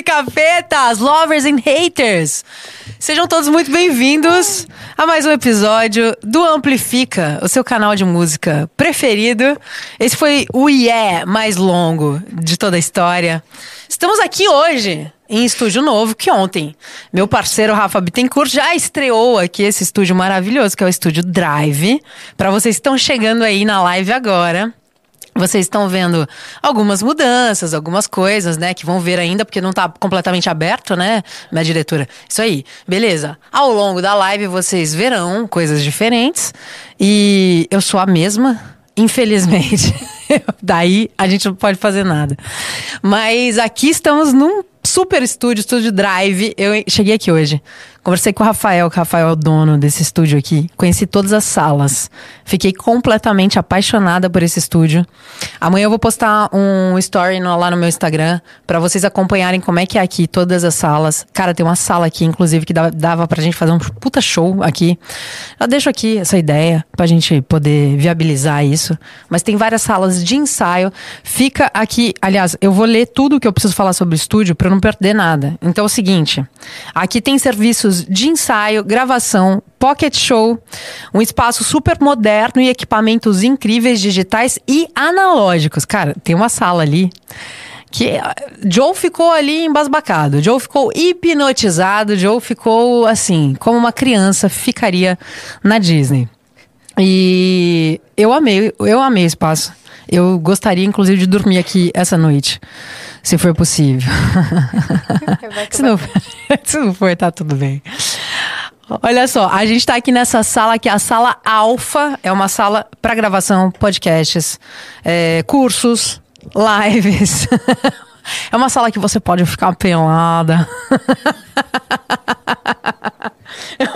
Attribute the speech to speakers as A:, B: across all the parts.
A: Gavetas, lovers and haters. Sejam todos muito bem-vindos a mais um episódio do Amplifica, o seu canal de música preferido. Esse foi o IE mais longo de toda a história. Estamos aqui hoje em estúdio novo que ontem meu parceiro Rafa Bittencourt já estreou aqui esse estúdio maravilhoso que é o estúdio Drive. Para vocês que estão chegando aí na live agora, vocês estão vendo algumas mudanças, algumas coisas, né? Que vão ver ainda, porque não tá completamente aberto, né? Minha diretora. Isso aí. Beleza. Ao longo da live vocês verão coisas diferentes. E eu sou a mesma, infelizmente. Daí a gente não pode fazer nada. Mas aqui estamos num super estúdio, estúdio Drive. Eu cheguei aqui hoje. Conversei com o Rafael, que o Rafael é o dono desse estúdio aqui. Conheci todas as salas. Fiquei completamente apaixonada por esse estúdio. Amanhã eu vou postar um story no- lá no meu Instagram pra vocês acompanharem como é que é aqui todas as salas. Cara, tem uma sala aqui, inclusive, que dava, dava pra gente fazer um puta show aqui. Já deixo aqui essa ideia pra gente poder viabilizar isso. Mas tem várias salas de ensaio. Fica aqui, aliás, eu vou ler tudo que eu preciso falar sobre o estúdio pra eu não perder nada. Então é o seguinte: aqui tem serviços de ensaio, gravação, pocket show, um espaço super moderno e equipamentos incríveis digitais e analógicos. Cara, tem uma sala ali que ah, Joe ficou ali embasbacado, Joe ficou hipnotizado, Joe ficou assim, como uma criança ficaria na Disney. E eu amei, eu amei o espaço. Eu gostaria, inclusive, de dormir aqui essa noite, se for possível. se, não, se não for, tá tudo bem. Olha só, a gente tá aqui nessa sala que é a sala Alfa, é uma sala para gravação, podcasts, é, cursos, lives. É uma sala que você pode ficar pelada.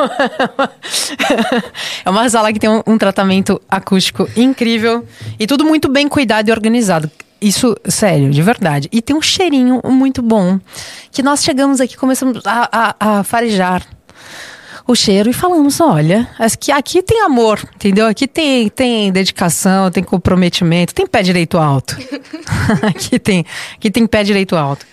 A: É uma sala que tem um, um tratamento acústico incrível e tudo muito bem cuidado e organizado. Isso, sério, de verdade. E tem um cheirinho muito bom que nós chegamos aqui, começamos a, a, a farejar o cheiro e falamos: olha, acho que aqui tem amor, entendeu? Aqui tem, tem dedicação, tem comprometimento, tem pé direito alto. aqui, tem, aqui tem pé direito alto.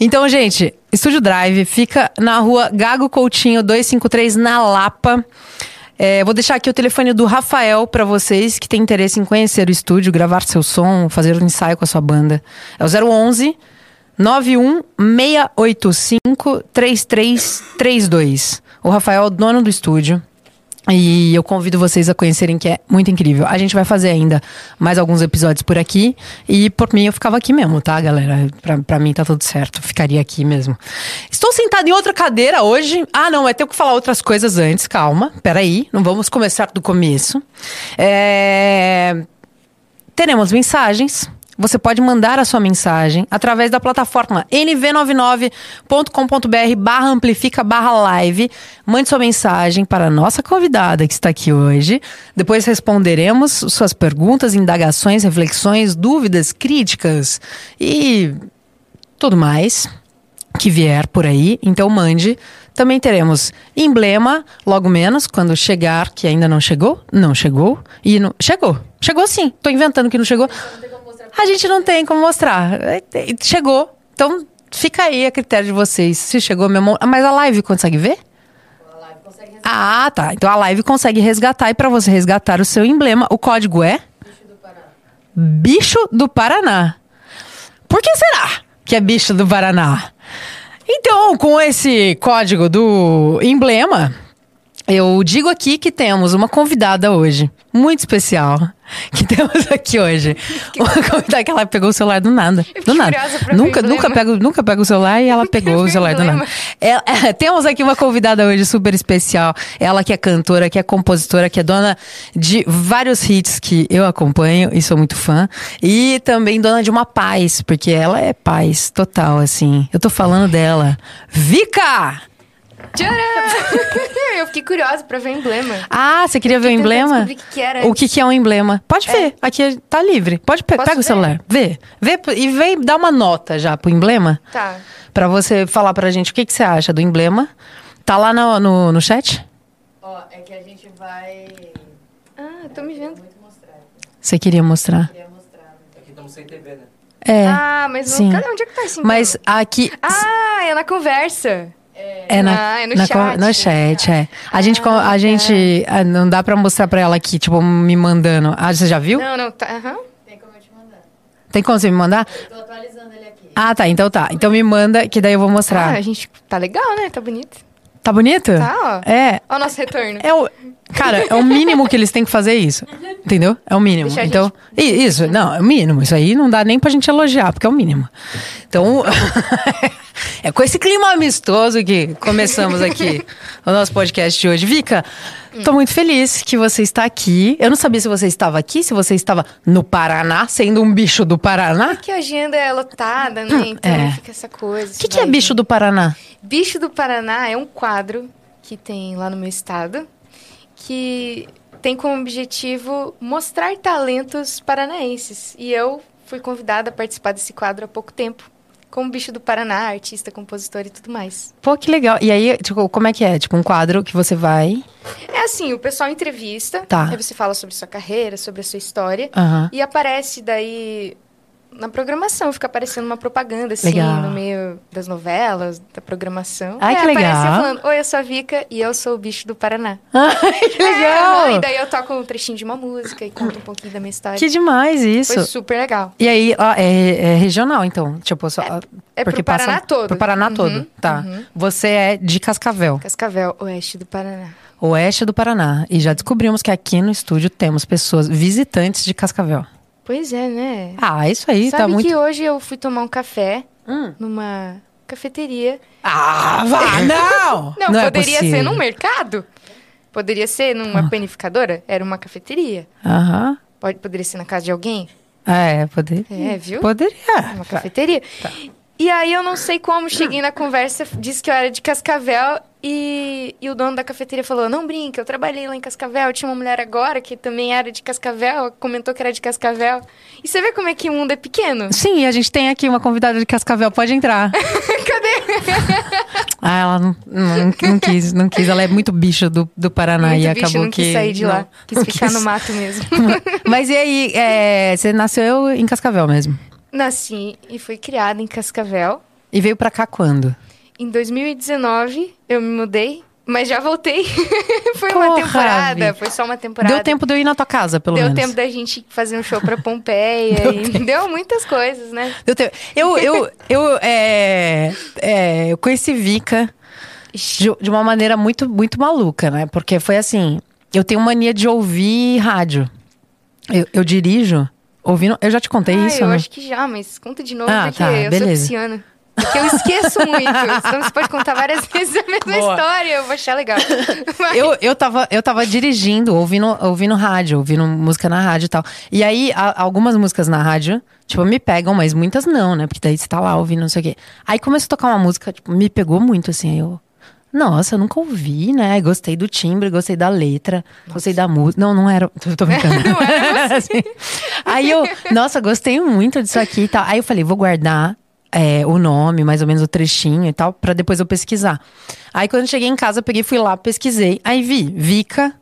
A: Então, gente, Estúdio Drive fica na rua Gago Coutinho 253, na Lapa. É, vou deixar aqui o telefone do Rafael para vocês que têm interesse em conhecer o estúdio, gravar seu som, fazer um ensaio com a sua banda. É o 011 91685 3332. O Rafael é o dono do estúdio. E eu convido vocês a conhecerem que é muito incrível. A gente vai fazer ainda mais alguns episódios por aqui. E por mim eu ficava aqui mesmo, tá, galera? Pra, pra mim tá tudo certo. Ficaria aqui mesmo. Estou sentada em outra cadeira hoje. Ah, não, é ter que falar outras coisas antes. Calma, peraí. Não vamos começar do começo. É teremos mensagens. Você pode mandar a sua mensagem através da plataforma nv99.com.br barra amplifica barra live. Mande sua mensagem para a nossa convidada que está aqui hoje. Depois responderemos suas perguntas, indagações, reflexões, dúvidas, críticas e tudo mais que vier por aí, então mande. Também teremos emblema, logo menos, quando chegar, que ainda não chegou, não chegou, e não... Chegou, chegou sim, tô inventando que não chegou. A gente não tem como mostrar. É, é, Chegou, então fica aí a critério de vocês, se chegou mesmo. Ah, Mas a live consegue ver? Ah, tá. Então a live consegue resgatar, e para você resgatar o seu emblema, o código é? Bicho do Paraná. Por que será que é bicho do Paraná? Então, com esse código do emblema, eu digo aqui que temos uma convidada hoje, muito especial, que temos aqui hoje. Uma convidada que ela pegou o celular do nada.
B: Eu
A: Do
B: fiquei
A: nada.
B: curiosa pra ver o
A: Nunca, nunca
B: emblema.
A: pego, nunca pego o celular e ela pegou o celular do nada.
B: Emblema.
A: Ela- temos aqui uma convidada hoje super especial. Ela que é cantora, que é compositora, que é dona de vários hits que eu acompanho e sou muito fã. E também dona de uma paz, porque ela é paz total, assim. Eu tô falando dela. Vika!
B: Tcharam! Eu fiquei curiosa pra ver o emblema.
A: Ah, você queria ver o
B: tentando
A: emblema?
B: descobrir o que que era
A: O que, que é um emblema? Pode ver, aqui tá livre. Pode pe-
B: Posso
A: pega o
B: ver?
A: celular, vê. Vê e vem dar uma nota já pro emblema.
B: Tá.
A: Pra você falar pra gente o que, que você acha do emblema. Tá lá no, no, no chat?
C: Ó, é que a gente vai.
B: Ah, tô me vendo.
A: Você queria mostrar?
C: Queria mostrar.
D: Aqui estamos sem TV, né?
A: É.
B: ah, mas
A: sim.
B: não, cadê, onde é que tá assim?
A: Mas aqui.
B: Ah, é na conversa.
A: É na,
B: Ah, é no
A: na
B: chat.
A: con- no chat, é. A gente, com- a
B: tá.
A: gente ah, não dá pra mostrar pra ela aqui, tipo, me mandando. Ah, você já viu?
B: Não, não, tá. aham.
E: Tem como eu te mandar.
A: Tem como você me mandar?
E: Tô atualizando ele aqui.
A: Ah, tá. Então tá. Então me manda, que daí eu vou
B: Ah,
A: mostrar.
B: a gente tá legal, né? Tá bonito.
A: Tá bonito?
B: Tá, ó.
A: É.
B: Ó, o nosso retorno.
A: É o, cara, é o mínimo que eles têm que fazer isso. Entendeu? É o mínimo.
B: Deixa a
A: então, i- isso, não, é o mínimo. Isso aí não dá nem pra gente elogiar, porque é o mínimo. Então, é com esse clima amistoso que começamos aqui o nosso podcast de hoje. Vika, tô muito feliz que você está aqui. Eu não sabia se você estava aqui, se você estava no Paraná, sendo um bicho do Paraná.
B: Que a agenda é lotada, né? Então
A: é.
B: fica essa coisa.
A: O que, que é bicho do Paraná?
B: Bicho do Paraná é um quadro que tem lá no meu estado que tem como objetivo mostrar talentos paranaenses. E eu fui convidada a participar desse quadro há pouco tempo, como bicho do Paraná, artista, compositor e tudo mais.
A: Pô, que legal. E aí, tipo, como é que é? Tipo, um quadro que você vai.
B: É assim, o pessoal entrevista,
A: Tá.
B: aí você fala sobre sua carreira, sobre a sua história,
A: Aham.
B: e aparece daí na programação, fica aparecendo uma propaganda assim
A: Legal.
B: no meio das novelas, da programação. Aí
A: Ai, que
B: aparece
A: legal.
B: eu falando: "Oi, eu sou a Vika e eu sou o bicho do Paraná".
A: que legal!
B: É, não, e daí eu toco um trechinho de uma música e conto um pouquinho da minha história.
A: Que demais isso.
B: Foi super legal.
A: E aí, ó, é, é regional, então. Tipo, só.
B: É
A: porque
B: pro Paraná
A: passa,
B: todo.
A: Pro Paraná
B: Uhum,
A: todo, tá.
B: uhum.
A: Você é de Cascavel,
B: Cascavel, oeste do Paraná.
A: oeste do Paraná. E já descobrimos que aqui no estúdio temos pessoas visitantes de Cascavel.
B: Pois é, né?
A: Ah, isso aí
B: Sabe
A: tá muito.
B: que hoje eu fui tomar um café
A: Hum.
B: numa cafeteria.
A: Ah, vá, não!
B: Não,
A: é
B: poderia ser
A: possível. Ah.
B: num mercado. Poderia ser numa panificadora. Era uma cafeteria.
A: Aham.
B: Pode, poderia ser na casa de alguém.
A: É, poderia.
B: É, viu?
A: Poderia.
B: Uma cafeteria.
A: Tá.
B: E aí eu não sei como, cheguei na conversa, disse que eu era de Cascavel e, e o dono da cafeteria falou: Não brinca, eu trabalhei lá em Cascavel, tinha uma mulher agora que também era de Cascavel, comentou que era de Cascavel. E você vê como é que o mundo é pequeno?
A: Sim, a gente tem aqui uma convidada de Cascavel, pode entrar.
B: Cadê?
A: Ah, ela não, não, não quis, não quis. Ela é muito bicho do, do Paraná e
B: Muito bicho,
A: acabou
B: não
A: que.
B: quis sair de lá.
A: não,
B: Quis
A: não
B: ficar
A: quis.
B: no mato mesmo.
A: Mas e aí, é, você nasceu em Cascavel mesmo?
B: Nasci e fui criada em Cascavel.
A: E veio pra cá quando?
B: Em 2019 eu me mudei, mas já voltei. foi uma
A: Porra,
B: temporada,
A: Vi.
B: foi só uma temporada.
A: Deu tempo de eu ir na tua casa, pelo
B: Deu
A: menos.
B: tempo da gente fazer um show pra Pompeia e deu muitas coisas, né?
A: Deu tempo. Eu, eu, eu, é, é, eu conheci Vika de, de uma maneira muito, muito maluca, né? Porque foi assim, eu tenho mania de ouvir rádio. Eu, eu dirijo ouvindo... Eu já te contei
B: Ah,
A: isso,
B: eu
A: né?
B: acho que já, mas conta de novo,
A: Ah,
B: porque
A: tá,
B: eu
A: beleza.
B: sou pisciana. Porque eu esqueço muito. Então você pode contar várias vezes a mesma
A: Boa.
B: história, eu vou achar legal. Mas-
A: eu, eu, tava, eu tava dirigindo, ouvindo, ouvindo rádio, ouvindo música na rádio e tal. E aí, a- algumas músicas na rádio, tipo, me pegam, mas muitas não, né? Porque daí você tá lá ouvindo, não sei o quê. Aí começou a tocar uma música, tipo, me pegou muito, assim, aí eu. Nossa, eu nunca ouvi, né? Gostei do timbre, gostei da letra, gostei da música. Não, não era. Tô, tô brincando.
B: Não era
A: Assim. Aí eu, nossa, gostei muito disso aqui e tal. Aí eu falei, vou guardar é, o nome, mais ou menos o trechinho e tal, pra depois eu pesquisar. Aí quando eu cheguei em casa, eu peguei, fui lá, pesquisei. Aí vi, Vika.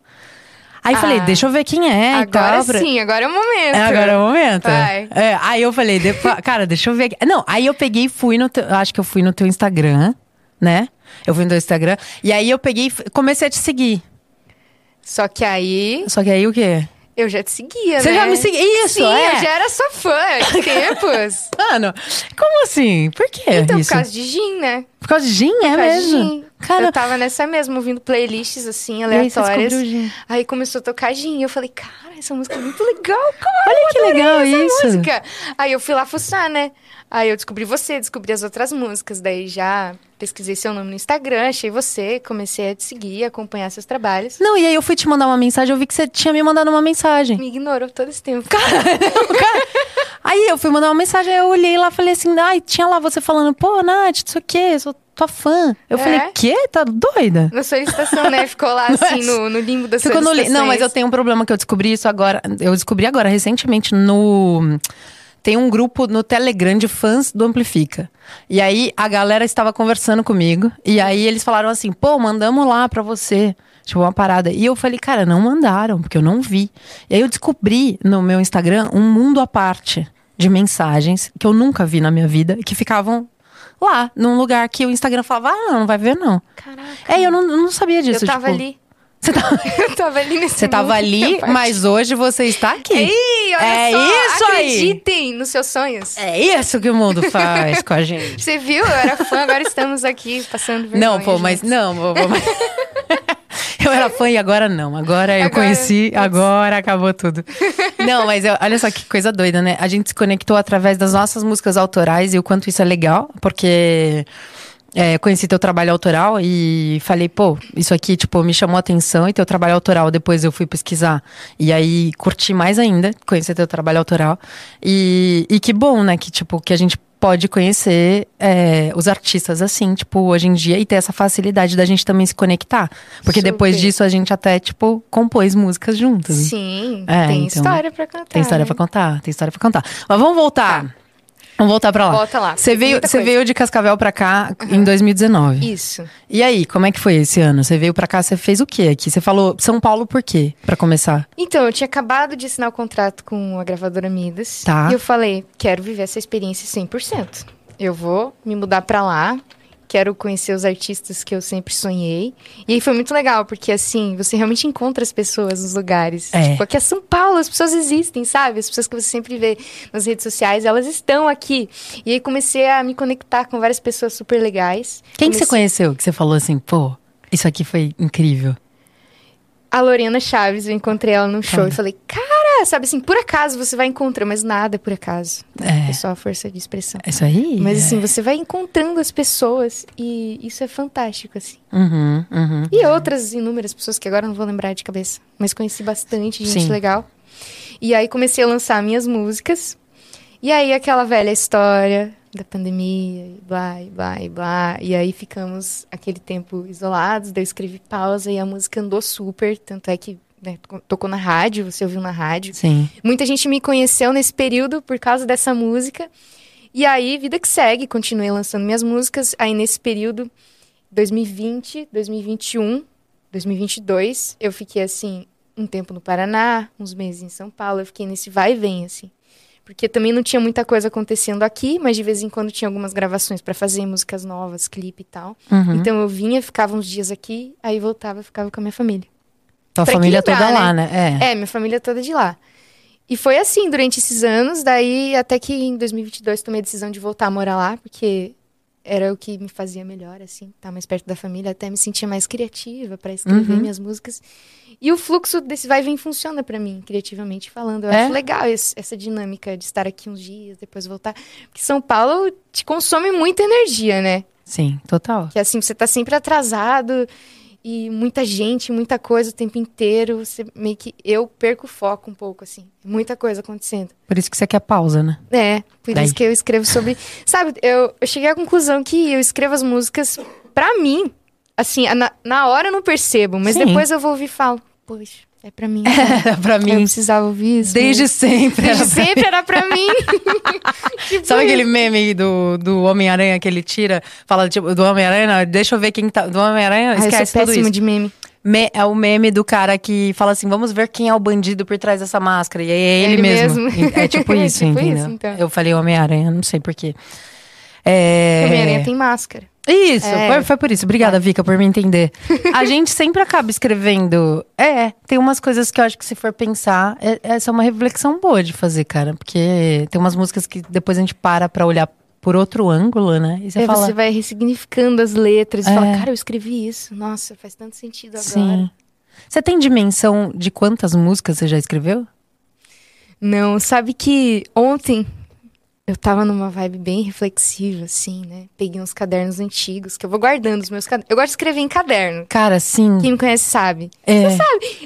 A: Aí
B: Ah,
A: falei, deixa eu ver quem é e tal.
B: agora
A: pra-
B: sim, agora é o momento.
A: é, agora é o momento.
B: Vai.
A: É, aí eu falei, depois, cara, deixa eu ver. aqui. Não, aí eu peguei e fui no teu, acho que eu fui no teu Instagram, né? Eu fui no teu Instagram e aí eu peguei e f- comecei a te seguir.
B: Só que aí
A: Só que aí o quê?
B: eu já te seguia,
A: Você
B: né?
A: já me seguia? Isso,
B: Sim,
A: é.
B: eu já era sua fã há tempos.
A: Mano, como assim? Por quê?
B: Então,
A: isso?
B: por causa de gin, né?
A: Por causa de gin, é
B: Por causa de
A: mesmo?
B: gin.
A: Cara,
B: Eu tava nessa mesmo, ouvindo playlists assim,
A: e aí você
B: aleatórias.
A: descobriu o gin.
B: Aí começou a tocar gin. Eu falei, cara, essa música é muito legal, cara.
A: Olha que legal isso.
B: música. Aí eu fui lá fuçar, né? Aí eu descobri você, descobri as outras músicas. Daí já pesquisei seu nome no Instagram, achei você, comecei a te seguir, acompanhar seus trabalhos.
A: Não, e aí eu fui te mandar uma mensagem, eu vi que você tinha me mandado uma mensagem.
B: Me ignorou todo esse tempo.
A: Aí eu fui mandar uma mensagem, aí eu olhei lá e falei assim, ai, tinha lá você falando, pô, Nath, isso aqui, sou tua fã. Eu
B: É?
A: falei, quê? Tá doida?
B: Na solicitação, né? Ficou lá assim no, no limbo das
A: Ficou no li-
B: solicitações.
A: Não, mas eu tenho um problema que eu descobri isso agora. Eu descobri agora, recentemente, no. Tem um grupo no Telegram de fãs do Amplifica. E aí a galera estava conversando comigo. E aí eles falaram assim: pô, mandamos lá pra você. Tipo, uma parada. E eu falei, cara, não mandaram, porque eu não vi. E aí eu descobri no meu Instagram um mundo à parte. de mensagens que eu nunca vi na minha vida, que ficavam lá, num lugar que o Instagram falava, ah, não, não vai ver, não.
B: Caraca.
A: É, eu não, eu não sabia
B: Eu
A: disso.
B: tava
A: tipo,
B: ali.
A: Você tava,
B: Eu tava ali nesse
A: você tava
B: mundo.
A: ali, mas hoje você está aqui.
B: Ei, olha
A: É
B: só,
A: isso aí.
B: acreditem nos seus sonhos.
A: É isso que o mundo faz com a gente.
B: Você viu? Eu era fã, agora estamos aqui passando vergonha.
A: Não, pô, mas
B: juntos.
A: não, pô, pô, mas- Eu era fã e agora não. Agora eu
B: Agora-
A: conheci, agora acabou tudo. Não, mas eu- olha só que coisa doida, né? A gente se conectou através das nossas músicas autorais e o quanto isso é legal, porque é, conheci teu trabalho autoral e falei, pô, isso aqui, tipo, me chamou a atenção e teu trabalho autoral. Depois eu fui pesquisar e aí curti mais ainda, conhecer teu trabalho autoral. E, e que bom, né? Que, tipo, que a gente pode conhecer é, os artistas assim, tipo, hoje em dia e ter essa facilidade da gente também se conectar. Porque depois
B: Super.
A: disso a gente até, tipo, compôs músicas juntas.
B: Sim,
A: É,
B: tem
A: então,
B: história pra cantar.
A: Tem história
B: né?
A: pra contar, tem história pra contar. Mas vamos voltar. Vamos voltar pra lá.
B: Tá. Volta lá.
A: Você veio,
B: Muita
A: você
B: coisa.
A: veio de Cascavel pra cá em 2019.
B: Isso.
A: E aí, como é que foi esse ano? Você veio pra cá, você fez o quê aqui? Você falou São Paulo por quê? Pra começar.
B: Então, eu tinha acabado de assinar o contrato com a gravadora Midas.
A: Tá.
B: E eu falei, quero viver essa experiência 100%. Eu vou me mudar pra lá, quero conhecer os artistas que eu sempre sonhei. E aí foi muito legal, porque assim, você realmente encontra as pessoas nos lugares.
A: É.
B: Tipo, aqui é São Paulo, as pessoas existem, sabe? As pessoas que você sempre vê nas redes sociais, elas estão aqui. E aí comecei a me conectar com várias pessoas super legais.
A: Quem que
B: Comecei-
A: você conheceu que você falou assim, pô, isso aqui foi incrível?
B: A Lorena Chaves, eu encontrei ela num show e falei, cara, sabe assim, por acaso você vai encontrar, mas nada é por acaso. Tá?
A: É.
B: É só a força de expressão.
A: É Isso aí?
B: Mas
A: É.
B: assim, você vai encontrando as pessoas e isso é fantástico, assim.
A: Uhum, uhum.
B: E outras inúmeras pessoas que agora não vou lembrar de cabeça, mas conheci bastante gente
A: Sim.
B: legal. E aí comecei a lançar minhas músicas. E aí aquela velha história da pandemia, e blá, e blá, e blá. E aí ficamos aquele tempo isolados, daí eu escrevi pausa e a música andou super, tanto é que né, to- tocou na rádio, você ouviu na rádio.
A: Sim.
B: Muita gente me conheceu nesse período por causa dessa música. E aí, vida que segue, continuei lançando minhas músicas. Aí, nesse período, 2020, 2021, 2022, eu fiquei assim, um tempo no Paraná, uns meses em São Paulo. Eu fiquei nesse vai e vem, assim. Porque também não tinha muita coisa acontecendo aqui, mas de vez em quando tinha algumas gravações pra fazer, músicas novas, clipe e tal.
A: Uhum.
B: Então eu vinha, ficava uns dias aqui, aí voltava, ficava com a minha família.
A: Tua
B: pra
A: família toda
B: equilibrar,
A: lá, né? É.
B: É, minha família é toda de lá. E foi assim durante esses anos, daí até que em 2022 tomei a decisão de voltar a morar lá, porque era o que me fazia melhor, assim, estar mais perto da família, até me sentia mais criativa pra escrever
A: Uhum.
B: minhas músicas. E o fluxo desse vai e vem funciona pra mim, criativamente falando. Eu
A: É?
B: acho legal esse- essa dinâmica de estar aqui uns dias, depois voltar. Porque São Paulo te consome muita energia, né?
A: Sim, total.
B: Que assim, você tá sempre atrasado e muita gente, muita coisa o tempo inteiro. Você meio que. Eu perco o foco um pouco, assim. Muita coisa acontecendo.
A: Por isso que você quer pausa, né?
B: É, por
A: Daí.
B: isso que eu escrevo sobre. Sabe, eu, eu cheguei à conclusão que eu escrevo as músicas pra mim. Assim, na, na hora eu não percebo, mas
A: Sim.
B: depois eu vou ouvir e falo, poxa, é pra mim. cara.
A: Era pra
B: Eu
A: mim.
B: precisava ouvir isso. né?"
A: Desde sempre.
B: É, Desde
A: era pra-
B: sempre era pra mim. Tipo
A: Sabe aquele meme do, do Homem-Aranha que ele tira? Fala, tipo, do Homem-Aranha, não, deixa eu ver quem tá. Do Homem-Aranha,
B: Ah, eu
A: esquece
B: sou
A: tudo isso.
B: péssimo de meme.
A: Me- é o meme do cara que fala assim: vamos ver quem é o bandido por trás dessa máscara. E aí é ele,
B: ele
A: mesmo.
B: mesmo.
A: É tipo
B: É
A: isso,
B: tipo
A: entendeu?
B: isso, então.
A: Eu falei Homem-Aranha, não sei porquê. É...
B: Homem-Aranha tem máscara.
A: Isso,
B: É.
A: foi, foi por isso. Obrigada, Vika, por me entender. A gente sempre acaba escrevendo. É, tem umas coisas que eu acho que se for pensar, é- essa é uma reflexão boa de fazer, cara. Porque tem umas músicas que depois a gente para pra olhar por outro ângulo, né? E você
B: Aí
A: fala.
B: você vai ressignificando as letras e
A: É.
B: fala, cara, eu escrevi isso. Nossa, faz tanto sentido agora.
A: Sim. Você tem dimensão de quantas músicas você já escreveu?
B: Não, sabe que ontem eu tava numa vibe bem reflexiva, assim, né? Peguei uns cadernos antigos que eu vou guardando os meus cadernos. Eu gosto de escrever em caderno.
A: Cara, sim.
B: Quem me conhece sabe.
A: é.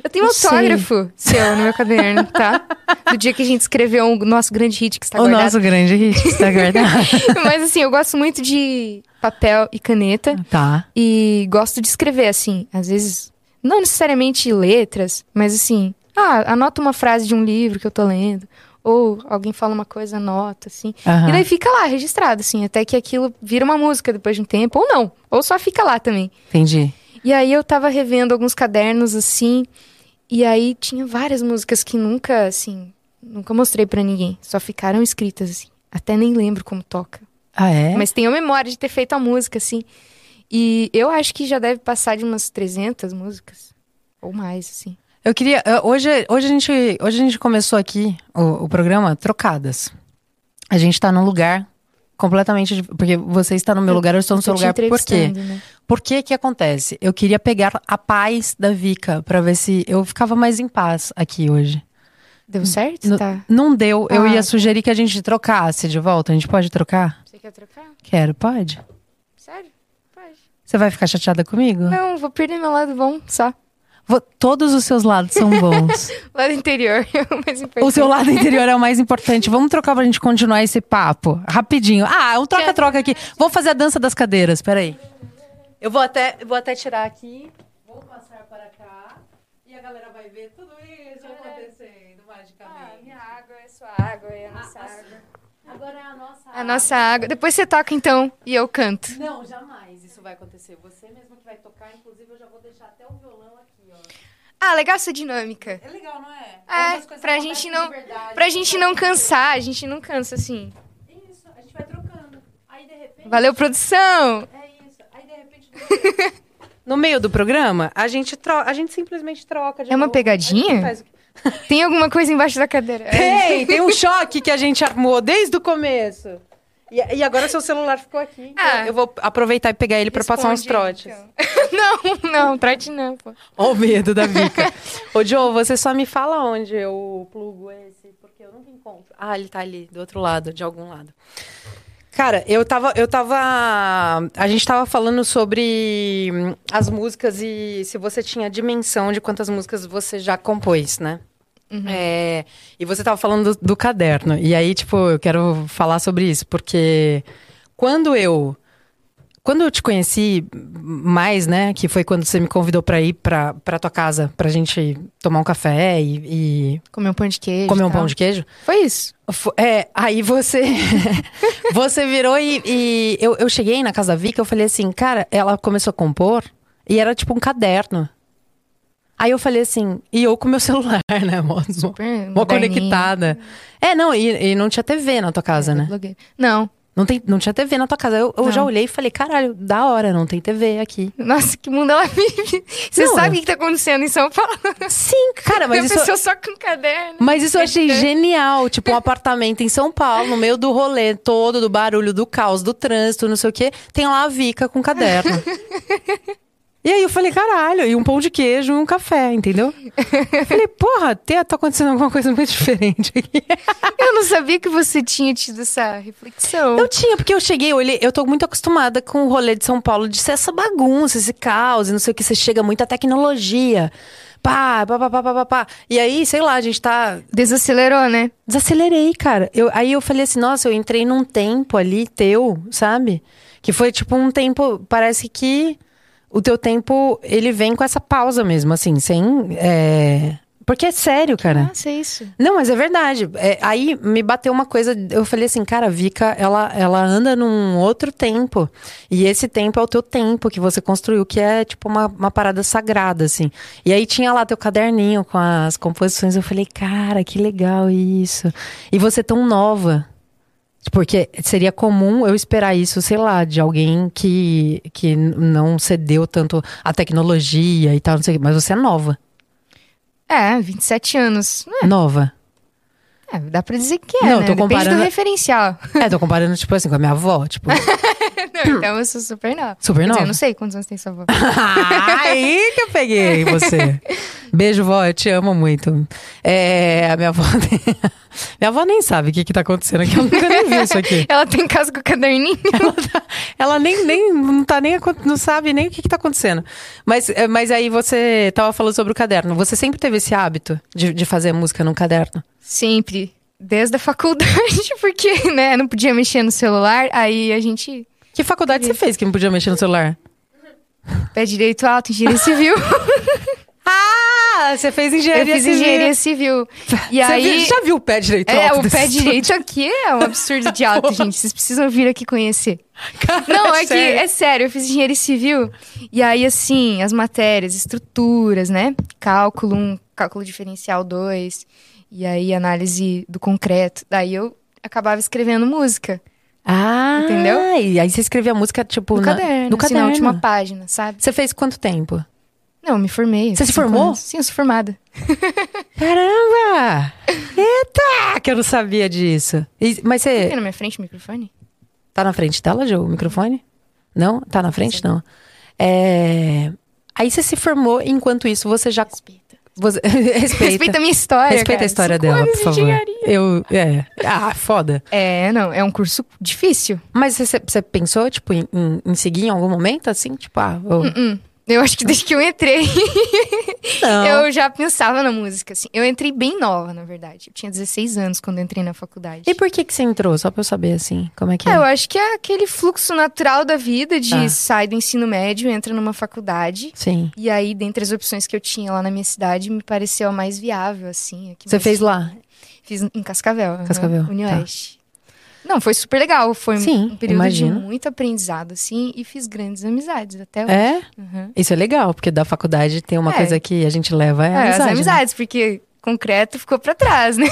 B: Eu tenho um
A: Eu sei.
B: autógrafo seu no meu caderno, tá? Do dia que a gente escreveu o nosso grande hit que está
A: o
B: guardado.
A: nosso grande hit está guardado.
B: Mas assim, eu gosto muito de papel e caneta.
A: tá.
B: E gosto de escrever, assim, às vezes, não necessariamente letras, mas assim, ah, anota uma frase de um livro que eu tô lendo, ou alguém fala uma coisa, anota, assim.
A: Aham.
B: E daí fica lá, registrado, assim, até que aquilo vira uma música depois de um tempo, ou não, ou só fica lá também.
A: Entendi.
B: E aí eu tava revendo alguns cadernos, assim, e aí tinha várias músicas que nunca, assim, Nunca mostrei pra ninguém. Só ficaram escritas, assim. Até nem lembro como toca.
A: Ah, é?
B: Mas tenho memória de ter feito a música, assim. E eu acho que já deve passar de umas 300 músicas. Ou mais, assim.
A: Eu queria. eh, Hoje, hoje, a, gente, hoje a gente começou aqui o, o programa Trocadas. A gente tá num lugar completamente. dif- Porque você está no meu lugar, eu estou no seu
B: Tô te
A: lugar. Por quê?
B: entrevistando, né?
A: Por que que acontece? Eu queria pegar a paz da Vika pra ver se eu ficava mais em paz aqui hoje.
B: Deu certo?
A: Hum, No-
B: Tá.
A: Não deu. Eu
B: Ah,
A: ia
B: tá.
A: sugerir que a gente trocasse de volta. A gente pode trocar?
B: Você quer trocar?
A: Quero, pode.
B: Sério? Pode.
A: Você vai ficar chateada comigo?
B: Não, vou perder meu lado bom só.
A: Vo- Todos os seus lados são bons.
B: Lado interior é o mais importante.
A: o seu lado interior é o mais importante. Vamos trocar pra gente continuar esse papo. Rapidinho. Ah, um troca-troca aqui. Vou fazer a dança das cadeiras, peraí. Eu vou até, vou até tirar aqui. Vou passar para cá. E a galera vai ver tudo isso acontecendo magicamente.
B: Minha água é sua água, é a nossa água.
A: Ah, Agora é a nossa.
B: A nossa água. Depois você toca então e eu canto.
A: Não, jamais isso vai acontecer. Você mesmo que vai tocar, inclusive eu já vou deixar até o violão aqui, ó.
B: Ah, legal essa dinâmica.
A: É legal, não é?
B: É, pra gente não, pra gente não cansar, a gente não cansa assim.
A: Isso, a gente vai trocando. Aí de repente.
B: Valeu, produção!
A: É isso. Aí de repente. No meio do programa, a gente, tro- a gente simplesmente troca. de
B: É uma
A: novo.
B: pegadinha?
A: A gente faz o quê?
B: Tem alguma coisa embaixo da cadeira? É
A: Tem, tem um choque que a gente armou desde o começo. E, e agora seu celular ficou aqui. então
B: Ah.
A: Eu vou aproveitar e pegar ele pra passar uns
B: Responde,
A: trotes.
B: então. não, não, trote não, pô.
A: Ó o medo da Vika. Ô, Joe, você só me fala onde eu plugo esse, porque eu nunca encontro. Ah, ele tá ali, do outro lado, de algum lado. Cara, eu tava, eu tava. A gente tava falando sobre hum, as músicas e se você tinha dimensão de quantas músicas você já compôs, né? É, e você tava falando do, do caderno. E aí, tipo, eu quero falar sobre isso, porque quando eu. Quando eu te conheci mais, né, que foi quando você me convidou pra ir pra, pra tua casa, pra gente tomar um café e, e
B: Comer um pão de queijo.
A: comer um
B: e tal.
A: pão de queijo.
B: Foi isso.
A: Fo- É, aí você você virou e, e eu, eu cheguei na casa da Vika, eu falei assim, cara, ela começou a compor e era tipo um caderno. Aí eu falei assim, e eu com meu celular, né, mó, mó-
B: Super
A: mó
B: moderninho.
A: conectada. É, não, e, e não tinha TV na tua casa, né?
B: Blogueira. Não.
A: Não, tem, não tinha TV na tua casa. Eu, eu já
B: É. Não.
A: olhei e falei, caralho, da hora, não tem TV aqui.
B: Nossa, que mundo ela vive. Você
A: Não,
B: sabe
A: eu-
B: o que tá acontecendo em São Paulo?
A: Sim, cara,
B: Tem
A: mas
B: a
A: isso,
B: pessoa só com caderno.
A: Mas isso eu achei
B: É.
A: genial. Tipo, um apartamento em São Paulo, no meio do rolê todo, do barulho, do caos, do trânsito, não sei o quê. Tem lá a Vika com caderno. E aí eu falei, caralho, e um pão de queijo e um café, entendeu? Eu falei, porra, te- tá acontecendo alguma coisa muito diferente aqui.
B: Eu não sabia que você tinha tido essa reflexão.
A: Eu tinha, porque eu cheguei, eu olhei, eu tô muito acostumada com o rolê de São Paulo de ser essa bagunça, esse caos, e não sei o que, você chega muita tecnologia. Pá, pá, pá, pá, pá, pá, pá. E aí, sei lá, a gente tá
B: Desacelerou, né?
A: Desacelerei, cara. Eu, aí eu falei assim, nossa, eu entrei num tempo ali teu, sabe? Que foi tipo um tempo, parece que o teu tempo, ele vem com essa pausa mesmo, assim, sem... é, Porque é sério, cara.
B: Nossa, é isso.
A: Não, mas é verdade. É, aí me bateu uma coisa, eu falei assim, cara, a Vika, ela, ela anda num outro tempo. E esse tempo é o teu tempo que você construiu, que é tipo uma, uma parada sagrada, assim. E aí tinha lá teu caderninho com as composições. Eu falei, cara, que legal isso. E você tão nova. Porque seria comum eu esperar isso, sei lá, de alguém que, que não cedeu tanto à tecnologia e tal, não sei o quê. Mas você é nova.
B: É, 27 anos.
A: Nova.
B: É, dá pra dizer que é,
A: Não,
B: né?
A: tô
B: Depende
A: comparando-
B: do referencial.
A: É, tô comparando, tipo assim, com a minha avó, tipo,
B: Não, então eu sou super nova.
A: super
B: Quer dizer,
A: nova.
B: eu não sei quantos anos tem sua avó.
A: Aí que eu peguei você. Beijo, vó, eu te amo muito. É, a minha avó. minha avó nem sabe o que, que tá acontecendo aqui. Eu nunca nem vi isso aqui.
B: Ela tem casa com o caderninho.
A: Ela, tá- ela nem, nem, não tá nem, acon- não sabe nem o que, que tá acontecendo. Mas, é, mas aí você tava falando sobre o caderno. Você sempre teve esse hábito de, de fazer música num caderno?
B: Sempre. Desde a faculdade, porque, né, não podia mexer no celular, aí a gente
A: Que faculdade você fez que não podia mexer no celular?
B: pé direito alto, engenharia civil.
A: Ah, você fez
B: eu
A: engenharia
B: fiz engenharia civil. E
A: Você
B: aí.
A: vi- já viu o pé direito?
B: É,
A: alto
B: o
A: desse
B: pé
A: estúdio?
B: direito aqui é um absurdo de alto, gente. Vocês precisam vir aqui conhecer.
A: Cara,
B: Não, é que
A: sério.
B: é sério, eu fiz engenharia civil. E aí, um, assim, as matérias, estruturas, né? Cálculo 1, cálculo diferencial 2. E aí, análise do concreto. Daí eu acabava escrevendo música
A: Ah,
B: Entendeu?
A: E aí você escreveu a música, tipo,
B: no
A: na-
B: caderno, assim,
A: no caderno.
B: na última página, sabe?
A: Você fez quanto tempo?
B: Não, eu me formei.
A: Você se
B: cinco
A: formou?
B: anos. Sim, eu sou formada.
A: Caramba! Eita! Que eu não sabia disso. E- mas
B: Tem
A: você
B: na minha frente o microfone?
A: tá na frente dela, Joe, o microfone? Não? Tá na frente? Não. É... Aí você se formou, enquanto isso você já...
B: Respeita.
A: Você... Respeita.
B: Respeita a minha história,
A: Respeita
B: cara.
A: a história
B: Cinco
A: dela,
B: anos
A: por
B: de
A: favor.
B: engenharia.
A: Eu... É. Ah, foda.
B: É, não, é um curso difícil.
A: Mas você, você pensou, tipo, em, em- em seguir em algum momento, assim? Tipo, ah... eu-
B: Eu acho que desde que eu entrei,
A: Não.
B: eu já pensava na música, assim. Eu entrei bem nova, na verdade. Eu tinha 16 anos quando eu entrei na faculdade.
A: E por que que você entrou? Só pra eu saber, assim, como é que
B: É,
A: é.
B: eu acho que é aquele fluxo natural da vida de
A: Tá.
B: sai do ensino médio, entra numa faculdade.
A: Sim.
B: E aí, dentre as opções que eu tinha lá na minha cidade, me pareceu a mais viável, assim. a que
A: Você
B: mais-
A: fez lá?
B: Fiz em Cascavel. aham,
A: Cascavel, tá.
B: Unioeste. Não, foi super legal. Foi um-
A: Sim,
B: um período
A: imagino.
B: de muito aprendizado, assim, e fiz grandes amizades até hoje.
A: É?
B: Uhum.
A: Isso é legal, porque da faculdade tem uma
B: É.
A: coisa que a gente leva é,
B: É,
A: a amizade,
B: as
A: né?
B: amizades, porque concreto ficou pra trás, né?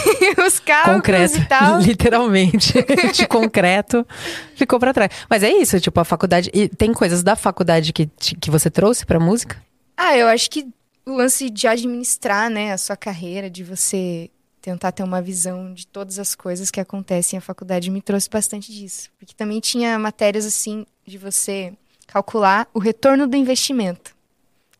B: Os carros
A: Concreto,
B: e tal.
A: literalmente, de concreto, ficou pra trás. Mas é isso, tipo, a faculdade. E tem coisas da faculdade que, te- que você trouxe pra música?
B: Ah, eu acho que o lance de administrar, né, a sua carreira, de você tentar ter uma visão de todas as coisas que acontecem, a faculdade me trouxe bastante disso. Porque também tinha matérias assim de você calcular o retorno do investimento.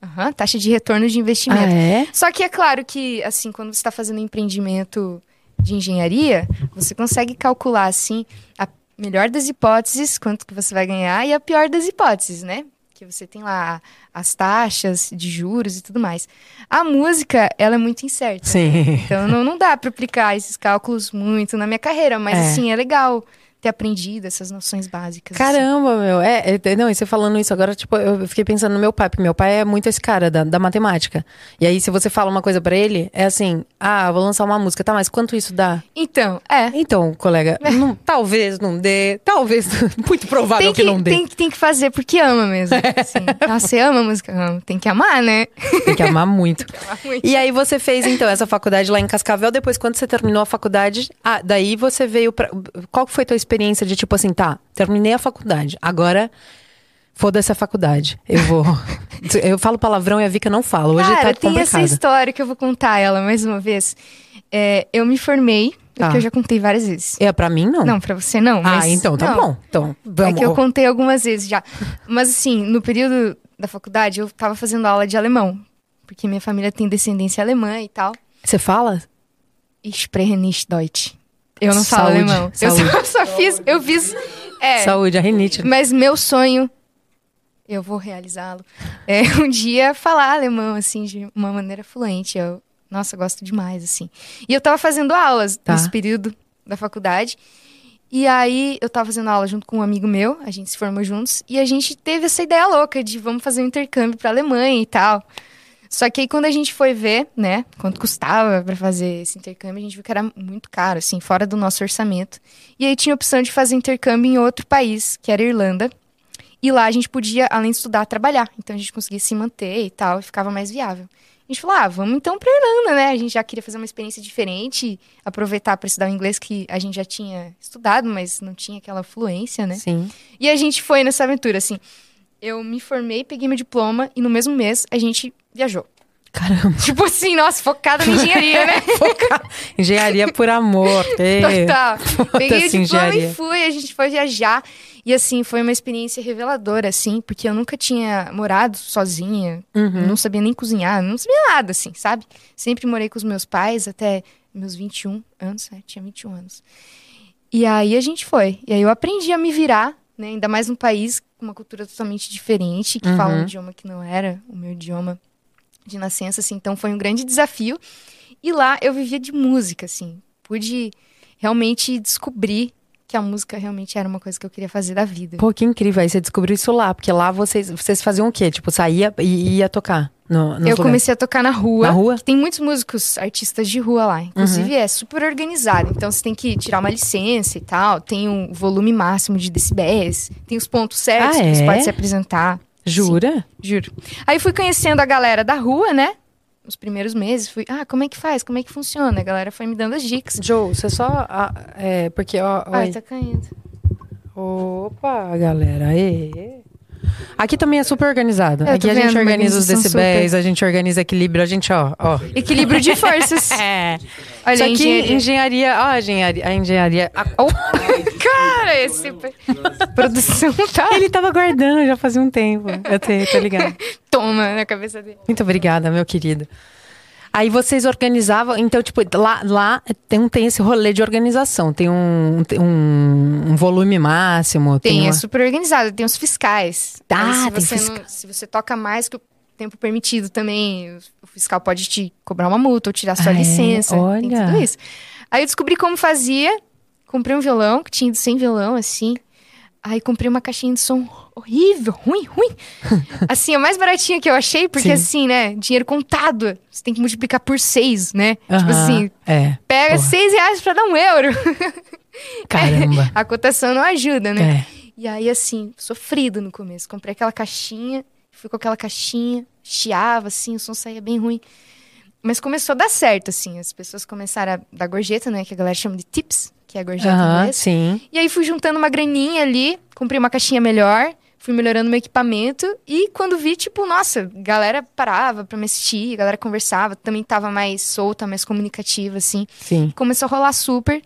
B: Aham, taxa de retorno de investimento.
A: é?
B: Só que é claro que, assim, quando você está fazendo um empreendimento de engenharia, você consegue calcular, assim, a melhor das hipóteses, quanto que você vai ganhar, e a pior das hipóteses, né? Que você tem lá as taxas de juros e tudo mais. A música, ela é muito incerta.
A: Sim.
B: Então, não, não dá para aplicar esses cálculos muito na minha carreira, mas,
A: É.
B: assim, é legal ter aprendido essas noções básicas. assim.
A: Caramba, meu. É, é, não, e você falando isso agora, tipo, eu fiquei pensando no meu pai, porque meu pai é muito esse cara da, da matemática. E aí, se você fala uma coisa pra ele, é assim: ah, vou lançar uma música, tá, mas quanto isso dá?
B: Então, é.
A: Então, colega, não- talvez não dê, talvez, muito provável
B: Tem
A: que,
B: que,
A: não dê.
B: tem, que- tem que fazer porque ama mesmo. assim. Nossa, você ama a música? Amo. Tem que amar, né?
A: Tem que amar muito.
B: Muito.
A: E aí você fez, então, essa faculdade lá em Cascavel. Depois, quando você terminou a faculdade, ah, daí você veio pra... Qual que foi a tua experiência de, tipo assim, tá, terminei a faculdade, agora... Foda-se a faculdade. Eu vou. Eu falo palavrão e a Vika não fala. Hoje
B: Cara,
A: tá
B: tem essa
A: complicado.
B: história que eu vou contar ela mais uma vez. É, eu me formei,
A: Tá.
B: porque eu já contei várias vezes.
A: É, pra mim, não.
B: Não, pra você não.
A: ah,
B: mas-
A: então, tá
B: não.
A: bom. Então,
B: É
A: vamos.
B: que eu contei algumas vezes já. Mas assim, no período da faculdade, eu tava fazendo aula de alemão. Porque minha família tem descendência alemã e tal.
A: Você fala?
B: Ich spreche nicht Deutsch. Eu não falo
A: Saúde,
B: alemão. Eu só, só fiz, eu fiz... É,
A: Saúde, a rinite.
B: mas meu sonho, eu vou realizá-lo, é um dia falar alemão, assim, de uma maneira fluente. Eu, nossa, eu gosto demais, assim. E eu tava fazendo aulas
A: Tá.
B: nesse período da faculdade. E aí, eu tava fazendo aula junto com um amigo meu, a gente se formou juntos, e a gente teve essa ideia louca de vamos fazer um intercâmbio pra Alemanha e tal. Só que aí, quando a gente foi ver, né, quanto custava pra fazer esse intercâmbio, a gente viu que era muito caro, assim, fora do nosso orçamento. E aí tinha a opção de fazer intercâmbio em outro país, que era a Irlanda. E lá a gente podia, além de estudar, trabalhar. Então a gente conseguia se manter e tal, e ficava mais viável. A gente falou, ah, vamos então pra Irlanda, né? A gente já queria fazer uma experiência diferente, aproveitar pra estudar o inglês que a gente já tinha estudado, mas não tinha aquela fluência, né?
A: Sim.
B: E a gente foi nessa aventura, assim. Eu me formei, peguei meu diploma e no mesmo mês a gente viajou.
A: Caramba.
B: Tipo assim, nossa, focada na engenharia, né?
A: Engenharia por amor. Ei.
B: Total. Peguei o
A: Foda-se,
B: diploma
A: engenharia.
B: e fui, a gente foi viajar. E assim, foi uma experiência reveladora, assim, porque eu nunca tinha morado sozinha,
A: Uhum.
B: não sabia nem cozinhar, não sabia nada, assim, sabe? Sempre morei com os meus pais até meus 21 anos, né? Tinha 21 anos. E aí a gente foi. E aí eu aprendi a me virar, né? Ainda mais num país com uma cultura totalmente diferente, que fala
A: Uhum.
B: um idioma que não era o meu idioma de nascença, assim. Então foi um grande desafio. E lá eu vivia de música, assim. Pude realmente descobrir que a música realmente era uma coisa que eu queria fazer da vida.
A: Pô, que incrível. Aí você descobriu isso lá, porque lá vocês, vocês faziam o quê? Tipo, saía e ia tocar no, nos
B: eu
A: lugares.
B: comecei a tocar na rua.
A: Na rua? Uhum.
B: que Tem muitos músicos, artistas de rua lá. Inclusive, é super organizado. Então, você tem que tirar uma licença e tal. Tem um volume máximo de decibéis. Tem os pontos certos
A: Ah,
B: que você
A: é?
B: pode se apresentar.
A: Jura?
B: Juro. Aí fui conhecendo a galera da rua, né? nos primeiros meses, fui, ah, como é que faz? Como é que funciona? A galera foi me dando as dicas.
A: Joe, você só. ah, é, porque, ó.
B: Ai,
A: oi.
B: tá caindo.
A: Opa, galera. Aê. Aqui também é super organizado.
B: Eu tô
A: Aqui a
B: vendo,
A: gente organiza os
B: organização
A: decibéis, a gente organiza equilíbrio, a gente, ó, ó.
B: Equilíbrio de forças.
A: É.
B: Olha,
A: Isso aqui, engenharia,
B: engenharia.
A: ó, a engenharia. A engenharia. a-
B: Oh
A: é
B: Cara, esse produção tá
A: Ele tava guardando já fazia um tempo. Eu tô, tô ligada.
B: toma na cabeça dele.
A: Muito obrigada, meu querido. Aí vocês organizavam, então, tipo, lá, lá tem, um, tem esse rolê de organização, tem um, tem um, um volume máximo. Tem,
B: Tem,
A: uma-
B: é super organizado, tem os fiscais.
A: Ah,
B: se
A: tem
B: você
A: fisca-
B: não- se você toca mais que o tempo permitido também, o fiscal pode te cobrar uma multa ou tirar sua
A: Ah, é?
B: licença. Tem
A: Olha.
B: tudo isso. Aí eu descobri como fazia, comprei um violão, que tinha ido sem violão, assim. Aí comprei uma caixinha de som horrível, ruim, ruim. Assim, a mais baratinha que eu achei, porque
A: Sim.
B: assim, né? Dinheiro contado. Você tem que multiplicar por seis, né? Tipo
A: Aham,
B: assim,
A: É,
B: pega
A: Porra.
B: seis reais pra dar um euro.
A: caramba.
B: A cotação não ajuda, né?
A: é.
B: E aí, assim, sofrido no começo. Comprei aquela caixinha, fui com aquela caixinha, chiava, assim, o som saía bem ruim. Mas começou a dar certo, assim. As pessoas começaram a dar gorjeta, né? Que a galera chama de tips, que é a gorjeta
A: Aham,
B: inglesa.
A: sim.
B: E aí fui juntando uma graninha ali, comprei uma caixinha melhor, fui melhorando meu equipamento. E quando vi, tipo, nossa, a galera parava pra me assistir, a galera conversava, também tava mais solta, mais comunicativa, assim.
A: Sim.
B: Começou a rolar super.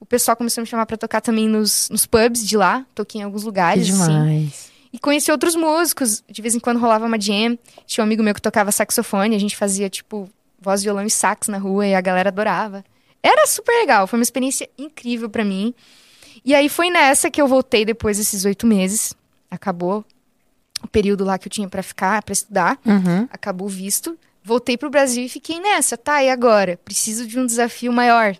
B: O pessoal começou a me chamar pra tocar também nos, nos pubs de lá. Toquei em alguns
A: Que
B: lugares, assim.
A: demais.
B: E conheci outros músicos. De vez em quando rolava uma jam. Tinha um amigo meu que tocava saxofone. A gente fazia, tipo, voz, violão e sax na rua. E a galera adorava. Era super legal. Foi uma experiência incrível pra mim. E aí foi nessa que eu voltei depois desses oito meses. Acabou o período lá que eu tinha pra ficar, pra estudar
A: Uhum.
B: acabou o visto, voltei pro Brasil e fiquei nessa, tá, e agora? Preciso de um desafio maior.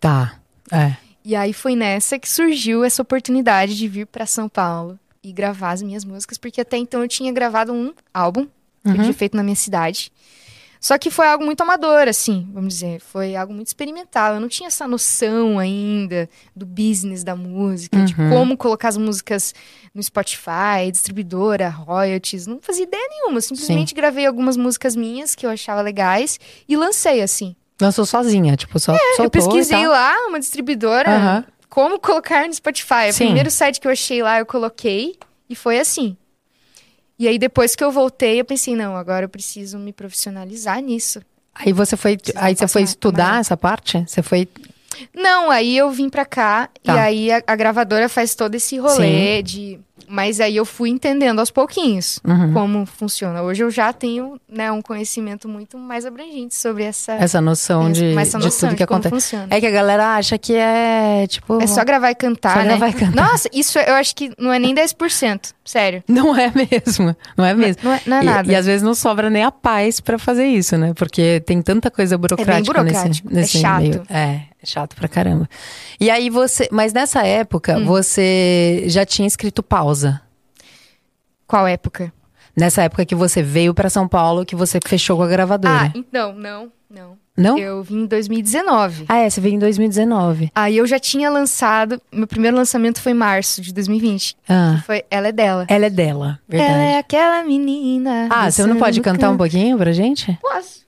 A: Tá. É.
B: E aí foi nessa que surgiu essa oportunidade de vir pra São Paulo e gravar as minhas músicas, porque até então eu tinha gravado um álbum que eu
A: Uhum.
B: tinha feito na minha cidade. Só que foi algo muito amador, assim, vamos dizer. Foi algo muito experimental. Eu não tinha essa noção ainda do business da música, de
A: Uhum.
B: como colocar as músicas no Spotify, distribuidora, royalties. Não fazia ideia nenhuma. Eu simplesmente gravei algumas músicas minhas que eu achava legais e lancei, assim.
A: Lançou sozinha, tipo, só soltou
B: É, eu pesquisei
A: e tal.
B: lá uma distribuidora,
A: Aham.
B: como colocar no Spotify.
A: Sim.
B: O primeiro site que eu achei lá, eu coloquei e foi assim. E aí, depois que eu voltei, eu pensei, não, agora eu preciso me profissionalizar nisso.
A: Aí você foi, aí você
B: passar né?
A: foi
B: a
A: estudar
B: maior.
A: essa parte? Você foi,
B: Não, aí eu vim pra cá
A: Tá.
B: e aí a, a gravadora faz todo esse rolê de. Mas aí eu fui entendendo aos pouquinhos
A: Uhum.
B: como funciona. Hoje eu já tenho né, um conhecimento muito mais abrangente sobre essa,
A: essa noção
B: essa-
A: de,
B: É. essa
A: de
B: noção
A: tudo que
B: de como
A: acontece.
B: funciona.
A: É que a galera acha que é, tipo...
B: É só gravar e cantar,
A: só
B: né?
A: gravar e cantar.
B: Nossa, isso eu acho que não é nem 10%, sério.
A: Não é mesmo, não é mesmo.
B: Não é, não é
A: E-
B: nada.
A: E, às vezes não sobra nem a paz pra fazer isso, né? Porque tem tanta coisa burocrática nesse,
B: burocrático, é
A: nesse
B: chato.
A: meio. É, é chato pra caramba. E aí você, mas nessa época
B: Hum.
A: você já tinha escrito pausa.
B: Qual época?
A: Nessa época que você veio pra São Paulo, que você fechou com a
B: Ah,
A: gravadora.
B: então, não, não.
A: não?
B: Eu vim em 2019.
A: Ah, é, você veio em 2019.
B: Aí eu já tinha lançado. Meu primeiro lançamento foi em março de 2020.
A: Ah,
B: Foi Ela é Dela.
A: ela é dela, verdade.
B: Ela é aquela menina.
A: Ah, você não pode cantar um pouquinho pra gente?
B: Posso.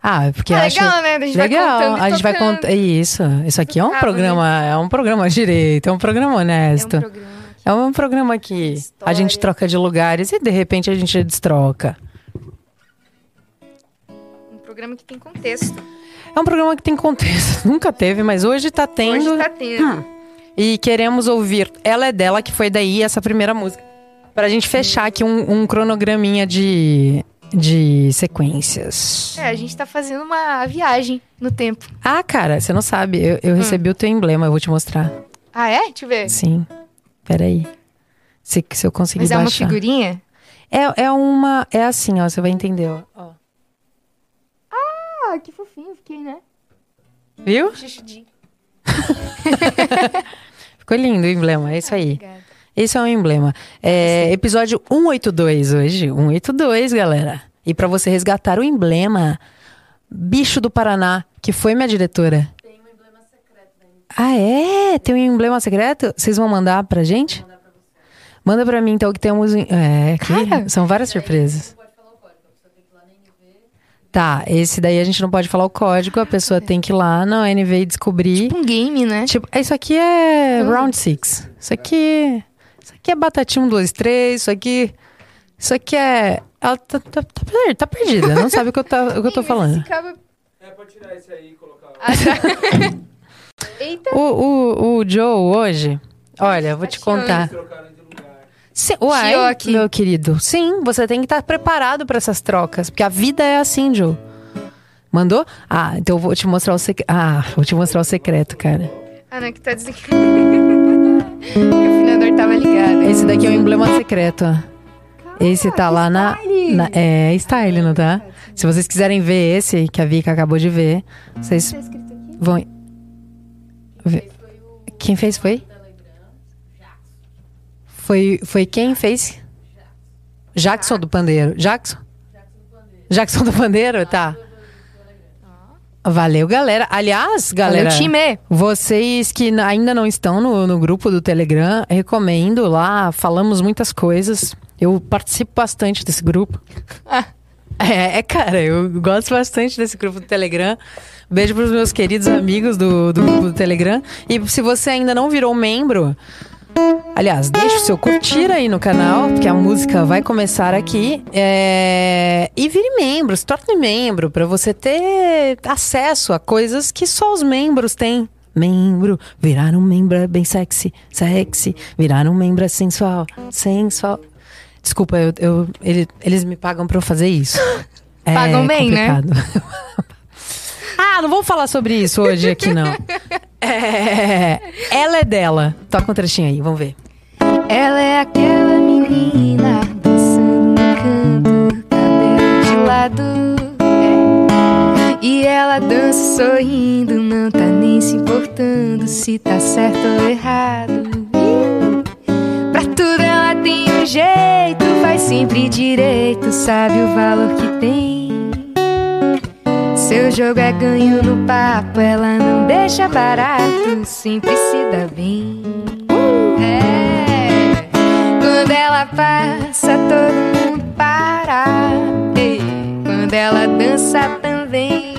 A: Ah, porque
B: Ah,
A: eu acho
B: legal, né? A gente vai
A: legal.
B: contando. e
A: a gente vai
B: tocando. É Tá, né?
A: contar isso. Isso aqui é um
B: Tocava,
A: programa, é um programa direito, é um programa honesto.
B: É um programa.
A: É um programa que a gente
B: História.
A: troca de lugares e de repente a gente destroca.
B: Um programa que tem contexto.
A: É um programa que tem contexto. Nunca teve, mas hoje tá tendo. Ah.
B: Hoje tá tendo.
A: E queremos ouvir Ela é Dela, que foi daí essa primeira música. Pra gente fechar aqui um, um cronograminha de, de sequências.
B: É, a gente tá fazendo uma viagem no tempo.
A: Ah, cara, você não sabe. Eu,
B: Hum.
A: eu recebi o teu emblema, eu vou te mostrar.
B: Ah, é? Deixa eu ver.
A: Sim. Peraí. Se, se eu conseguir
B: Mas é uma
A: baixar.
B: figurinha?
A: é, é uma. É assim, ó. Você vai entender, ó. ó.
B: Ah, que fofinho, fiquei, né?
A: Viu?
B: Chuchudinho.
A: Ficou lindo o emblema. É isso aí.
B: Obrigada.
A: Esse é um emblema. É, episódio 182 hoje. 182, galera. E pra você resgatar o emblema Bicho do Paraná, que foi minha diretora. Ah, é? Tem um emblema secreto? Vocês vão mandar pra gente? Manda pra mim, então, que temos. um- É, que
B: Cara!
A: são várias surpresas. Tá, esse daí a gente não pode falar o código, a pessoa tem que ir lá na NV e descobrir.
B: Um game, né?
A: Tipo, isso aqui é round six. Isso aqui. Isso aqui é batatinha 1, 2, 3. Isso aqui. Isso aqui é. Ela tá, tá- tá perdida, tá perdida, não sabe o que eu, tá, o que eu tô
B: Ih, mas
A: falando.
B: esse cabo-
D: É pra tirar esse aí e colocar.
B: Ah. tá. Eita,
A: O, o, o Joe hoje. Olha, eu vou te contar.
D: Trocaram de lugar.
A: Sim, uai,
B: Chiou aqui.
A: meu querido. Sim, você tem que estar preparado para essas trocas, porque a vida é assim, Joe. Mandou? Ah, então eu vou te mostrar o secreto. Ah, vou te mostrar o secreto, cara.
B: Ah, não, que tá desligado. o afinador tava ligado.
A: Esse daqui é o emblema secreto. ó. Esse tá lá na, na- É, style, não tá? Se vocês quiserem ver esse, que a Vika acabou de ver, vocês
B: Tá
A: vão. ver. Quem fez foi? Foi, foi quem fez? Jackson do Pandeiro. Jackson? Jackson do Pandeiro? Tá. Valeu, galera. Aliás, galera.
B: Valeu, time!
A: Vocês que n- ainda não estão no, no grupo do Telegram, recomendo lá, falamos muitas coisas. Eu participo bastante desse grupo. É, é, cara, eu gosto bastante desse grupo do Telegram. Beijo pros meus queridos amigos do, do grupo do Telegram. E se você ainda não virou membro, aliás, deixa o seu curtir aí no canal, porque a música vai começar aqui. É, E vire membro, se torne membro, pra você ter acesso a coisas que só os membros têm. Membro, virar um membro é bem sexy, sexy, virar um membro é sensual, sensual. Desculpa, eu, eu- ele- eles me pagam pra eu fazer isso. É
B: Pagam bem, né?
A: complicado. ah, não vou falar sobre isso hoje aqui, não. É, ela é dela. Toca um trechinho aí, vamos ver.
B: Ela é aquela menina dançando no canto, cabelo de um lado. é. E ela dança sorrindo, não tá nem se importando se tá certo ou errado. Ih, Pra tudo ela tem um jeito, faz sempre direito, sabe o valor que tem. Seu jogo é ganho no papo, ela não deixa barato, sempre se dá bem. É, quando ela passa, todo mundo para. Ei, quando ela dança também.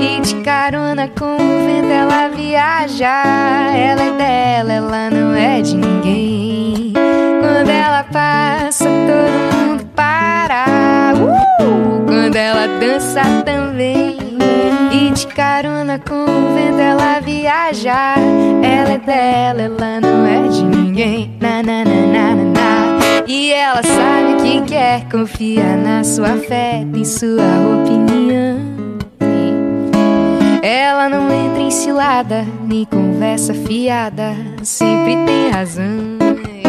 B: E de carona com o vento ela viaja. Ela é dela, ela não é de ninguém. Quando ela passa, todo mundo para. Uh! Quando ela dança também. E de carona com o vento ela viaja. Ela é dela, ela não é de ninguém. Na, na, na, na, na, na. E ela sabe que quer, confia na sua fé, tem sua opinião. Ela não entra em cilada, nem conversa fiada, sempre tem razão. né?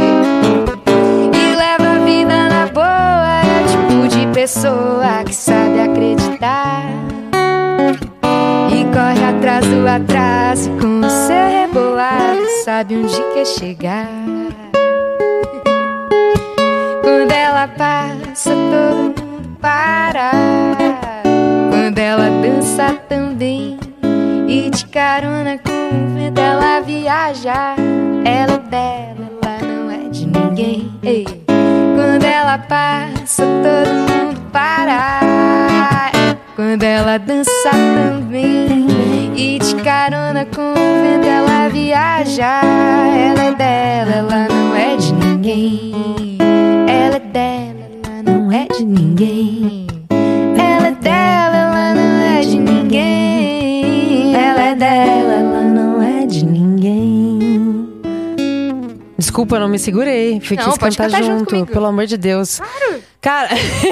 B: E leva a vida na boa, é o tipo de pessoa que sabe acreditar. E corre atrás do atraso, com o seu rebolado, sabe onde quer chegar. Quando ela passa, todo mundo para. Quando ela dança também. E de carona com o vento ela viaja. Ela é dela, ela não é de ninguém. Ei. Quando ela passa, todo mundo para. Quando ela dança também. E de carona com o vento ela viaja. Ela é dela, ela não é de ninguém. Ela é dela, ela não é de ninguém. Ela é dela, ela não é de ninguém. Ela é dela, ela não é de ninguém.
A: Desculpa, eu não me segurei. Fiquei
B: Não,
A: quis
B: pode
A: cantar,
B: cantar junto
A: junto,
B: comigo.
A: pelo amor de Deus. Claro! Cara,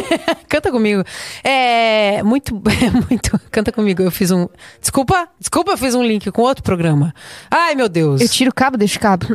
A: canta comigo. É muito, é muito. Canta comigo. Eu fiz um. Desculpa, desculpa, eu fiz um link com outro programa. Ai, meu Deus.
B: tiro o cabo, deixo o cabo.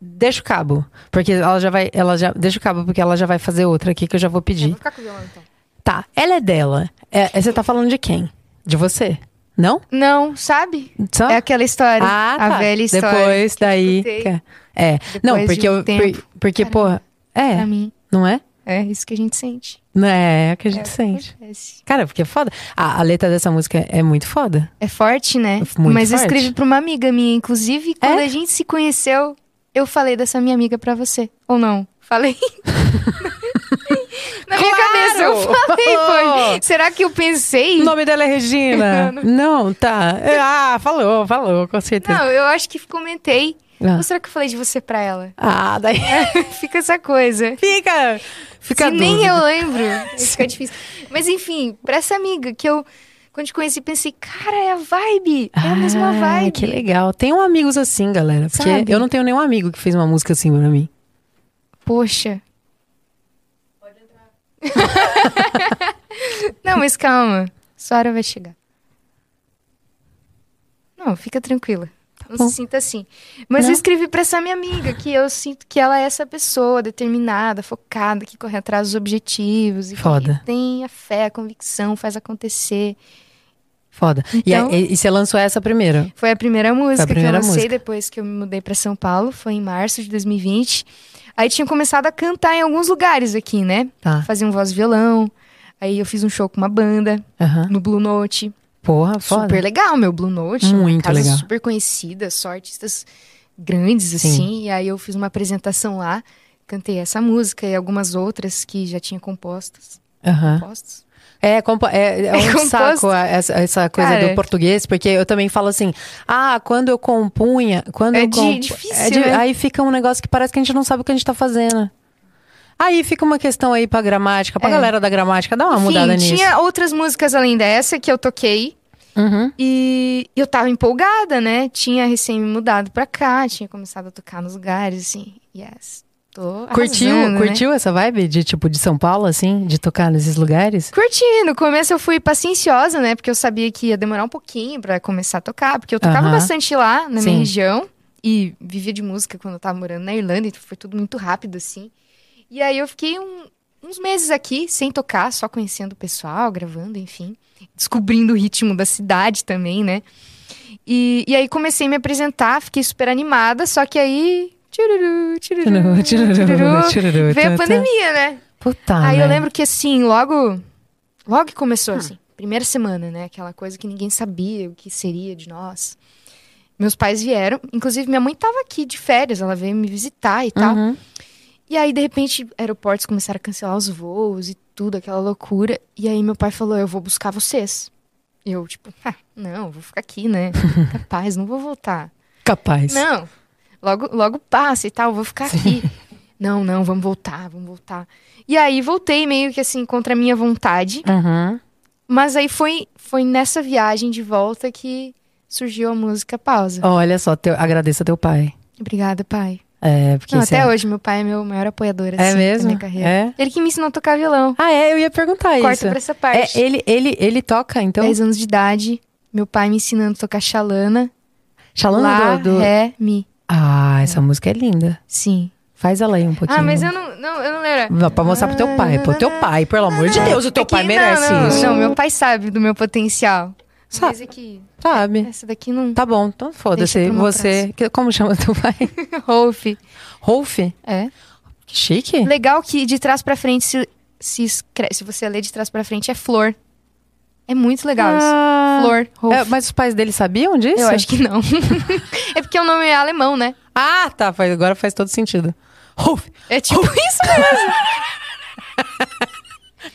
A: Deixa o cabo, porque ela já vai, ela já deixa o cabo porque ela já vai fazer outra aqui que eu já vou pedir.
B: ficar com o violão então.
A: Tá, ela é dela. É, você tá falando de quem? De você? Não?
B: Não, sabe?
A: Só?
B: É aquela história.
A: Ah,
B: a
A: tá.
B: velha história.
A: Depois daí.
B: escutei.
A: que- É. não, porque
B: de um
A: eu.
B: tempo.
A: por- porque, porra.
B: Pra
A: É,
B: mim,
A: não é?
B: é isso que a gente sente.
A: Não é, é o que a gente
B: É,
A: sente.
B: acontece.
A: Cara, porque é foda. A, a letra dessa música é muito foda.
B: É forte, É? né?
A: Muito
B: Mas eu
A: forte.
B: escrevi pra uma amiga minha, inclusive, quando a gente se conheceu, eu falei dessa minha amiga pra você. Ou não? Falei. Na minha cabeça eu falei, foi. Será que eu pensei?
A: O nome dela é Regina.
B: Não.
A: Não, tá. É, Ah, falou, falou, com certeza.
B: Não, eu acho que comentei.
A: Ah.
B: Ou será que eu falei de você pra ela?
A: Ah, daí
B: Fica essa coisa.
A: fica. Fica
B: Se nem
A: dúvida.
B: eu lembro, fica difícil. Mas enfim, pra essa amiga que eu, quando te conheci, pensei, cara, é a vibe. É a mesma
A: Ah,
B: vibe.
A: Que legal. Tenham amigos assim, galera. Porque
B: Sabe?
A: eu não tenho nenhum amigo que fez uma música assim pra mim.
B: Poxa. Não, mas calma. Sua hora vai chegar. Não, fica tranquila. Não
A: Tá bom.
B: se sinta assim. Mas
A: Não.
B: eu escrevi pra essa minha amiga que eu sinto que ela é essa pessoa determinada, focada, que corre atrás dos objetivos. E que
A: Foda.
B: tem a fé, a convicção, faz acontecer.
A: Foda. E
B: Então-
A: a- E, e você lançou essa primeiro?
B: Foi a primeira música
A: primeira
B: que eu lancei
A: música.
B: depois que eu me mudei pra São Paulo. Foi em março de 2020. Aí tinha começado a cantar em alguns lugares aqui, né?
A: Tá.
B: Fazia um voz e violão. Aí eu fiz um show com uma banda
A: Aham.
B: no Blue Note.
A: Porra, foda.
B: Super legal, meu Blue Note.
A: Muito
B: casa
A: legal.
B: super conhecida, só artistas grandes,
A: Sim.
B: assim. E aí eu fiz uma apresentação lá, cantei essa música e algumas outras que já tinha compostas.
A: Aham.
B: compostas.
A: É, compo- é, é um
B: É composto.
A: saco a- essa, essa coisa
B: Cara.
A: do português, porque eu também falo assim, ah, quando eu compunha, quando
B: É
A: eu
B: di-
A: compu-
B: difícil,
A: é di-
B: né?
A: aí fica um negócio que parece que a gente não sabe o que a gente tá fazendo. Aí fica uma questão aí pra gramática, pra
B: É.
A: galera da gramática, dá uma
B: Enfim,
A: mudada nisso.
B: tinha outras músicas além dessa que eu toquei.
A: Uhum.
B: E eu tava empolgada, né? Tinha recém me mudado pra cá, tinha começado a tocar nos lugares, assim. Yes. Tô
A: Curtiu,
B: arrasando, né?
A: curtiu essa vibe de tipo de São Paulo assim, de tocar nesses lugares?
B: Curti, no começo eu fui pacienciosa, né? Porque eu sabia que ia demorar um pouquinho pra começar a tocar, porque eu tocava
A: Aham.
B: bastante lá na
A: Sim.
B: minha região e vivia de música quando eu tava morando na Irlanda, então foi tudo muito rápido assim. E aí eu fiquei um- uns meses aqui sem tocar, só conhecendo o pessoal, gravando, enfim, descobrindo o ritmo da cidade também, né? E, e aí comecei a me apresentar, fiquei super animada, só que aí tchururu, tchururu, tchururu, veio a pandemia, né?
A: Puta.
B: Aí eu
A: merda.
B: lembro que assim, logo. Logo que começou, assim, primeira semana, né? Aquela coisa que ninguém sabia o que seria de nós. Meus pais vieram, inclusive minha mãe tava aqui de férias, ela veio me visitar e tal.
A: Uhum.
B: E aí, de repente, aeroportos começaram a cancelar os voos e tudo, aquela loucura. E aí meu pai falou: Eu vou buscar vocês. E eu, tipo, ah, não, vou ficar aqui, né? Capaz, não vou voltar.
A: Capaz.
B: Não. Logo, logo passa e tal, vou ficar aqui. não, não, vamos voltar, vamos voltar. E aí voltei meio que assim contra a minha vontade,
A: Uhum.
B: mas aí foi foi nessa viagem de volta que surgiu a música Pausa.
A: Olha só, teu, agradeça teu pai.
B: Obrigada, pai.
A: É, porque
B: Não,
A: isso
B: até
A: é...
B: hoje meu pai é meu maior apoiador assim,
A: É mesmo?
B: da minha carreira.
A: É?
B: Ele que me ensinou a tocar violão.
A: Ah, é, eu ia perguntar
B: Corta
A: isso.
B: pra essa
A: É,
B: parte.
A: ele, ele, ele toca, então.
B: 10 anos de idade, meu pai me ensinando a tocar xalana,
A: Xalana
B: lá, é-
A: do. do-
B: ré, mi.
A: Ah, essa música é linda.
B: Sim.
A: Faz ela aí um pouquinho.
B: Ah, mas eu não, não, eu não lembro.
A: Não, Pra mostrar pro teu pai. Pro teu pai, pelo amor de Deus, o teu
B: É que-
A: pai merece
B: não, não,
A: isso.
B: Não, meu pai sabe do meu potencial.
A: Sabe.
B: Mas é que
A: Sabe?
B: essa daqui não.
A: Tá bom, então foda-se.
B: Deixa pra uma
A: Você. que- Como chama teu pai?
B: é Rolf.
A: Rolf?
B: É.
A: Que chique.
B: Legal que de trás pra frente, se, se, escre- se você ler de trás pra frente, é flor. É muito legal isso.
A: Ah,
B: Flor, Rolf.
A: é, mas os pais dele sabiam disso?
B: Eu acho que não. é porque o nome é alemão, né?
A: Ah, tá. faz- Agora faz todo sentido. Rolf.
B: É tipo isso mesmo.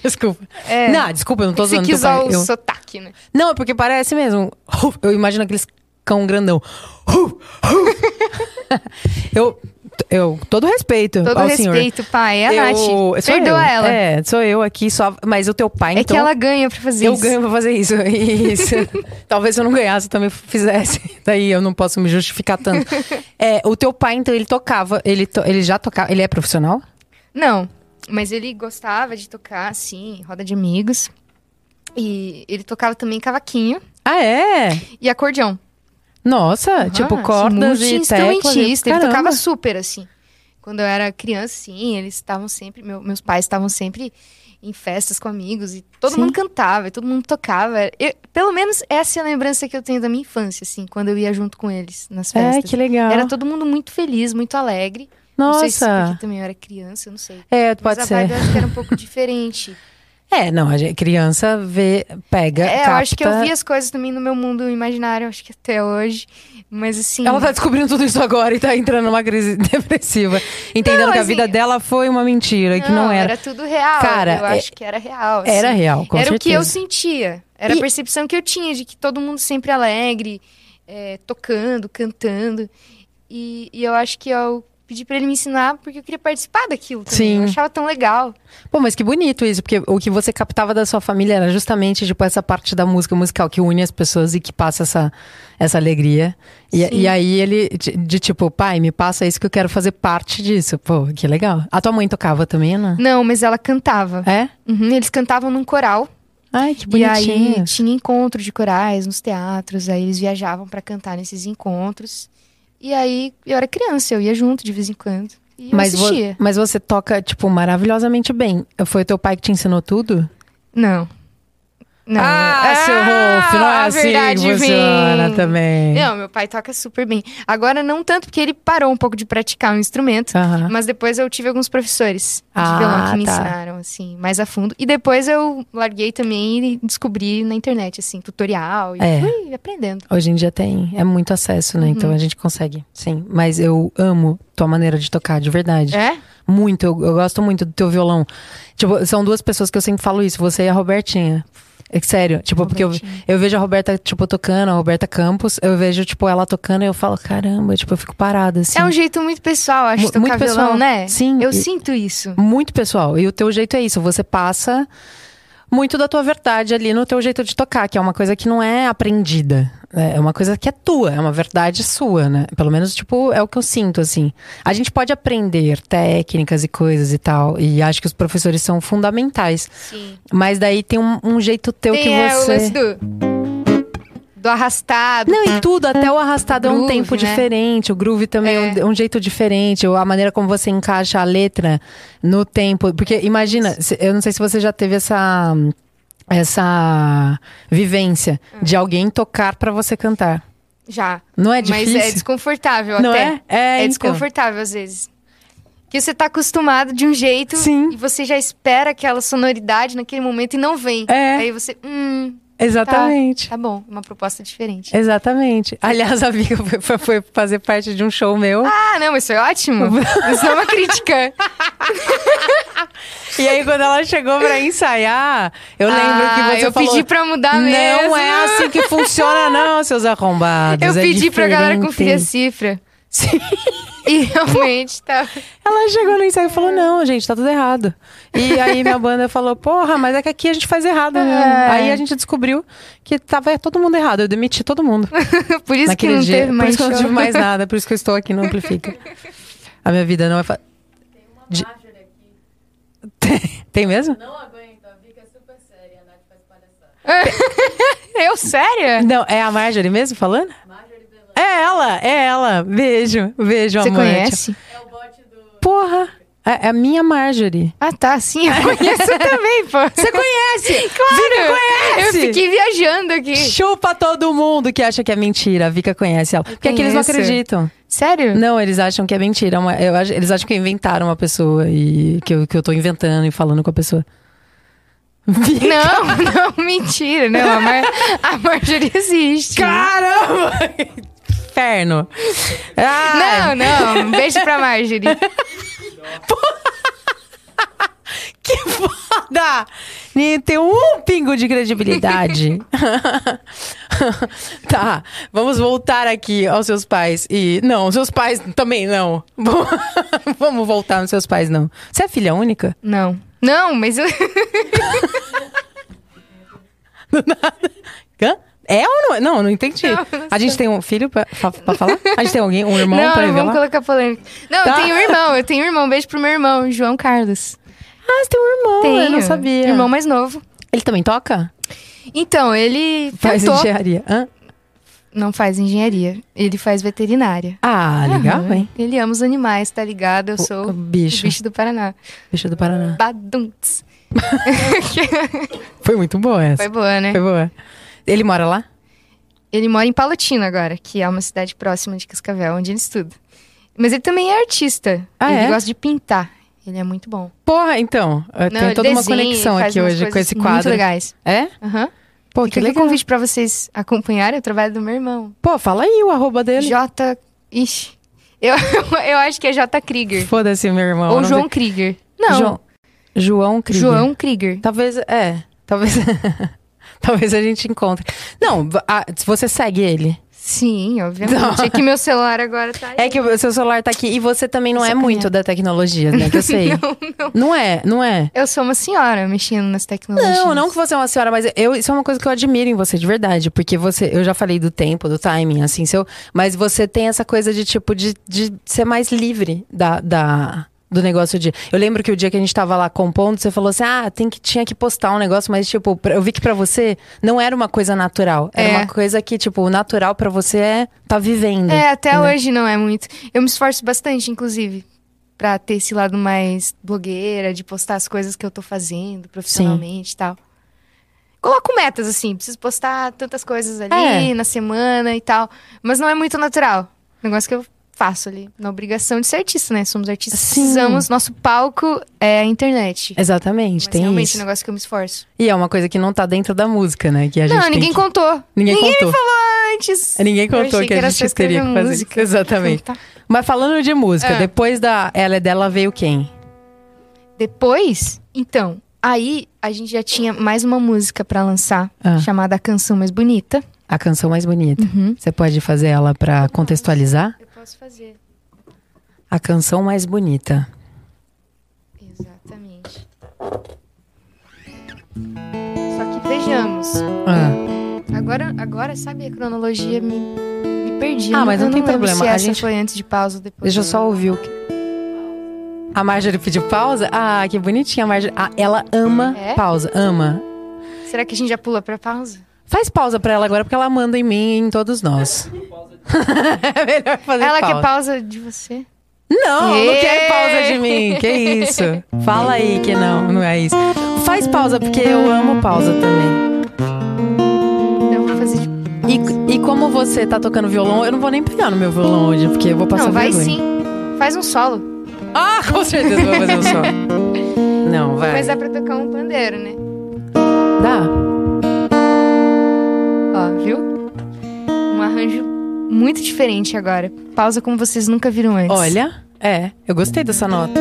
A: Desculpa.
B: É.
A: Não, desculpa, eu não tô
B: Você
A: zoando
B: quis
A: teu
B: usar
A: pai.
B: o
A: Eu-
B: sotaque, né?
A: Não, é porque parece mesmo. Ruf, Eu imagino aqueles cão grandão. Ruf, ruf. eu, eu, todo respeito
B: Todo
A: ao senhor.
B: respeito, pai. É a
A: eu,
B: Nath.
A: sou
B: Perdoa
A: eu.
B: ela. É,
A: É, sou eu aqui, só, mas o teu pai, então.
B: que ela ganha pra fazer
A: eu
B: isso.
A: ganho pra fazer isso. Isso. Talvez se eu não ganhasse, eu também fizesse. Daí eu não posso me justificar tanto. É, o teu pai, então, ele tocava, ele, to- ele já tocava, ele é profissional?
B: Não, mas ele gostava de tocar, assim, roda de amigos. E ele tocava também cavaquinho
A: Ah, é?
B: e acordeão.
A: Nossa, tipo
B: Ah,
A: cordas
B: assim,
A: e teclas. e-
B: multi-instrumentista, Ele
A: Caramba.
B: tocava super, assim. Quando eu era criança, sim, eles estavam sempre... meu- meus pais estavam sempre em festas com amigos. E todo
A: Sim.
B: mundo cantava, e todo mundo tocava. Eu- pelo menos essa é a lembrança que eu tenho da minha infância, assim. Quando eu ia junto com eles nas
A: É,
B: festas.
A: que legal.
B: Era todo mundo muito feliz, muito alegre. Não sei se
A: Nossa.
B: porque também eu era criança, eu não sei.
A: É,
B: Mas
A: pode
B: a
A: ser.
B: vibe eu acho que era um pouco diferente.
A: É, não, a gente- criança vê, pega,
B: É,
A: capta.
B: eu acho que eu vi as coisas também no meu mundo imaginário, acho que até hoje. Mas assim.
A: Ela tá descobrindo tudo isso agora e tá entrando numa crise depressiva. Entendendo
B: Não,
A: que a
B: assim,
A: vida dela foi uma mentira, e que não era.
B: tudo real.
A: Cara,
B: eu
A: é-
B: acho que era real. assim.
A: Era real, com
B: Era
A: certeza.
B: o que eu sentia. Era
A: E-
B: a percepção que eu tinha de que todo mundo sempre alegre, é, tocando, cantando. E, e eu acho que eu pedi pra ele me ensinar porque eu queria participar daquilo também.
A: Sim.
B: Eu achava tão legal.
A: Pô, mas que bonito isso, porque o que você captava da sua família era justamente, tipo, essa parte da música musical que une as pessoas e que passa essa, essa alegria. E,
B: Sim.
A: e aí ele, de, de tipo, pai, me passa isso que eu quero fazer parte disso. Pô, que legal. A tua mãe tocava também, né?
B: Não, mas ela cantava.
A: É?
B: Uhum, eles cantavam num coral.
A: Ai, que
B: E aí
A: bonitinho.
B: tinha encontro de corais nos teatros. Aí eles viajavam pra cantar nesses encontros. E aí eu era criança, eu ia junto de vez em quando. E eu
A: mas, vo-
B: assistia.
A: mas você toca, tipo, maravilhosamente bem. Foi teu pai que te ensinou tudo?
B: Não. Não. é assim,
A: ah, seu Rolf, não é
B: a
A: assim
B: verdade
A: que funciona
B: vem.
A: também.
B: Não, meu pai toca super bem. Agora não tanto porque ele parou um pouco de praticar o instrumento,
A: Aham.
B: mas depois eu tive alguns professores
A: Ah,
B: de violão que me
A: tá.
B: ensinaram assim, mais a fundo. E depois eu larguei também e descobri na internet assim, tutorial e
A: É.
B: fui aprendendo.
A: Hoje em dia tem, é muito acesso, né?
B: Uhum.
A: Então a gente consegue, sim. Mas eu amo tua maneira de tocar, de verdade.
B: É?
A: Muito, eu, eu gosto muito do teu violão. Tipo, são duas pessoas que eu sempre falo isso, você e a Robertinha. É que sério, tipo, porque
B: Robertinha.
A: eu, eu vejo a Roberta, tipo, tocando, a Roberta Campos, eu vejo, tipo, ela tocando e eu falo, caramba, tipo, eu fico parada, assim.
B: É um jeito muito pessoal, acho,
A: Mu-
B: tocar
A: muito
B: violão,
A: pessoal.
B: né?
A: Sim.
B: Eu
A: E-
B: sinto isso.
A: Muito pessoal. E o teu jeito é isso, você passa muito da tua verdade ali no teu jeito de tocar, que é uma coisa que não é aprendida. né? É uma coisa que é tua, é uma verdade sua, né? Pelo menos, tipo, é o que eu sinto, assim. A gente pode aprender técnicas e coisas e tal, e acho que os professores são fundamentais.
B: Sim.
A: Mas daí tem um, um jeito teu
B: Tem
A: que
B: é, o lance
A: você.
B: do do arrastado.
A: Não, e tudo, até o arrastado é um
B: Groove,
A: tempo
B: né?
A: diferente, o groove também é, um- é um, jeito diferente, ou a maneira como você encaixa a letra no tempo. Porque imagina, se- eu não sei se você já teve essa. Essa vivência
B: Hum.
A: de alguém tocar pra você cantar.
B: Já.
A: Não é
B: Mas
A: difícil?
B: é desconfortável
A: Não
B: até.
A: é? É, então.
B: desconfortável às vezes. Que você tá acostumado de um jeito
A: Sim.
B: e você já espera aquela sonoridade naquele momento e não vem.
A: É.
B: Aí você, hum,
A: Exatamente.
B: tá bom, uma proposta diferente.
A: É. Exatamente. Aliás, a Vika foi, foi fazer parte de um show meu.
B: Ah, não, mas foi ótimo. Isso não é uma crítica.
A: E aí, quando ela chegou pra ensaiar, eu lembro que
B: Ah,
A: você
B: eu
A: falou...
B: pedi pra mudar
A: não
B: mesmo.
A: é assim que funciona, não, seus arrombados.
B: Eu
A: é
B: pedi pra galera
A: diferente."
B: conferir a cifra.
A: Sim.
B: E realmente tá.
A: Ela chegou no ensaio e falou: Não, gente, tá tudo errado. E aí minha banda falou: Porra, mas é que aqui a gente faz errado. Né?
B: É.
A: Aí a gente descobriu que tava todo mundo errado. Eu demiti todo mundo
B: Por isso que
A: naquele
B: não
A: dia.
B: teve
A: Por
B: mais
A: isso que eu não
B: show.
A: tive mais nada, por isso que eu estou aqui no Amplifica. A minha vida não é. Fa... De-
C: Major aqui.
A: Tem mesmo?
C: Não aguenta, fica super séria, a Nath faz palhaçada.
B: Eu, séria?
A: Não, é a Marjorie mesmo falando?
C: Major Belã
A: É ela, é ela. Beijo, beijo,
B: Você
A: amante.
B: conhece?
C: é o bote do.
A: Porra, é é a minha Marjorie.
B: Ah, tá, sim, eu conheço também, pô.
A: Você conhece?
B: Claro!
A: conhece!
B: Eu fiquei viajando aqui.
A: Chupa todo mundo que acha que é mentira. A Vika conhece ela. Porque é que eles não
B: conheço.
A: acreditam.
B: Sério?
A: Não, eles acham que é mentira. é uma- eu acho- eles acham que eu inventaram uma pessoa e que eu, que eu tô inventando e falando com a pessoa. Vi-
B: Não, não, mentira. Não, a, Mar a Marjorie existe.
A: Caramba! Inferno.
B: Não,
A: Ah,
B: não. Um beijo pra Marjorie.
A: que foda! Nem tem um pingo de credibilidade. tá, vamos voltar aqui aos seus pais. E não, seus pais também não. vamos voltar nos seus pais, não. Você é filha única?
B: Não. Não, mas eu.
A: Do nada. Hã? É ou não? é? Não, não entendi.
B: Não, não
A: a gente tem um filho pra, fa- pra falar? A gente tem alguém, um irmão
B: não,
A: pra
B: vamos
A: revelar?
B: colocar polêmica. Não,
A: Tá.
B: eu tenho um irmão, eu tenho um irmão. Um beijo pro meu irmão, João Carlos.
A: Ah, você tem um irmão,
B: tenho.
A: eu não sabia.
B: Irmão mais novo.
A: Ele também toca?
B: Então, ele
A: Faz
B: tentou-
A: engenharia. Hã?
B: Não faz engenharia. Ele faz veterinária.
A: Ah, legal,
B: Aham.
A: hein?
B: Ele ama os animais, tá ligado? Eu
A: O
B: sou
A: bicho. Ah.
B: o bicho do Paraná.
A: Bicho do Paraná.
B: Badunts.
A: Foi muito boa essa.
B: Foi boa, né?
A: Foi boa. Ele mora lá?
B: Ele mora em Palotina agora, que é uma cidade próxima de Cascavel, onde ele estuda. Mas ele também é artista.
A: Ah,
B: ele
A: é?
B: gosta de pintar. Ele é muito bom.
A: Porra, então. eh,
B: Não,
A: tem
B: ele
A: toda uma
B: desenha e
A: conexão
B: faz
A: aqui
B: umas
A: hoje com
B: coisas
A: esse quadro.
B: Muito legais.
A: É?
B: Aham.
A: Pô, que
B: Fica aqui o
A: legal.
B: convite pra vocês acompanharem o trabalho do meu irmão.
A: Pô, fala aí o arroba dele.
B: J. Ixi. Eu, eu acho que é J. Krieger.
A: Foda-se, meu irmão.
B: Ou
A: não
B: João Krieger.
A: tem-
B: Não,
A: João. João Krieger.
B: João Krieger.
A: Talvez, é. Talvez. talvez a gente encontre. Não, a- se você segue ele.
B: Sim, obviamente.
A: Não.
B: É que meu celular agora tá aí.
A: É que o seu celular tá aqui e você também não é
B: Sacanagem.
A: muito da tecnologia, né? Que eu sei.
B: Não, não.
A: Não é, não é.
B: Eu sou uma senhora mexendo nas tecnologias.
A: Não, não que você é uma senhora, mas eu, isso é uma coisa que eu admiro em você, de verdade. Porque você, eu já falei do tempo, do timing, assim, seu. Mas você tem essa coisa de, tipo, de, de ser mais livre da, da- do negócio de. Eu lembro que o dia que a gente tava lá compondo, você falou assim: ah, tem que, tinha que postar um negócio, mas, tipo, pra- eu vi que pra você não era uma coisa natural. Era
B: É.
A: uma coisa que, tipo, o natural pra você é tá vivendo.
B: É, até
A: Entendeu?
B: hoje não é muito. Eu me esforço bastante, inclusive, pra ter esse lado mais blogueira, de postar as coisas que eu tô fazendo profissionalmente e tal. Coloco metas, assim, preciso postar tantas coisas ali
A: É.
B: na semana e tal. Mas não é muito natural. Negócio que eu faço ali, na obrigação de ser artista, né? Somos artistas,
A: Sim.
B: precisamos, nosso palco é a internet.
A: Exatamente,
B: Mas
A: tem
B: realmente
A: isso.
B: é um negócio que eu me esforço.
A: E é uma coisa que não tá dentro da música, né? Que a gente
B: Não,
A: tem
B: ninguém
A: que-
B: contou.
A: Ninguém, contou.
B: Antes.
A: Ninguém
B: Eu
A: contou
B: achei
A: que,
B: que
A: a
B: era só
A: gente
B: escrever
A: teria que fazer isso.
B: música.
A: Exatamente.
B: Tá.
A: Mas falando de música,
B: Ah.
A: depois da Ela é Dela veio quem?
B: Depois, então, aí a gente já tinha mais uma música pra lançar,
A: Ah.
B: chamada A Canção Mais Bonita.
A: A canção mais bonita.
B: Uhum.
A: Você pode fazer ela pra contextualizar?
B: Eu posso fazer.
A: A canção mais bonita.
B: Exatamente. Só que vejamos.
A: Ah,
B: Agora, agora sabe, a cronologia me, me perdi.
A: Ah,
B: Eu
A: mas não
B: eu
A: tem
B: lembro
A: problema,
B: Se
A: a
B: essa
A: gente-
B: foi antes de pausa ou depois.
A: deixa eu só ouvir o que. A Marjorie pediu pausa? Ah, que bonitinha a Marjorie. Ah, ela ama
B: É?
A: pausa. Ama.
B: Será que a gente já pula pra pausa?
A: Faz pausa pra ela agora, porque ela manda em mim e em todos nós. é melhor fazer
B: Ela
A: pausa.
B: quer pausa de você?
A: Não, não
B: Ê!
A: quer pausa de mim. Que isso? Fala aí que não, não é isso. Faz pausa, porque eu amo pausa também.
B: Então, Eu vou fazer de
A: E, e como você tá tocando violão, eu não vou nem pegar no meu violão hoje, porque eu vou passar
B: Não, vai
A: vergonha.
B: sim. Faz um solo.
A: Ah, com certeza eu vou fazer um som. Não, vai.
B: Mas dá pra tocar um pandeiro, né?
A: Dá?
B: Ó, viu? Um arranjo muito diferente agora. Pausa como vocês nunca viram antes.
A: Olha, é, eu gostei dessa nota.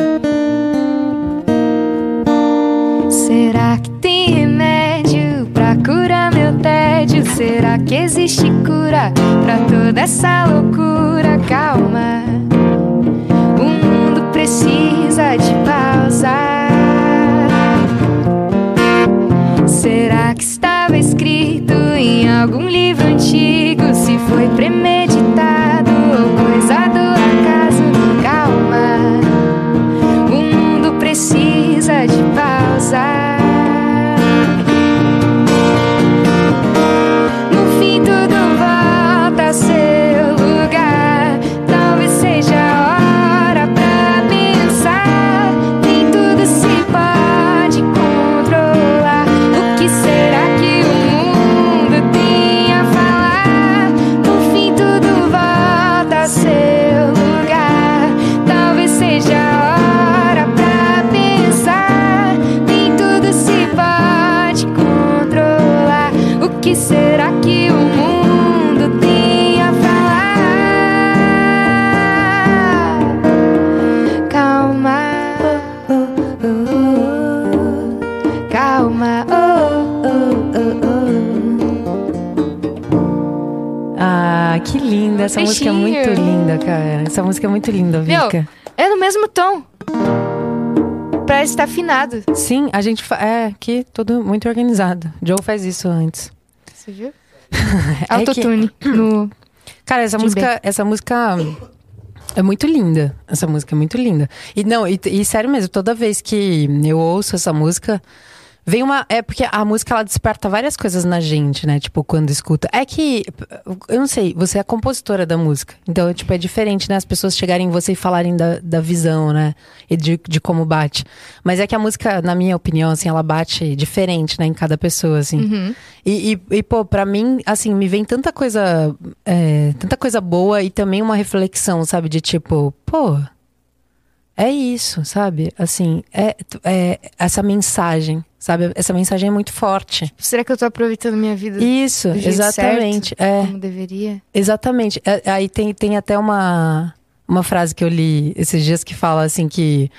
B: Será que tem remédio pra curar meu tédio? Será que existe cura pra toda essa loucura? Calma, o mundo precisa de pausa. Será que estava escrito em algum livro antigo? Se foi premeditado ou coisa do acaso? Calma. O mundo precisa de pausa. No fim, tudo volta ao seu lugar. Talvez seja a hora pra pensar. Nem tudo se pode controlar. O que será que o mundo tem a falar? No fim, tudo volta ao seu lugar. Talvez seja a hora pra pensar. Nem tudo se pode controlar. O que será que o mundo tem a falar? Calma. oh, oh, oh. Calma. oh, oh, oh, oh.
A: Ah, que linda. Essa música é muito
B: Peixinho.
A: linda, cara. Essa música é muito linda,
B: Meu,
A: Vika.
B: É no mesmo tom. Pra estar afinado.
A: Sim, a gente. Fa... É, aqui tudo muito organizado. Joe faz isso antes.
B: Você viu?
A: É que-
B: Autotune. No...
A: Cara, essa
B: Jim
A: música, essa música é muito linda. Essa música é muito linda. E não, e, e sério mesmo, toda vez que eu ouço essa música, vem uma. É porque a música ela desperta várias coisas na gente, né? Tipo, quando escuta. É que, eu não sei, você é compositora da música. Então, tipo, é diferente, né? As pessoas chegarem em você e falarem da, da visão, né? E de, de como bate. Mas é que a música, na minha opinião, assim, ela bate diferente, né? Em cada pessoa, assim.
B: Uhum.
A: E, e- e, pô, pra mim, assim, me vem tanta coisa. é, tanta coisa boa e também uma reflexão, sabe? De tipo, pô. É isso, sabe? Assim, é, t- é essa mensagem, sabe? Essa mensagem é muito forte.
B: Será que eu tô aproveitando minha vida
A: Isso,
B: do jeito
A: exatamente.
B: certo?
A: É.
B: Como deveria?
A: Exatamente. É, aí tem, tem até uma, uma frase que eu li esses dias que fala assim que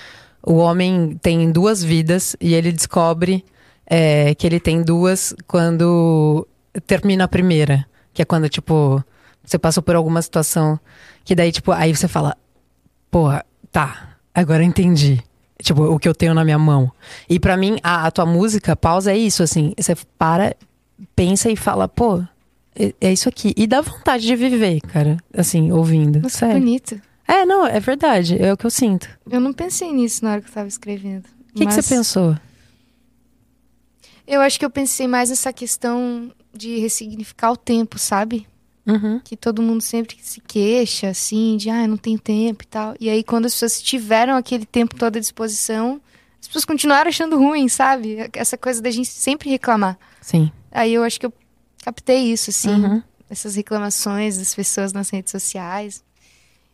A: o homem tem duas vidas e ele descobre é, que ele tem duas quando termina a primeira. Que é quando, tipo, você passou por alguma situação que daí, tipo, aí você fala, porra, tá, agora eu entendi. Tipo, o que eu tenho na minha mão. E pra mim, a, a tua música, pausa, é isso, assim. Você para, pensa e fala, pô, é, é isso aqui. E dá vontade de viver, cara. Assim, ouvindo.
B: Nossa, que
A: sério.
B: bonito.
A: É, não, é verdade. É o que eu sinto.
B: Eu não pensei nisso na hora que eu tava escrevendo.
A: O que, que você pensou?
B: Eu acho que eu pensei mais nessa questão de ressignificar o tempo, sabe?
A: Uhum.
B: que todo mundo sempre se queixa, assim, de ah, não tem tempo e tal. E aí, quando as pessoas tiveram aquele tempo todo à disposição, as pessoas continuaram achando ruim, sabe? Essa coisa da gente sempre reclamar.
A: Sim.
B: Aí eu acho que eu captei isso, assim,
A: Uhum.
B: essas reclamações das pessoas nas redes sociais.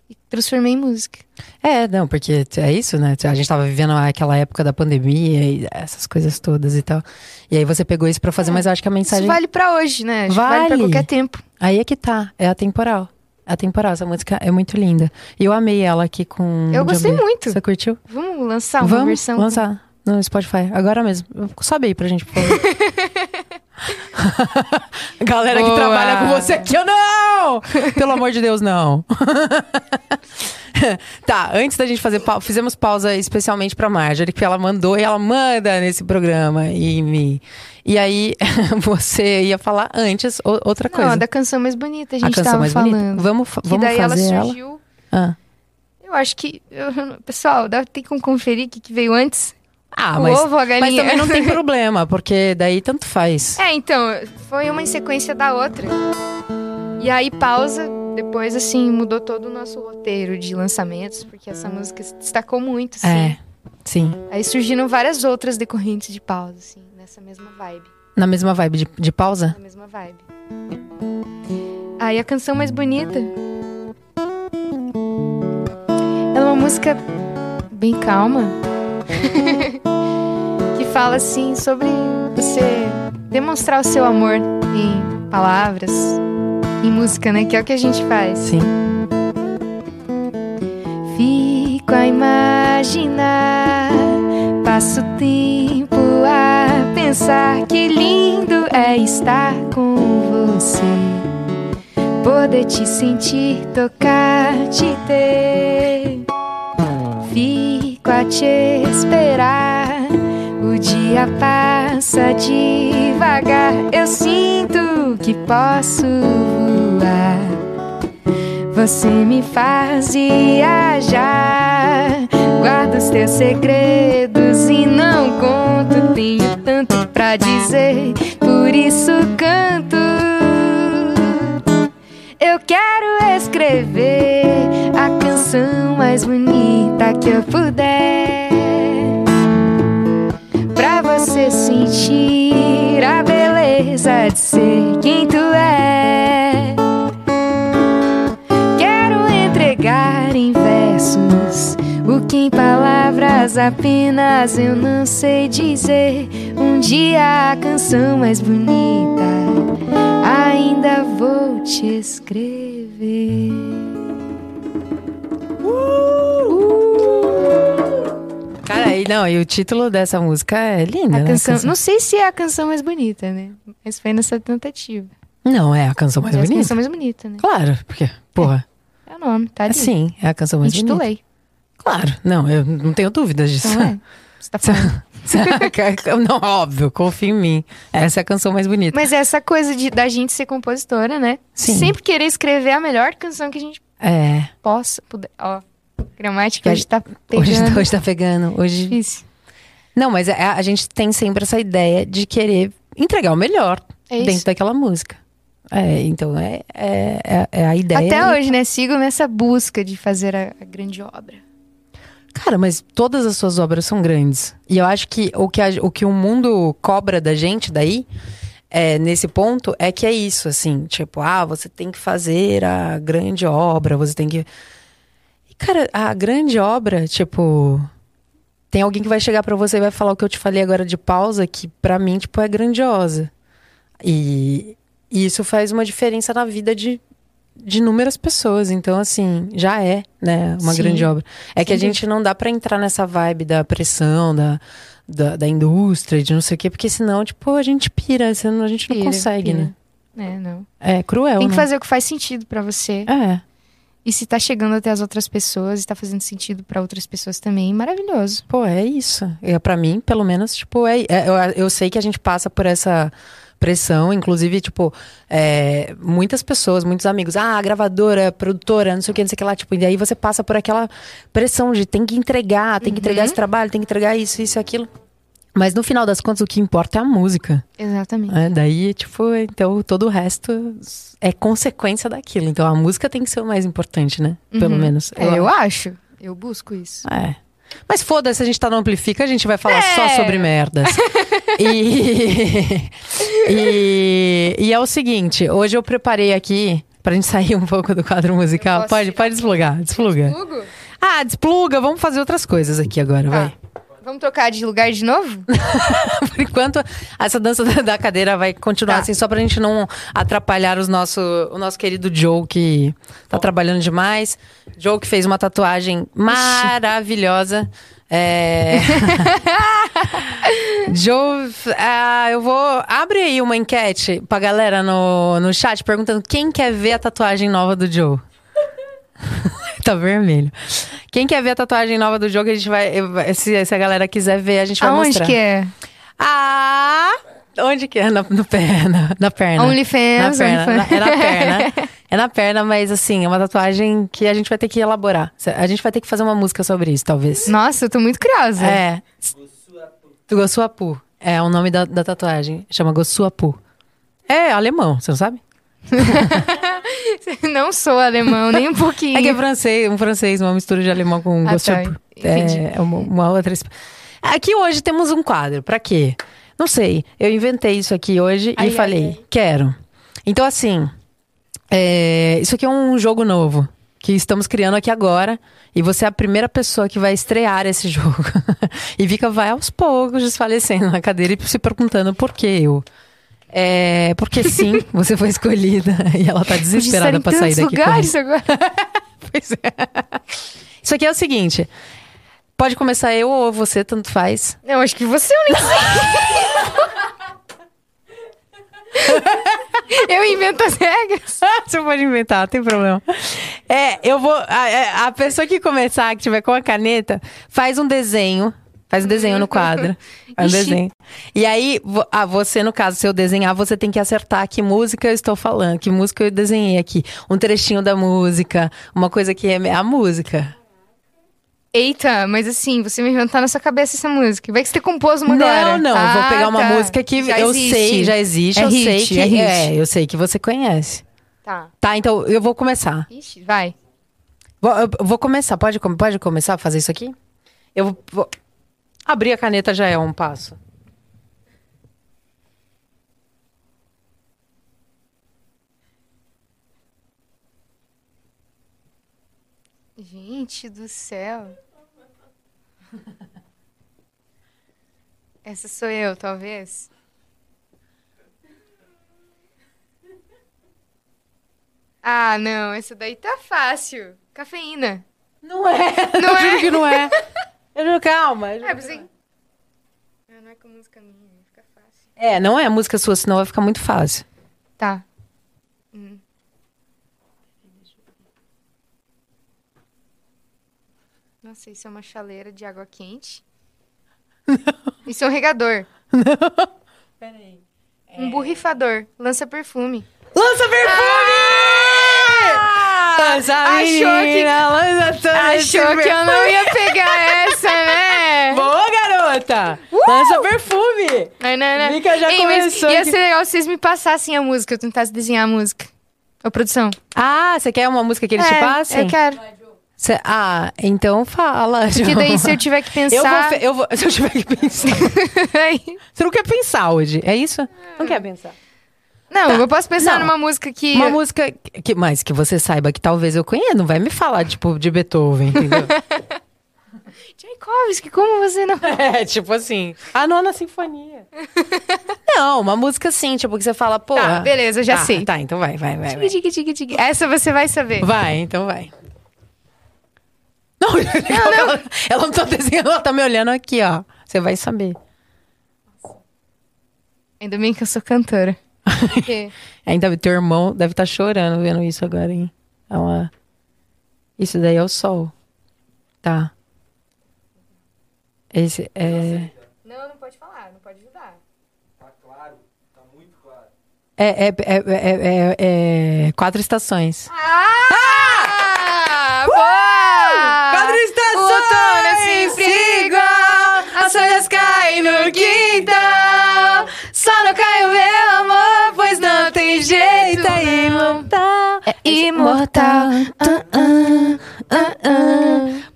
B: E transformei em música.
A: É, não, porque é isso, né? A gente tava vivendo aquela época da pandemia e essas coisas todas e tal. E aí você pegou isso pra fazer, mas eu acho que a mensagem.
B: É. Isso vale pra hoje, né? Acho que vale pra
A: Vale.
B: qualquer tempo.
A: Aí é que tá, é atemporal. É atemporal, essa música é muito linda. E eu amei ela aqui com.
B: Eu gostei
A: Djamila.
B: muito.
A: Você curtiu?
B: Vamos lançar Tá, uma
A: Hum, Vamos
B: versão.
A: lançar no Spotify, agora mesmo. Sobe aí pra gente, por favor. Galera
B: Boa.
A: que trabalha com você aqui, eu não! Pelo amor de Deus, não. tá, antes da gente fazer pausa, fizemos pausa especialmente pra Marjorie, que ela mandou e ela manda nesse programa e me. E aí, você ia falar antes ou- outra
B: Não,
A: coisa.
B: a da canção mais bonita, a
A: A
B: gente
A: canção
B: tava
A: mais
B: falando.
A: bonita. Vamos, fa-
B: Que
A: vamos
B: daí ela
A: fazer ela.
B: surgiu.
A: Ah,
B: Eu acho que. eu- pessoal, dá, tem como conferir o que, que veio antes.
A: Ah,
B: o
A: mas,
B: ovo, a
A: mas
B: galinha.
A: também não tem problema, porque daí tanto faz.
B: É, então, foi uma em sequência da outra. E aí, pausa. Depois, assim, mudou todo o nosso roteiro de lançamentos, porque essa música se destacou muito, assim.
A: É, sim.
B: Aí surgiram várias outras decorrentes de pausa, assim, nessa mesma vibe.
A: Na mesma vibe de, de pausa?
B: Na mesma vibe. Aí, a canção mais bonita. Ela é uma música bem calma. que fala assim sobre você demonstrar o seu amor em palavras, em música, né? Que é o que a gente faz.
A: Sim.
B: Fico a imaginar, passo o tempo a pensar que lindo é estar com você poder te sentir, tocar, te ter. Fico a te esperar. O dia passa devagar. Eu sinto que posso voar. Você me faz viajar. Guardo os teus segredos e não conto. Tenho tanto pra dizer, por isso canto. Eu quero escrever a canção mais bonita que eu puder. Pra você sentir a beleza de ser quem tu é. Quero entregar em versos o que em palavras apenas eu não sei dizer. Um dia a canção mais bonita ainda vou te escrever.
A: Cara, e não, e o título dessa música é linda,
B: Uh! A
A: né?
B: canção, não sei se é a canção mais bonita, né? Mas foi nessa tentativa.
A: Não, é a canção mais
B: É a
A: bonita.
B: canção mais bonita, né?
A: Claro, porque, porra,
B: É o nome, tá
A: é,
B: ali.
A: sim, é a canção mais bonita.
B: Intitulei.
A: Claro, não, eu não tenho dúvidas disso.
B: Então é. Você tá falando.
A: Saca? não, óbvio, confia em mim. Essa é a canção mais bonita.
B: Mas essa coisa de, da gente ser compositora, né?
A: Sim.
B: Sempre querer escrever a melhor canção que a gente
A: É,
B: possa. Puder. Ó, gramática
A: E a
B: hoje tá pegando.
A: hoje, tá- hoje tá pegando, hoje...
B: Difícil.
A: Não, mas é- a, gente tem sempre essa ideia de querer entregar o melhor
B: É isso.
A: dentro daquela música. É, então é, é, é- é a ideia.
B: Até hoje, né? Sigo nessa busca de fazer a- a grande obra.
A: Cara, mas todas as suas obras são grandes. E eu acho que o que, a- o, que o mundo cobra da gente daí, é, nesse ponto, é que é isso, assim. Tipo, ah, você tem que fazer a grande obra, você tem que. E, Cara, a grande obra, tipo. Tem alguém que vai chegar pra você e vai falar o que eu te falei agora de pausa, que pra mim, tipo, é grandiosa. E isso faz uma diferença na vida de, de inúmeras pessoas. Então, assim, já é, né, uma
F: Sim.
A: grande obra. É que a gente não dá pra entrar nessa vibe da pressão, da, da, da indústria, de não sei o quê, porque senão, tipo, a gente pira, senão a gente não
B: Pira,
A: consegue,
B: pira.
A: né?
B: É, não.
A: É cruel,
B: Tem que
A: né?
B: fazer o que faz sentido pra você.
A: É.
B: E se tá chegando até as outras pessoas e tá fazendo sentido pra outras pessoas também, maravilhoso.
A: Pô, é isso. É para mim, pelo menos, tipo, é, é- eu, eu sei que a gente passa por essa pressão, inclusive, tipo, é, muitas pessoas, muitos amigos, ah, gravadora, produtora, não sei o que, não sei o que lá, tipo, e aí você passa por aquela pressão de tem que entregar, tem que entregar
B: Uhum.
A: esse trabalho, tem que entregar isso, isso, e aquilo. Mas no final das contas, o que importa é a música.
B: Exatamente.
A: É, daí, tipo, então todo o resto é consequência daquilo. Então a música tem que ser o mais importante, né? Pelo menos.
B: É, eu acho. Eu busco isso.
A: É. Mas foda-se, a gente tá no Amplifica, a gente vai falar só
B: É.
A: sobre merdas. e... e... e é o seguinte, hoje eu preparei aqui, pra gente sair um pouco do quadro musical.
B: posso
A: Pode,
B: tirar?
A: pode desplugar, despluga.
B: Hugo,
A: Ah, despluga, vamos fazer outras coisas aqui
B: Ah.
A: agora, vai.
B: vamos trocar de lugar de novo?
A: Por enquanto, essa dança da- da cadeira vai continuar
B: Tá.
A: assim, só pra gente não atrapalhar os nosso, o nosso querido Joe, que tá trabalhando demais. Joe, que fez uma tatuagem maravilhosa. É... Joe, ah, eu vou. Abre aí uma enquete pra galera no, no chat perguntando quem quer ver a tatuagem nova do Joe. tá vermelho. Quem quer ver a tatuagem nova do Joe, que a gente vai. eu- Se, se a galera quiser ver, a gente vai
B: Aonde
A: mostrar.
B: que é?
A: Ah! Onde que é? Na, no pé, na, na perna.
B: OnlyFans,
A: É, né? na
B: OnlyFans.
A: perna. na- é na perna. É na perna, mas assim, é uma tatuagem que a gente vai ter que elaborar. A gente vai ter que fazer uma música sobre isso, talvez.
B: Nossa, eu tô muito curiosa.
A: É. Gossuapu. É o nome da, da tatuagem. Chama Gossuapu. É alemão, você não sabe?
B: Não sou alemão, nem um pouquinho.
A: É que é francês, um francês, uma mistura de alemão com
B: Ah,
A: Gossuapu.
B: tá. Entendi.
A: É uma, uma outra. esp- Aqui hoje temos um quadro. Pra quê? Não sei. Eu inventei isso aqui hoje
B: Ai, ai,
A: e falei, quero. Então, assim, é, isso aqui é um jogo novo que estamos criando aqui agora. E você é a primeira pessoa que vai estrear esse jogo. e Vika vai aos poucos desfalecendo na cadeira e se perguntando por que eu. É, porque sim, você foi escolhida e ela tá
B: Podia estar
A: desesperada
B: em
A: pra sair
B: tantos
A: daqui. com
B: lugares agora.
A: Pois é. Isso aqui é o seguinte. Pode começar eu ou você, tanto faz.
B: Não, acho que você eu nem sei. eu invento as regras.
A: você pode inventar, não tem problema. É, eu vou. A, é, a pessoa que começar, que tiver com a caneta, faz um desenho. Faz um desenho no quadro. Faz um
B: Ixi.
A: desenho. E aí, vo- ah, você, no caso, se eu desenhar, você tem que acertar que música eu estou falando, que música eu desenhei aqui. Um trechinho da música, uma coisa que é a música.
B: Eita, mas assim, você me inventar na sua cabeça essa música. Vai que você compôs uma
A: não,
B: agora.
A: não.
B: Ah,
A: vou pegar uma
B: tá.
A: música que
B: Já
A: eu
B: existe.
A: sei, já existe,
B: É
A: eu
B: hit,
A: sei que
B: é hit.
A: eu sei que você conhece.
B: Tá.
A: Tá, então eu vou começar.
B: Ixi, vai.
A: Vou, eu vou começar. Pode, com- pode começar a fazer isso aqui? Eu vou, vou- Abrir a caneta já é um passo.
B: Gente do céu. Essa sou eu, talvez. Ah, não, essa daí tá fácil. Cafeína.
A: Não é.
B: Não
A: eu juro
B: é.
A: que não é. Eu juro, calma. eu juro
B: Ah,
A: que
B: pensei.
A: não
B: Ah, não é com música minha, fica fácil.
A: é. É, não é a música sua, senão vai ficar muito fácil.
B: Tá. Hum. Nossa, isso é uma chaleira de água quente. Isso é um regador.
A: Peraí. É.
B: Um borrifador. Lança perfume.
A: Lança perfume! Lança
B: Ah! Achou que-
A: menina, lança todo esse
B: Achou que eu não
A: perfume.
B: ia pegar essa, né?
A: Boa, garota! Lança perfume!
B: Ai, não, não.
A: Mica já
B: né, mas
A: começou
B: Ia
A: aqui.
B: ser legal se vocês me passassem a música, eu tentasse desenhar a música. Ô, produção.
A: Ah, você quer uma música que eles te
B: é,
A: passem?
B: Eu quero.
A: Cê- ah, então fala, João.
B: Porque daí se eu tiver que
A: Eu vou,
B: pensar.
A: fe- eu vou- se eu tiver que pensar. Você não quer pensar hoje, é isso? Não quer pensar.
B: Não, eu posso pensar
A: Não.
B: numa música que.
A: Uma música que- que mais que você saiba que talvez eu conheça, não vai me falar tipo de Beethoven, entendeu?
B: Tchaikovsky, como você não.
A: é, tipo assim, a nona sinfonia. não, uma música assim, tipo que você fala, pô,
B: Tá, beleza, já
A: tá,
B: sei.
A: Tá, então vai, vai, vai. vai.
B: Tigui, tigui, tigui, tigui. Essa você vai saber.
A: Vai, então vai. Não, Ela, ela não tá desenhando, ela tá me olhando aqui, ó. Você vai saber.
B: Ainda bem que eu sou cantora. Porque
A: Ainda teu irmão deve estar chorando vendo isso agora, hein? É uma... Isso daí é o sol. Tá. Esse é...
B: Não, não pode falar, não pode ajudar.
D: Tá claro, tá muito claro.
A: É, é, é, é- é- é quatro estações.
B: Ah! Boa!
A: Quatro
B: O
A: estações!
B: Ah, outono é sempre igual, as folhas caem no quintal. Só não cai o meu amor, pois não tem jeito, não. É imortal. Ah,
A: Ah,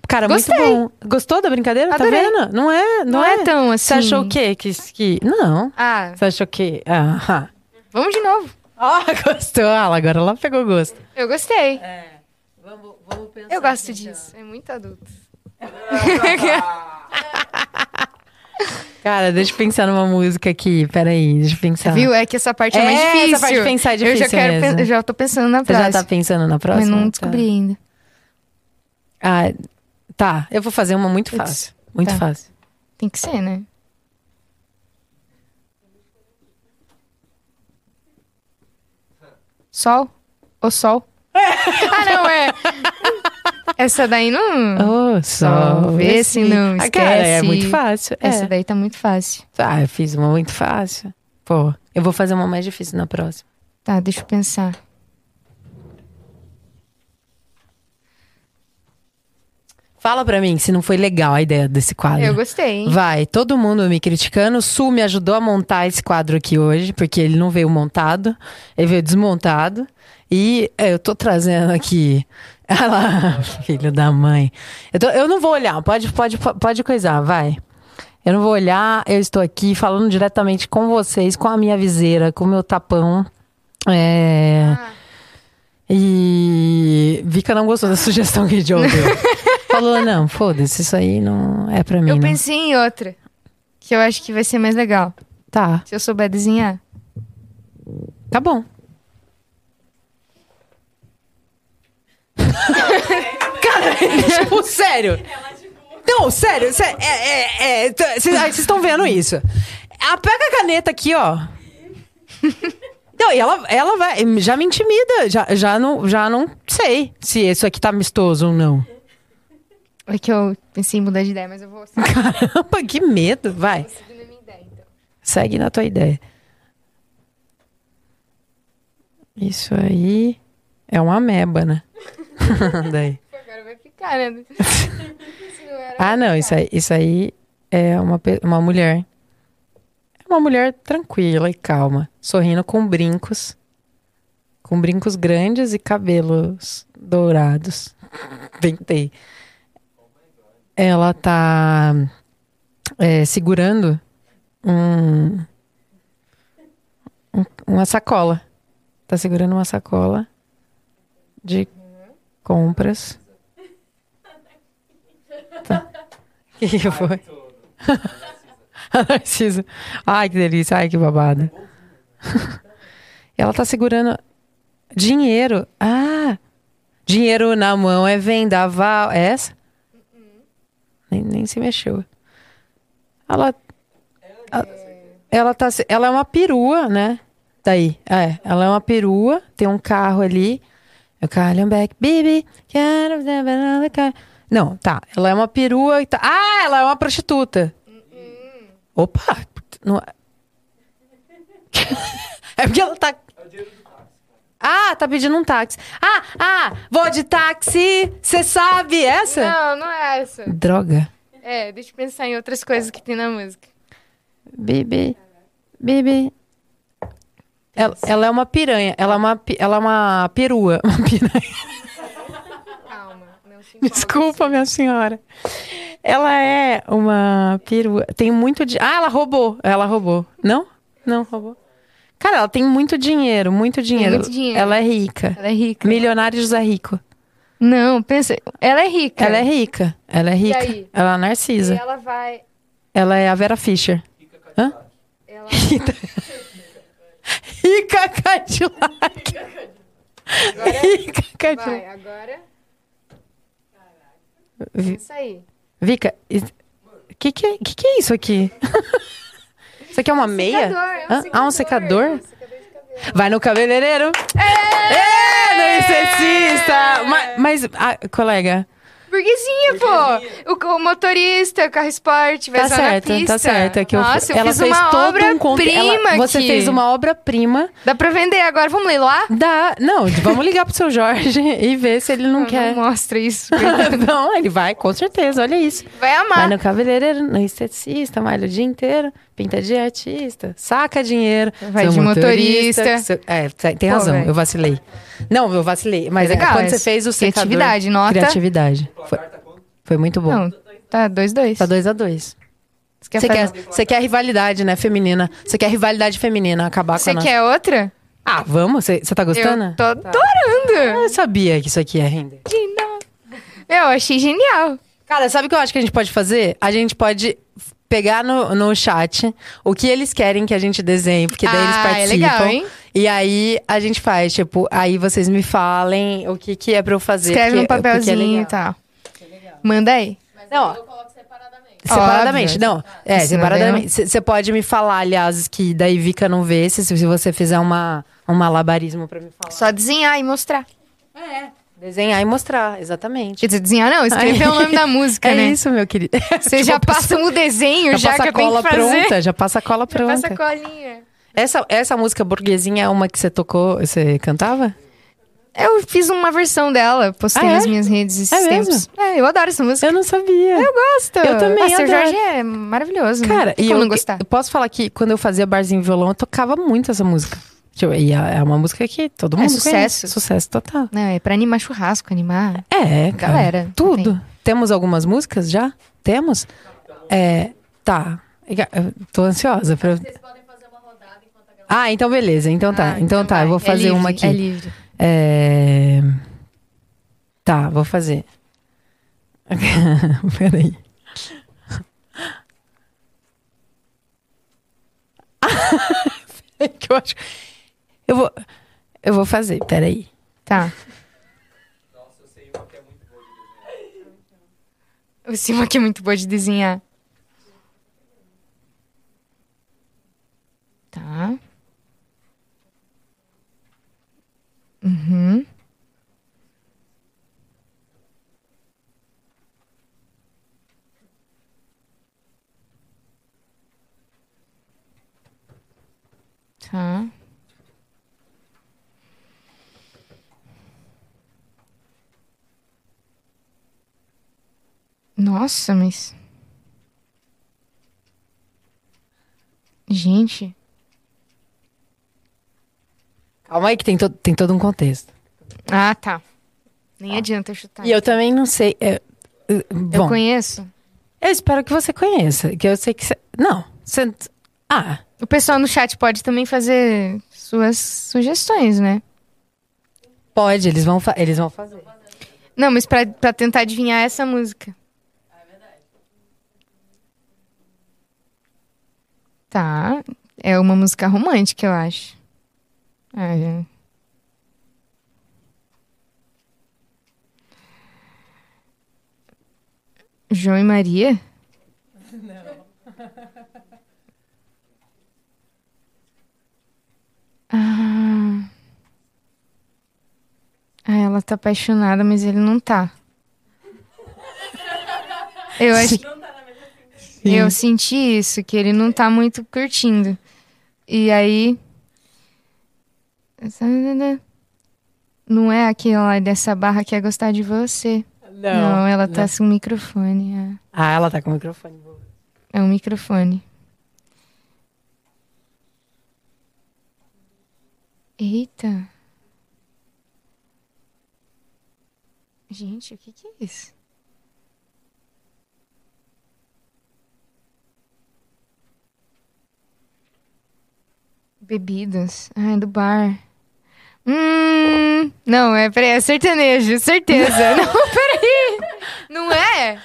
A: Cara,
B: Gostei.
A: muito bom. Gostou da brincadeira?
B: Adorei.
A: Tá vendo? Não é, não,
B: Não é tão assim.
A: Você achou o quê? Que, que... Não.
B: Ah,
A: Você achou que... Ah,
B: vamos de novo.
A: ah. Ah, gostou. Ah, agora ela pegou gosto.
B: Eu gostei.
F: É, Vamos, vamos pensar.
B: Eu gosto disso. É muito adulto.
D: Ah,
F: então.
A: Cara, deixa eu pensar numa música aqui. Peraí, deixa eu pensar.
B: Viu? É que essa parte é, mais
A: Tá. É, essa
B: difícil.
A: parte de pensar é
B: Eu já
A: difícil
B: quero,
A: mesmo.
B: pen- eu já tô pensando na
A: Você já
B: próxima.
A: tá pensando na próxima?
B: Mas não
A: Tá.
B: descobri ainda.
A: Ah, tá. Eu vou fazer uma muito fácil. Muito
B: Tá.
A: fácil.
B: Tem que ser, né? Sol? O sol? ah, não, é. Essa daí não.
A: Oh,
B: Só vê se não
A: Ah, cara, é
B: esquece.
A: muito fácil. É.
B: Essa daí tá muito fácil.
A: Ah, eu fiz uma muito fácil. Pô, eu vou fazer uma mais difícil na próxima.
B: Tá, deixa eu pensar.
A: Fala pra mim se não foi legal a ideia desse quadro.
B: Eu gostei, hein?
A: Vai, todo mundo me criticando. O Su me ajudou a montar esse quadro aqui hoje, porque ele não veio montado, ele veio desmontado. E é, eu tô trazendo aqui. Olha lá, filho da mãe. Eu, tô- eu não vou olhar, pode, pode, pode coisar, vai. Eu não vou olhar, eu estou aqui falando diretamente com vocês, com a minha viseira, com o meu tapão. É.
B: Ah,
A: E Vika não gostou da sugestão que o John deu. Falou, não, foda-se, isso aí não é pra mim.
B: eu
A: não.
B: pensei em outra. Que eu acho que vai ser mais legal.
A: Tá,
B: Se eu souber desenhar.
A: tá bom. Cara, tipo, sério. Não, sério, sé- é, é, é, tá- cês- ai, vocês estão vendo isso. Ah, pega a caneta aqui, ó. Não, e ela, ela vai, já me intimida, já, já, não, já não sei se isso aqui tá amistoso ou não.
B: É que eu pensei em mudar de ideia, mas eu vou seguir
A: Caramba, que medo, vai.
B: na minha ideia, então.
A: Segue na tua ideia. Isso aí é uma ameba, né? Daí.
B: Agora vai ficar, né? Se não era-
A: Ah, não, isso aí, isso aí é uma, pe- uma mulher. É uma mulher tranquila e calma, sorrindo com brincos. Com brincos grandes e cabelos dourados. Tentei. Ela tá é, segurando um, um- uma sacola. Tá segurando uma sacola de compras. Tá. O que que foi? A Narcisa. Ai, que delícia. Ai, que babada. Ela tá segurando dinheiro. Ah! Dinheiro na mão é vendaval. É essa? Nem, nem se mexeu. Ela. a- Ela, tá, se- ela é uma perua, né? Daí. É, ela é uma perua. Tem um carro ali. Eu calho back, baby. quero ver another car. Não, tá. Ela é uma perua e tá. Ah, ela é uma prostituta. Opa! Não... é- é porque ela tá.
D: É o dinheiro do táxi.
A: Ah, tá pedindo um táxi. Ah, ah, vou de táxi. Você sabe essa?
B: Não, não é essa.
A: Droga.
B: É, deixa eu pensar em outras coisas que tem na música.
A: Bibi. Bibi. Ela, ela é uma piranha. Ela é uma, pi- ela é uma perua. Uma piranha.
B: Calma, não se empolga.
A: Desculpa, minha senhora. Ela é uma perua. Tem muito de. Ah, ela roubou. Ela roubou. Não? Não, roubou. Cara, ela tem muito dinheiro, muito dinheiro.
B: muito dinheiro.
A: Ela é rica.
B: Ela é rica.
A: Milionário José Rico.
B: Não, pensa. Ela é rica.
A: Ela é rica. Ela é rica.
G: aí?
A: Ela é a
G: E
A: Narcisa.
G: ela vai.
A: Ela é a Vera Fischer.
D: Rica
A: Hã?
D: Cadillac.
G: Ela...
A: Rica Cadillac. Rica Cadillac.
G: Vai, agora.
A: Vi-
G: Isso aí.
A: Vica, o que que, é- que que é isso aqui? isso aqui é uma meia?
G: Secador, é um
A: Hã? Ah, um secador?
G: Secador de cabelo.
A: Vai no cabeleireiro. É, no esteticista. Ma- Mas, ah, colega,
G: Burguesinha, pô! O, o motorista, o carro esporte, vai
A: tá
G: só
A: certo,
G: na pista.
A: tá certo. É que eu-
G: Nossa, eu
A: ela
G: fiz
A: fez
G: uma
A: todo um conto-
G: obra-prima
A: ela- Você
G: aqui.
A: fez uma obra-prima
G: Dá pra vender agora, vamos leiloar?
A: da... Não, vamos ligar pro seu Jorge e ver se ele não, quer.
G: Não mostra isso.
A: não, ele vai, com certeza, olha isso.
G: Vai
A: Vai
G: amar.
A: no cabeleireiro, no esteticista, malha o dia inteiro, pinta de artista, saca dinheiro.
B: Vai
A: seu
B: de motorista.
A: seu- É, tem tem
B: Pô,
A: razão,
B: velho.
A: eu vacilei. Não, eu vacilei, mas é
B: Legal,
A: quando você
B: essa
A: fez o secador...
B: criatividade, nota.
A: Criatividade.
D: O
A: Foi,
D: placar tá quanto?
A: foi muito bom.
B: Não, tá 2-2. Dois, dois.
A: Tá dois a dois.
B: Você quer
A: Você quer,
B: fazer-
A: você quer rivalidade, né, feminina. Você quer rivalidade feminina, acabar com
B: Você
A: a nossa...
B: quer outra?
A: Ah, vamos? Você você tá Tá gostando?
B: Eu tô adorando.
A: Eu sabia que isso aqui ia render.
B: Eu achei genial.
A: Cara, sabe o que eu acho que a gente pode fazer? A gente pode f- pegar no, no chat o que eles querem que a gente desenhe, porque daí eles
B: Ah, é
A: participam.
B: legal, hein?
A: E aí a gente faz, tipo, aí vocês me falem o que, que é pra eu fazer.
B: Escreve
A: porque-
B: num
A: porque é
B: papelzinho e
A: legal.
B: tal. Manda aí.
A: Não,
H: Eu coloco separadamente.
A: Separadamente, não. É,
B: Isso não
A: separadamente. Você pode me falar, aliás, que daí Vika não vê, se, se você fizer uma, um malabarismo pra me falar.
B: Só desenhar e mostrar.
A: Desenhar e mostrar, exatamente.
B: Quer dizer, desenhar não, escrever é o nome da música,
A: É
B: né?
A: isso, meu querido.
B: Vocês já passam o desenho, já, que
A: Tipo, passa a
B: eu tenho
A: cola
B: que fazer.
A: pronta, já passa a cola pronta.
B: Passa a colinha.
A: Essa, essa música burguesinha é uma que você tocou, você cantava?
B: Eu fiz uma versão dela, postei
A: Ah, é?
B: nas minhas redes esses
A: É
B: tempos.
A: mesmo?
B: É, eu adoro essa música.
A: Eu não sabia.
B: Eu gosto.
A: Eu também
B: Nossa, o
A: adoro.
B: Jorge é maravilhoso. né?
A: É, Cara,
B: Tem
A: e
B: como
A: eu,
B: não gostar.
A: eu posso falar que quando eu fazia barzinho e violão, eu tocava muito essa música. Tipo, e é é uma música que todo mundo
B: sucesso.
A: conhece. Sucesso total.
B: Não, é pra animar churrasco, animar.
A: É, cara.
B: Galera,
A: Tudo. Temos algumas músicas já? Temos? É, tá. Eu Tô ansiosa pra... Ah, então beleza. Então tá.
B: Ah,
A: então tá,
B: vai.
A: eu vou
B: É
A: fazer
B: livre,
A: uma aqui.
B: É livre.
A: É... Tá, vou fazer. Peraí. Peraí que eu acho. Eu vou, eu vou fazer, peraí.
B: Tá.
D: Nossa, eu sei uma que é muito boa de desenhar.
B: O Simon que é muito boa de desenhar. Tá. Uhum. Tá. Nossa, mas. Gente.
A: Calma aí que tem, to tem todo um contexto.
B: Ah, tá. Nem adianta eu chutar.
A: E eu também não sei. é, é,
B: Eu
A: bom, eu,
B: conheço.
A: espero que você conheça. Que eu sei que você. Não. Você. Ah,
B: O pessoal no chat pode também fazer suas sugestões, né?
A: pode, eles vão, fa- eles vão fazer.
B: Não, mas pra, pra tentar adivinhar essa música.
A: Ah, é
B: Tá. É uma música romântica, eu acho. Ah, é. João e Maria? Não. Ah. Ah, ela tá apaixonada, mas ele não tá. Eu acho. Eu senti isso, que ele não tá muito curtindo. E aí. Não é aquela dessa barra que é gostar de você. Não,
A: Então,
B: ela tá sem um microfone.
A: Ah, ela tá com o microfone.
B: É, é um microfone. Eita. Gente, o que que é isso? Bebidas. Ai, do bar. Hum. Não, é, peraí, é sertanejo, certeza. não, peraí. Não é?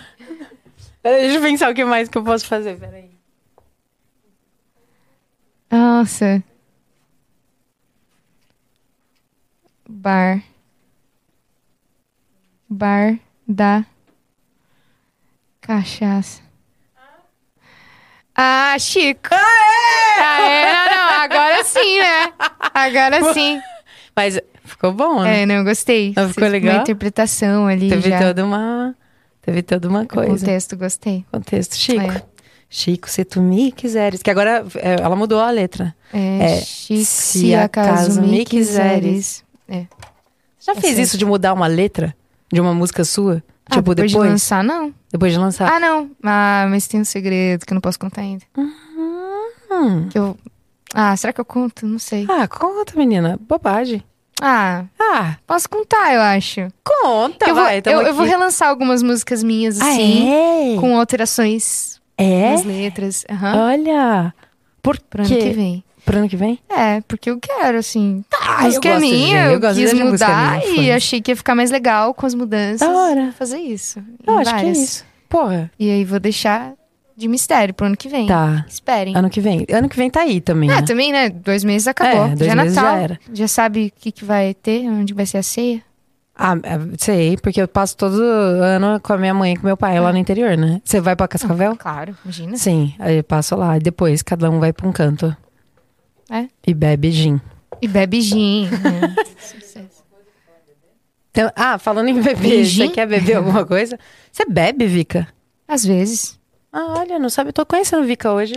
A: Peraí, Deixa eu pensar o que mais que eu posso fazer, peraí.
B: Nossa. Bar. Bar da cachaça. Ah, Chico. Ah, é? Não, não, agora sim, né? Agora sim.
A: Mas ficou bom, né?
B: É, não, eu gostei.
A: Não, ficou legal?
B: Uma interpretação ali
A: teve
B: já.
A: toda uma. Teve toda uma
B: O
A: coisa.
B: contexto, gostei.
A: Contexto, Chico.
B: É.
A: Chico, se tu me quiseres. Que agora é, ela mudou a letra.
B: É,
A: É,
B: Chico,
A: se acaso me quiseres. Já fez
B: certo.
A: isso de mudar uma letra de uma música sua?
B: Ah,
A: tipo,
B: depois
A: depois?
B: de lançar, não.
A: Depois de lançar.
B: Ah, não. Ah, mas tem um segredo que eu não posso contar ainda.
A: Hum.
B: Que eu... Ah, será que eu conto? Não sei.
A: Ah, conta, menina. Bobagem.
B: Ah,
A: Ah,
B: posso contar, eu acho.
A: conta,
B: eu, vou,
A: Então vai. tamo
B: eu, eu vou
A: aqui.
B: relançar algumas músicas minhas,
A: Ah,
B: assim,
A: é?
B: com alterações
A: É?
B: nas letras. Aham.
A: Olha. Por
B: Pro ano
A: quê?
B: que vem.
A: Pro ano que vem?
B: É, porque eu quero, assim.
A: Ah,
B: música é minha, eu, quis mudar e
A: acho
B: achei que ia ficar mais legal com as mudanças.
A: Da hora.
B: Vou Fazer isso. em
A: Eu acho que é
B: várias.
A: isso. Porra.
B: E aí vou deixar de mistério pro ano que vem.
A: Tá.
B: Esperem.
A: Ano que vem. Ano que vem tá aí também.
B: Ah,
A: né?
B: também, né? Dois meses acabou.
A: É, dois
B: já é
A: meses já
B: Natal.
A: era.
B: sabe o que, que vai ter, onde vai ser a ceia.
A: Ah, é, sei, porque eu passo todo ano com a minha mãe e com meu pai
B: Hum.
A: lá no interior, né? Você vai pra Cascavel?
B: Claro, imagina.
A: Sim, aí eu passo lá. E depois cada um vai pra um canto.
B: É.
A: E bebe gin.
B: E bebe gin. né? Sucesso.
A: Então, ah, falando em beber,
B: Bebe
A: você
B: gin?
A: quer beber alguma coisa? Você bebe, Vika?
B: Às vezes.
A: Ah, olha, não sabe. Tô conhecendo Vika hoje.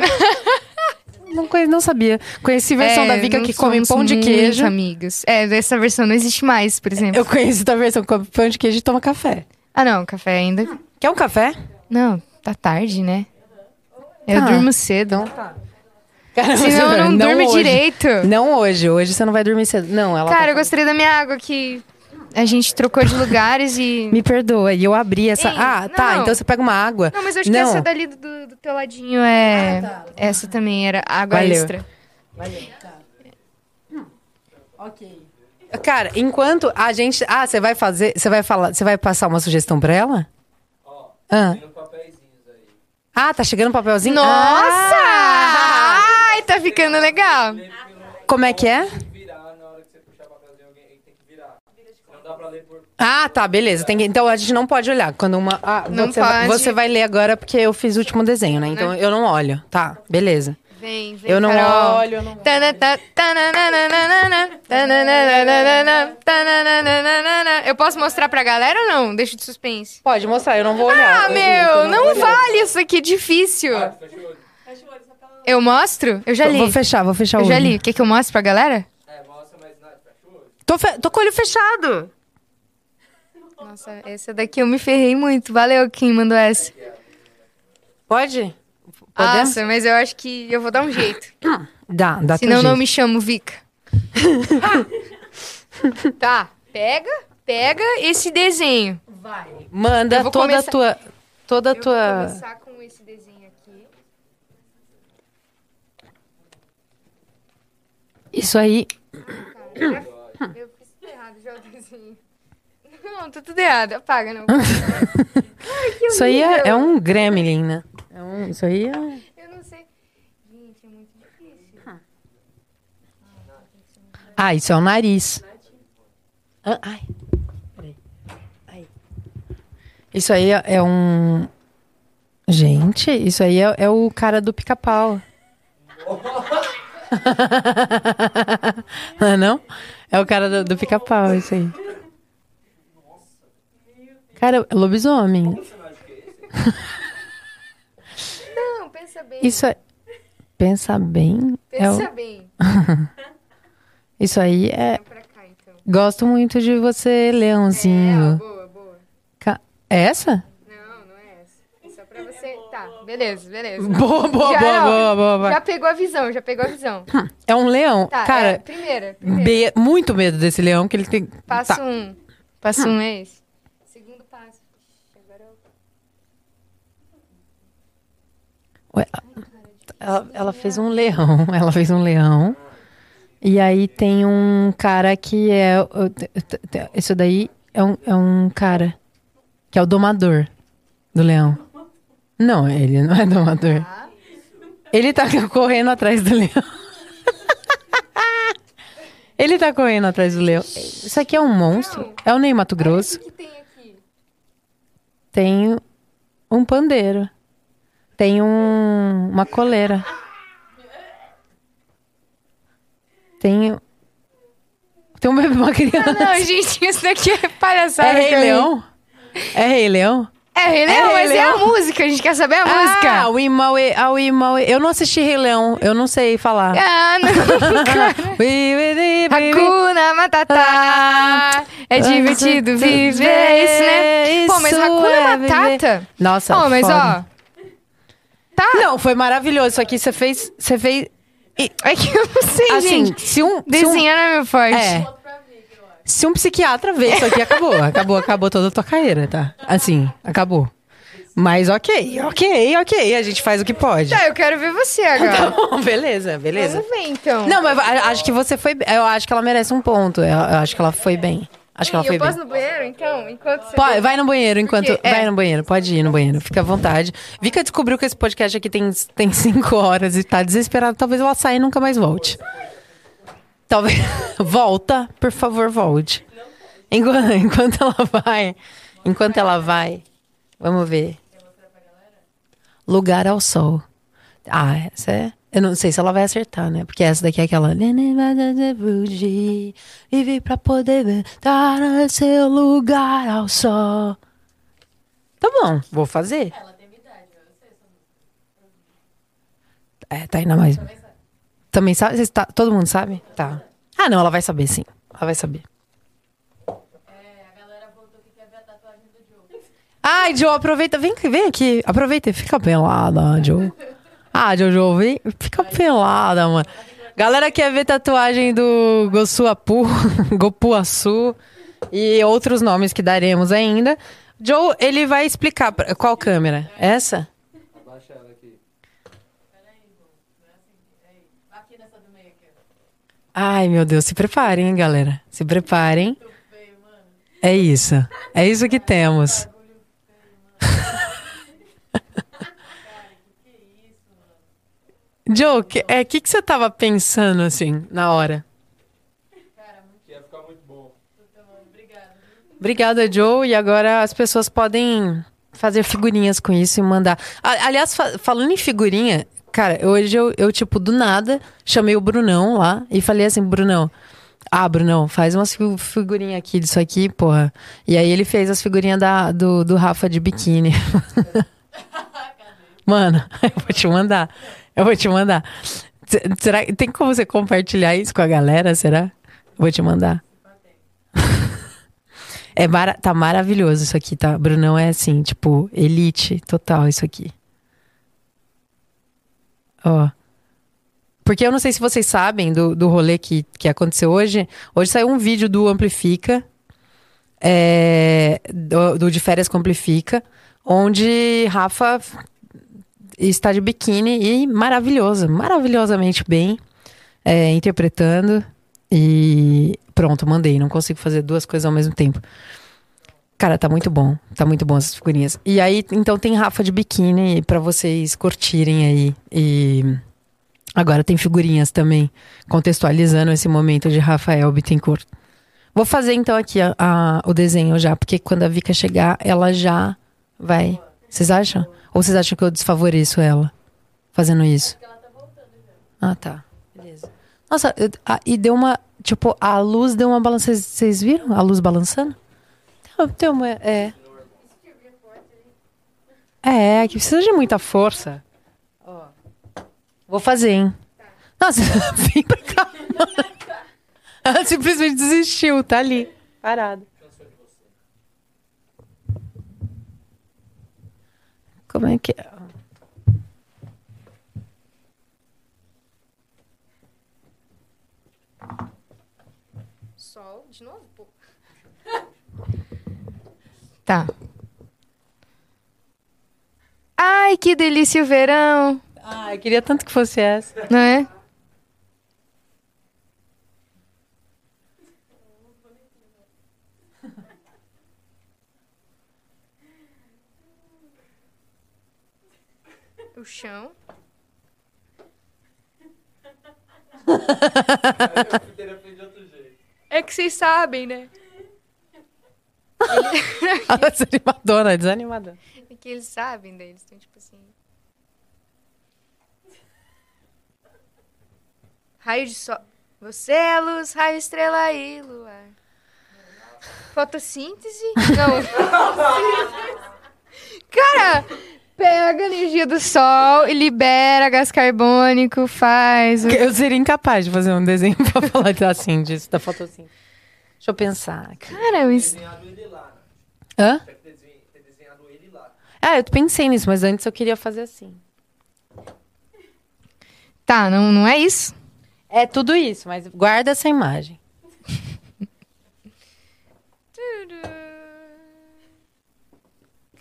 A: não, conhe- não sabia. Conheci a versão
B: É,
A: da Vika
B: não
A: que come
B: somos
A: pão de
B: muito
A: queijo.
B: amigos. É, essa versão não existe mais, por exemplo.
A: Eu conheci da versão que come pão de queijo e toma café.
B: Ah, não, café ainda.
A: Quer um café?
B: Não, tá tarde, né? Eu
A: Tá.
B: durmo cedo.
A: Cara, você
B: Senão eu não, durmo
A: hoje.
B: direito.
A: Não hoje. Hoje você não vai dormir cedo. Não, ela.
B: Cara, eu
A: tá-
B: gostaria da minha água que a gente trocou de lugares e.
A: Me perdoa. E eu abri essa.
B: Ei,
A: ah, tá.
B: não.
A: Então você pega uma água.
B: Não, mas eu acho que
A: Não.
B: essa dali do, do teu ladinho é. Essa também era água
A: Valeu.
B: extra.
A: Cara, enquanto a gente. Ah, você vai fazer. Você vai falar. Você vai passar uma sugestão pra ela?
D: Ó,
A: Ah,
D: tem uns papeizinhos aí.
A: ah tá chegando o papelzinho?
B: Nossa!
A: Ah!
B: Ai, tá ficando legal.
A: Como é que é?
D: Tem que virar na hora que você puxar o papelzinho, alguém ele tem que virar. Não dá pra ler por
A: Ah, tá, beleza. Tem que- Então a gente não pode olhar. Quando uma. Ah,
B: Não
A: você, vai-
B: pode.
A: você vai ler agora porque eu fiz o último desenho, né? Então eu não olho. Tá, beleza.
B: Vem, vem.
A: Eu não
B: Carol.
A: olho, eu não
B: Tana, ta- tananana, tananana, tananana. Eu posso mostrar pra galera ou não? Deixa de suspense.
A: Pode mostrar, eu não vou olhar.
B: Ah, meu,
A: Eu-
B: não vale isso aqui, difícil. Eu mostro? Eu já
A: Eu
B: li.
A: Vou fechar, vou fechar o
B: Eu já
A: olho.
B: li. O que, que eu mostro pra galera?
D: é,
A: Tô, fe- tô com o olho fechado.
B: Nossa, essa daqui eu me ferrei muito. Valeu quem mandou essa.
A: Pode? Podemos?
B: Nossa, mas eu acho que eu vou dar um jeito.
A: Dá, dá
B: Senão
A: teu
B: não
A: jeito.
B: me chamo Vika. tá, pega, pega esse desenho.
A: Manda
B: Eu vou
A: toda
B: começar-
A: a tua. Toda a
B: Eu
A: tua.
B: vou começar com esse desenho aqui.
A: Isso aí.
B: Cara, Tá, eu fiz tudo errado já o desenho. Não, tá tudo errado. Apaga, não.
A: Isso aí é, é um gremlin, né? É um- isso aí é.
B: Eu não sei. Gente, é muito difícil.
A: Ah, isso é o nariz. Ah, ai. Peraí. Ai. Isso aí é, é um. Gente, isso aí é, é o cara do pica-pau. não é não? É o cara do, do pica-pau, isso aí. Cara, é lobisomem.
B: Não, pensa bem.
A: Isso é. Pensa bem. É o-
B: Pensa bem.
A: Isso aí é.
B: Vai pra cá, então.
A: Gosto muito de
B: É,
A: você,
B: ó,
A: Leãozinho.
B: boa, boa.
A: Ca- É essa?
B: Não, não é essa. É só pra você... Tá, beleza, beleza.
A: Boa, boa,
B: Já,
A: boa,
B: ó,
A: boa, boa, boa.
B: Já pegou a visão, já pegou a visão.
A: É um leão.
B: Tá,
A: Cara,
B: é, primeira, primeira.
A: be- muito medo desse leão que ele tem.
B: Passo
A: Tá.
B: um. Passo um é esse. Segundo passo. Ixi, Agora eu...
A: Ué, ela, ela fez um leão. Ela fez um leão. E aí tem um cara que é. Isso daí é um, é um cara que é o domador do leão. Não, ele não é domador. Ele tá correndo atrás do leão. Ele tá correndo atrás do leão. Isso aqui é um monstro. É o Ney Mato Grosso.
B: que tem aqui?
A: Tem um pandeiro. Tem um, uma coleira. Tem. Tem um bebê, uma criança.
I: Ah, Não, gente, isso daqui é palhaçada.
A: é Rei
I: pra mim.
A: Leão? É Rei Leão?
I: É Rei Leão,
A: Rei
I: mas é a
A: Leão.
I: música. A gente quer saber a
A: Ah,
I: música.
A: o Imaue, a Imaue. Eu não assisti Rei Leão, eu não sei falar.
I: Ah, não. Hakuna Matata. É divertido viver isso, né? Pô, mas
A: Isso
I: Hakuna
A: é
I: Matata.
A: Nossa,
I: Ó, Oh, mas ó.
A: foda.
I: Tá.
A: Não, foi maravilhoso. Isso aqui você fez. Você fez.
I: É que eu não sei,
A: Assim,
I: gente.
A: se um. Se um,
I: Desenhar não é meu forte.
A: é. Se um psiquiatra ver isso aqui, acabou. Acabou, acabou toda a tua carreira, tá? Assim, acabou. Mas ok, ok, ok. A gente faz o que pode.
I: Tá, eu quero ver você agora.
A: Então, beleza, beleza.
I: Vamos ver, então.
A: Não, mas a- acho que você foi. Eu acho que ela merece um ponto. Eu, eu acho que ela foi bem. Acho que ela
I: eu
A: foi bem.
I: posso no banheiro, então? Enquanto você...
A: Pode, vai no banheiro enquanto.
I: Porque, é.
A: Vai no banheiro, pode ir no banheiro, fica à vontade. Vika descobriu que esse podcast aqui tem, tem cinco horas e tá desesperada. Talvez ela saia e nunca mais volte. Talvez. Volta, por favor, volte. Enqu- Enquanto, ela vai. Enquanto ela vai. Vamos ver. Lugar ao sol. Ah, essa é. Eu não sei se ela vai acertar, né? Porque essa daqui é aquela. Vive pra poder estar em seu lugar ao sol. Tá bom, vou fazer. É, tá ainda mais. Também sabe? Vocês tá- Todo mundo sabe? Tá. Ah, não, ela vai saber sim. Ela vai saber.
C: É, a galera voltou que quer ver a tatuagem do Joe.
A: Ai, Joe, aproveita. Vem, aqui, vem aqui. Aproveita e fica pelada, Joe. Ah, Jojo, vem. Fica pelada, mano. Galera quer ver tatuagem do Gosuapu, Gopuaçu e outros nomes que daremos ainda. Joe, ele vai explicar. pra- Qual câmera? Essa?
D: Abaixa ela aqui.
C: Aqui nessa do meio aqui.
A: Ai, meu Deus, se preparem, hein, galera. Se preparem. É isso. É isso que temos. Joe, que, é, que, que você tava pensando assim na hora?
D: Que ia ficar muito bom.
A: Obrigada, Joe. E agora as pessoas podem fazer figurinhas com isso e mandar. A- aliás, fa- falando em figurinha, cara, hoje eu, eu, tipo, do nada, chamei o Brunão lá e falei assim, Brunão. Ah, Brunão, faz umas figu- figurinha aqui disso aqui, porra. E aí ele fez as figurinhas da, do, do Rafa de biquíni. Mano, eu vou te mandar. Eu vou te mandar. Se- Será que tem como você compartilhar isso com a galera? Será? Eu Vou te mandar. É mara- tá maravilhoso isso aqui, tá? Brunão é assim, tipo, elite total isso aqui. Ó. Porque eu não sei se vocês sabem do, do rolê que, que aconteceu hoje. Hoje saiu um vídeo do Amplifica, é, do, do De Férias com Amplifica, onde Rafa está de biquíni e maravilhosa, maravilhosamente bem, é, interpretando. E pronto, mandei. Não consigo fazer duas coisas ao mesmo tempo. Cara, tá muito bom. Tá muito bom essas figurinhas. E aí, então tem Rafa de biquíni pra vocês curtirem aí. E agora tem figurinhas também, contextualizando esse momento de Rafael Bittencourt. Vou fazer então aqui a- a- o desenho já, porque quando a Vika chegar, ela já vai. Vocês acham? Ou vocês acham que eu desfavoreço ela fazendo isso? Ah, tá. Beleza. Nossa, eu- a- e deu uma. Tipo, a luz deu uma balança. Vocês- Vocês viram a luz balançando? Tem- Tem uma. É. É, que precisa de muita força. Ó. Vou fazer, hein? Nossa, vem pra cá. Ela simplesmente desistiu, tá ali. Parada. Como é que é?
B: Sol, de novo? Pô.
I: Tá. Ai, que delícia o verão, é?
A: Ah, eu queria tanto que fosse essa.
I: não é?
B: O chão.
D: Eu teria feito de outro jeito.
B: É que vocês sabem, né?
A: Ela é desanimadona, desanimadona.
B: É que eles sabem, daí eles estão tipo assim. Raio de sol. Você é luz, raio, estrela e luar. Fotossíntese? Não.
I: Cara, pega a energia do sol e libera gás carbônico, faz. o-
A: Eu seria incapaz de fazer um desenho pra falar de- assim, disso, da fotossíntese. Deixa eu pensar. aqui.
I: Cara, eu es-
D: Desenhado ele lá, né?
A: Hã?
D: Tinha que ter desen- ter desenhado ele lá.
A: Ah, eu pensei nisso, mas antes eu queria fazer assim.
I: Tá, não, não é isso?
A: É tudo isso, mas guarda essa imagem.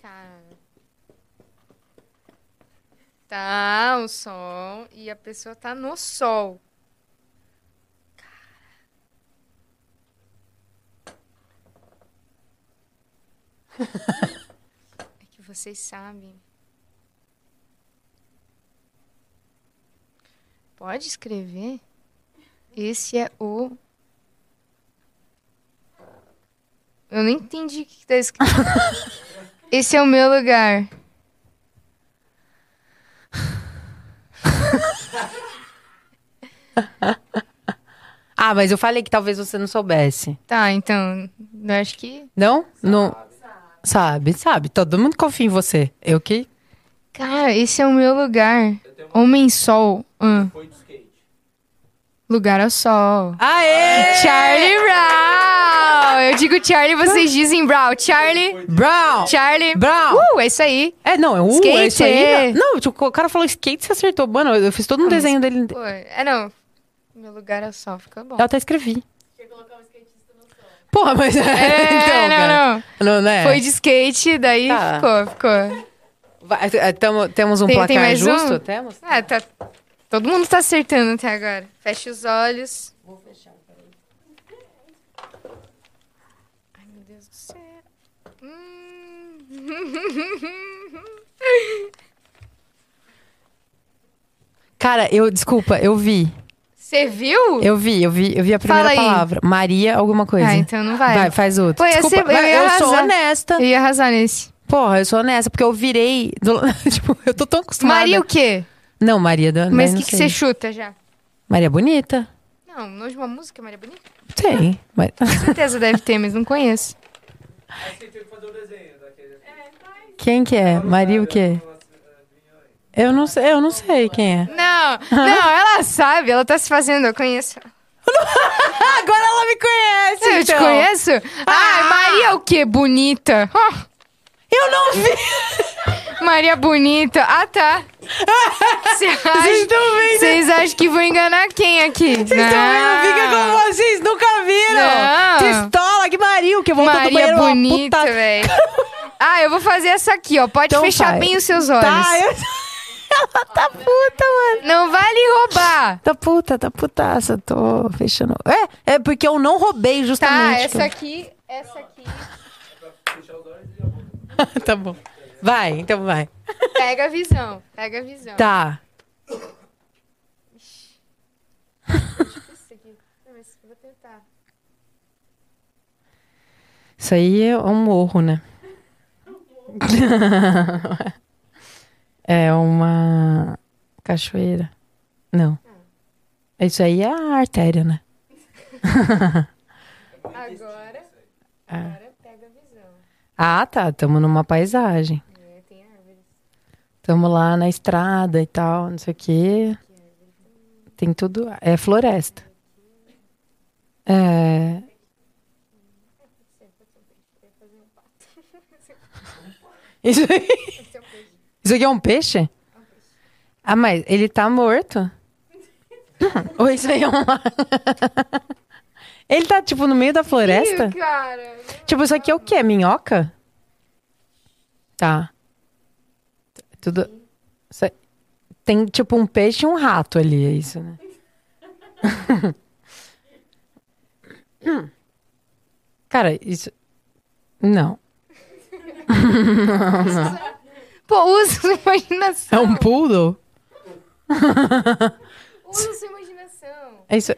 B: Cara. Tá, o sol. E a pessoa tá no sol. Cara. É que vocês sabem. Pode escrever? Esse é o. Eu não entendi o que que tá escrito. Esse é o meu lugar.
A: Ah, mas eu falei que talvez você não soubesse.
I: Tá, então, eu acho que.
A: Não? Não. Sabe, sabe. Todo mundo confia em você. Eu que.
I: Cara, esse é o meu lugar.
D: Eu tenho uma
I: Homem-Sol. Hã,
D: foi de skate.
I: lugar ao sol.
A: Aê!
I: Charlie Brown! Eu digo Charlie, vocês dizem Brown. Charlie,
A: Brown!
I: Charlie.
A: Brown!
I: Uh, é isso aí.
A: É, não, é um. É isso aí.
I: Skate. Ah,
A: Não, tipo, o cara falou skate, você acertou. Mano, eu fiz todo um desenho dele.
B: Pô, é não. Meu lugar é o sol, fica bom.
A: Eu até escrevi.
I: um
A: Porra, mas. É, então,
I: não,
A: cara.
I: não.
A: Não, né?
I: Foi de skate, daí
A: Tá.
I: ficou, ficou.
A: Vai, é, tamo- temos um
I: Tem-
A: placar
I: tem mais
A: justo?
I: um?
A: Temos?
I: Ah, tá. Todo mundo tá acertando até agora.
B: Feche os olhos. Vou fechar, peraí. Ai, meu Deus do céu. Hum.
A: Cara, eu. Desculpa, eu vi.
B: Você viu?
A: Eu vi, eu vi, eu vi a primeira
I: Tipo, Fala aí.
A: palavra. Maria, alguma coisa.
I: Ah, então não vai.
A: Vai, faz outro.
I: Pô, ia
A: Desculpa,
I: ser- assim, eu
A: mas
I: ia
A: eu sou
I: arrasar.
A: honesta.
I: Eu ia arrasar nesse.
A: Porra, eu sou honesta, porque eu virei. do- tipo, eu tô tão acostumada.
I: Maria o quê?
A: Não, Maria da. né,
I: Mas o
A: não
I: que, que
A: sei.
I: você chuta já?
A: Maria Bonita.
B: Não, não de uma música, Maria Bonita.
A: Tem. Mas...
I: Com certeza deve ter, mas não conheço.
D: Acho que tinha que fazer o desenho daquele.
A: Quem que é? Maria o quê? Eu não sei, eu não sei quem é.
I: Não, não, ela sabe, ela tá se fazendo, eu conheço.
A: Agora ela me conhece!
I: Eu te
A: então.
I: conheço? Ah, Maria o quê? Bonita. Ah,
A: Eu não vi!
I: Maria bonita. Ah, tá. Cê acha-
A: Vocês estão vendo?
I: Vocês acham que vou enganar quem aqui?
A: Vocês estão vendo? Fica como vocês nunca
I: Não.
A: viram! Pistola, que Maria, que eu voltou do
I: Maria
A: banheiro, uma
I: bonita,
A: puta-
I: velho. Ah, eu vou fazer essa aqui, ó. Pode
A: Então
I: fechar
A: faz.
I: bem os seus olhos.
A: Tá, eu... Ela tá puta, mano.
I: Não vale roubar.
A: Tá puta, tá putaça, tô fechando. É, é porque eu não roubei
I: Tá,
A: justamente.
I: essa aqui, essa aqui.
A: tá bom. Vai, então vai.
I: Pega a visão, pega a visão.
A: Tá.
B: Isso aqui. Não, mas eu vou tentar.
A: Isso aí é um morro, né? é uma cachoeira. Não. Isso aí é a artéria, né?
B: Agora,
A: É.
B: agora pega a visão.
A: Ah, tá. Tamo numa paisagem.
B: É, tem árvores.
A: Tamo lá na estrada e tal, não sei o quê. Tem tudo. É floresta. É. Isso, aí- Isso aqui é um peixe? Ah, mas ele tá morto? Ou isso aí é um. Ele tá, tipo, no meio da floresta?
B: Ih, cara.
I: né?
A: Tipo, isso aqui é o quê? Minhoca? Tá. Tudo. isso é- Tem tipo um peixe e um rato ali, é isso, né? Cara, isso. Não.
B: Pô, usa sua imaginação.
A: É um poodle? um
J: Usa sua imaginação.
A: É isso.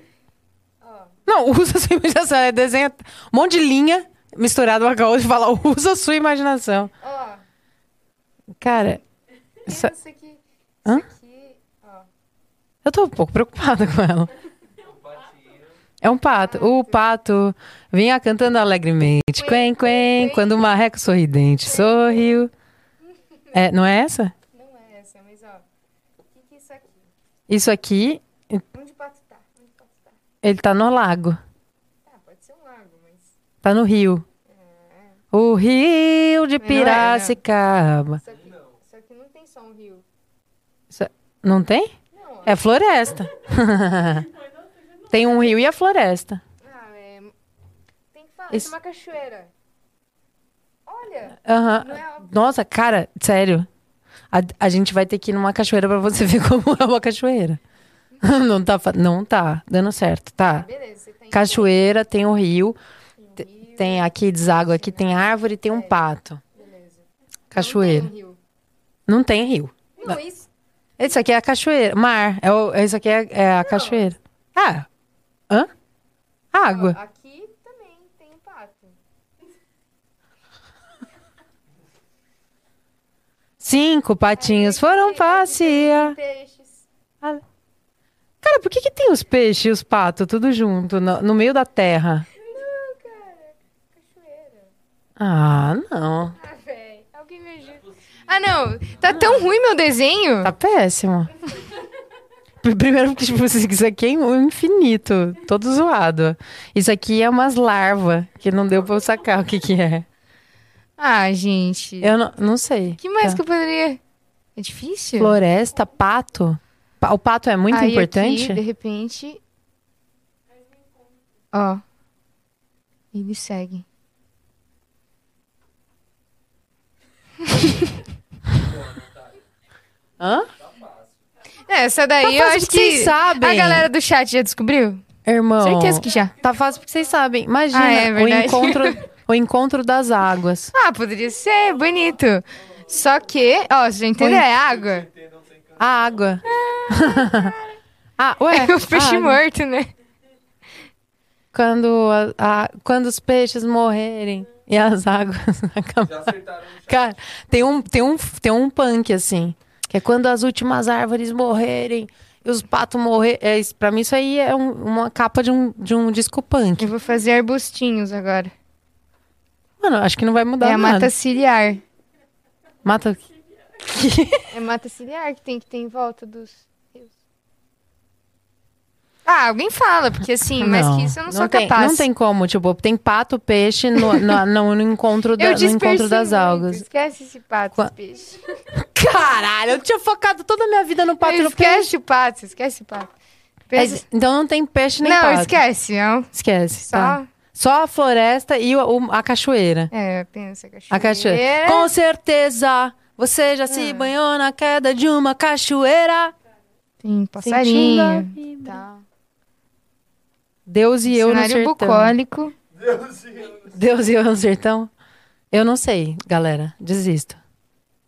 A: Não, usa sua imaginação. É desenha um monte de linha misturada uma com a outra e fala, usa sua imaginação.
J: Ó,
A: Cara,
J: isso
A: Isso-
J: aqui. Isso
A: Hã?
J: aqui. Ó.
A: eu tô um pouco preocupada com ela.
D: Patinho.
A: É um pato. O pato vinha cantando alegremente. Quen, quen, quando o marreco sorridente sorriu. É, não é essa?
J: Não é essa, mas ó. O que, que é isso aqui?
A: Isso aqui,
J: Onde o pato tá? Onde o pato tá?
A: ele tá no lago.
J: Tá, pode ser um lago, mas.
A: Tá no rio. O rio de
J: é, né?
A: Piracicaba.
J: Só que, só que não tem só um rio.
A: Não tem?
J: Não, ó.
A: É floresta. tem um rio e a floresta.
J: Ah, é. Tem que falar.
A: Isso-
J: Isso é uma cachoeira. Olha!
A: Aham.
J: Não é óbvio.
A: Nossa, cara, sério. A, a gente vai ter que ir numa cachoeira pra você ver como é uma cachoeira. Não tá, fa- não tá dando certo, tá?
J: Ah, Beleza, você tem.
A: Cachoeira, tem o rio, te- tem aqui deságua, aqui tem árvore, tem um pato.
J: Beleza. Não
A: Cachoeira.
J: tem um rio.
A: Não tem rio.
J: Não, isso.
A: Isso aqui é a cachoeira. Mar. É o- isso aqui é, é a cachoeira. Ah. Hã? Água.
J: Ó, aqui também tem um pato.
A: Cinco patinhos foram passear.
J: Peixes.
A: Cara, por que, que tem os peixes e os patos tudo junto no, no meio da terra?
J: Não, cara. Cachoeira.
A: Ah, não.
J: Ah, véi. Alguém me ajuda.
B: Ah, não. Tá tão ruim meu desenho.
A: Tá péssimo. Pr- Primeiro, porque tipo, isso aqui é um infinito, todo zoado. Isso aqui é umas larvas que não deu pra eu sacar o que que é.
B: Ah, gente.
A: Eu não, não sei.
B: que mais
A: Tá.
B: que eu poderia... É difícil?
A: Floresta, pato. Pa- O pato é muito
B: Aí
A: importante?
B: Aqui, de repente... Ó. Ele segue.
A: Hã?
B: É, essa
A: Tá
B: daí eu
A: fácil
B: acho
A: porque vocês
B: que...
A: sabem.
B: A galera do chat já descobriu?
A: Irmão.
B: Certeza que já.
A: Tá fácil porque vocês sabem. Imagina
B: Ah, é
A: o,
B: verdade.
A: encontro, o encontro das águas.
B: Ah, poderia ser, bonito. Só que, ó, você já entendeu? É água.
A: A água. ah, ué.
B: É o peixe
A: a água.
B: morto, né?
A: Quando, a- a- quando os peixes morrerem e as águas
D: Já
A: acabarem.
D: acertaram no chat.
A: Cara, tem um, tem, um, tem um punk assim, que é quando as últimas árvores morrerem e os patos morrerem. É, isso- pra mim, isso aí é um- uma capa de um, de um disco punk.
B: Eu vou fazer arbustinhos agora.
A: Mano, acho que não vai mudar
B: é a
A: nada.
B: mata ciliar.
A: Mata-
B: É mata ciliar que tem que ter em volta dos rios. Ah, alguém fala, porque assim, mas que isso eu não, sou
A: tem,
B: capaz.
A: Não tem como, tipo, tem pato, peixe no, no, no- no encontro, da-
B: Eu
A: no encontro
B: dispersei
A: das
B: muito,
A: algas.
B: Esquece esse pato,
A: Qua-
B: peixe.
A: Caralho, eu tinha focado toda a minha vida no pato e no peixe.
B: esquece o pato, esquece o pato. Peixe.
A: Mas, então não tem peixe nem
B: não,
A: pato.
B: esquece, não.
A: Esquece.
B: Só.
A: tá. Só a floresta e o- o- a cachoeira.
B: É, pensa, cachoeira. Ah.
A: A cachoeira. Com certeza você já se banhou na queda de uma cachoeira.
B: Tem
A: Sentindo a
B: passarinho. Tá.
A: Deus e eu no
B: Cenário
A: sertão.
B: bucólico.
D: Deus do céu.
A: Deus e eu no sertão. Eu não sei, galera. Desisto.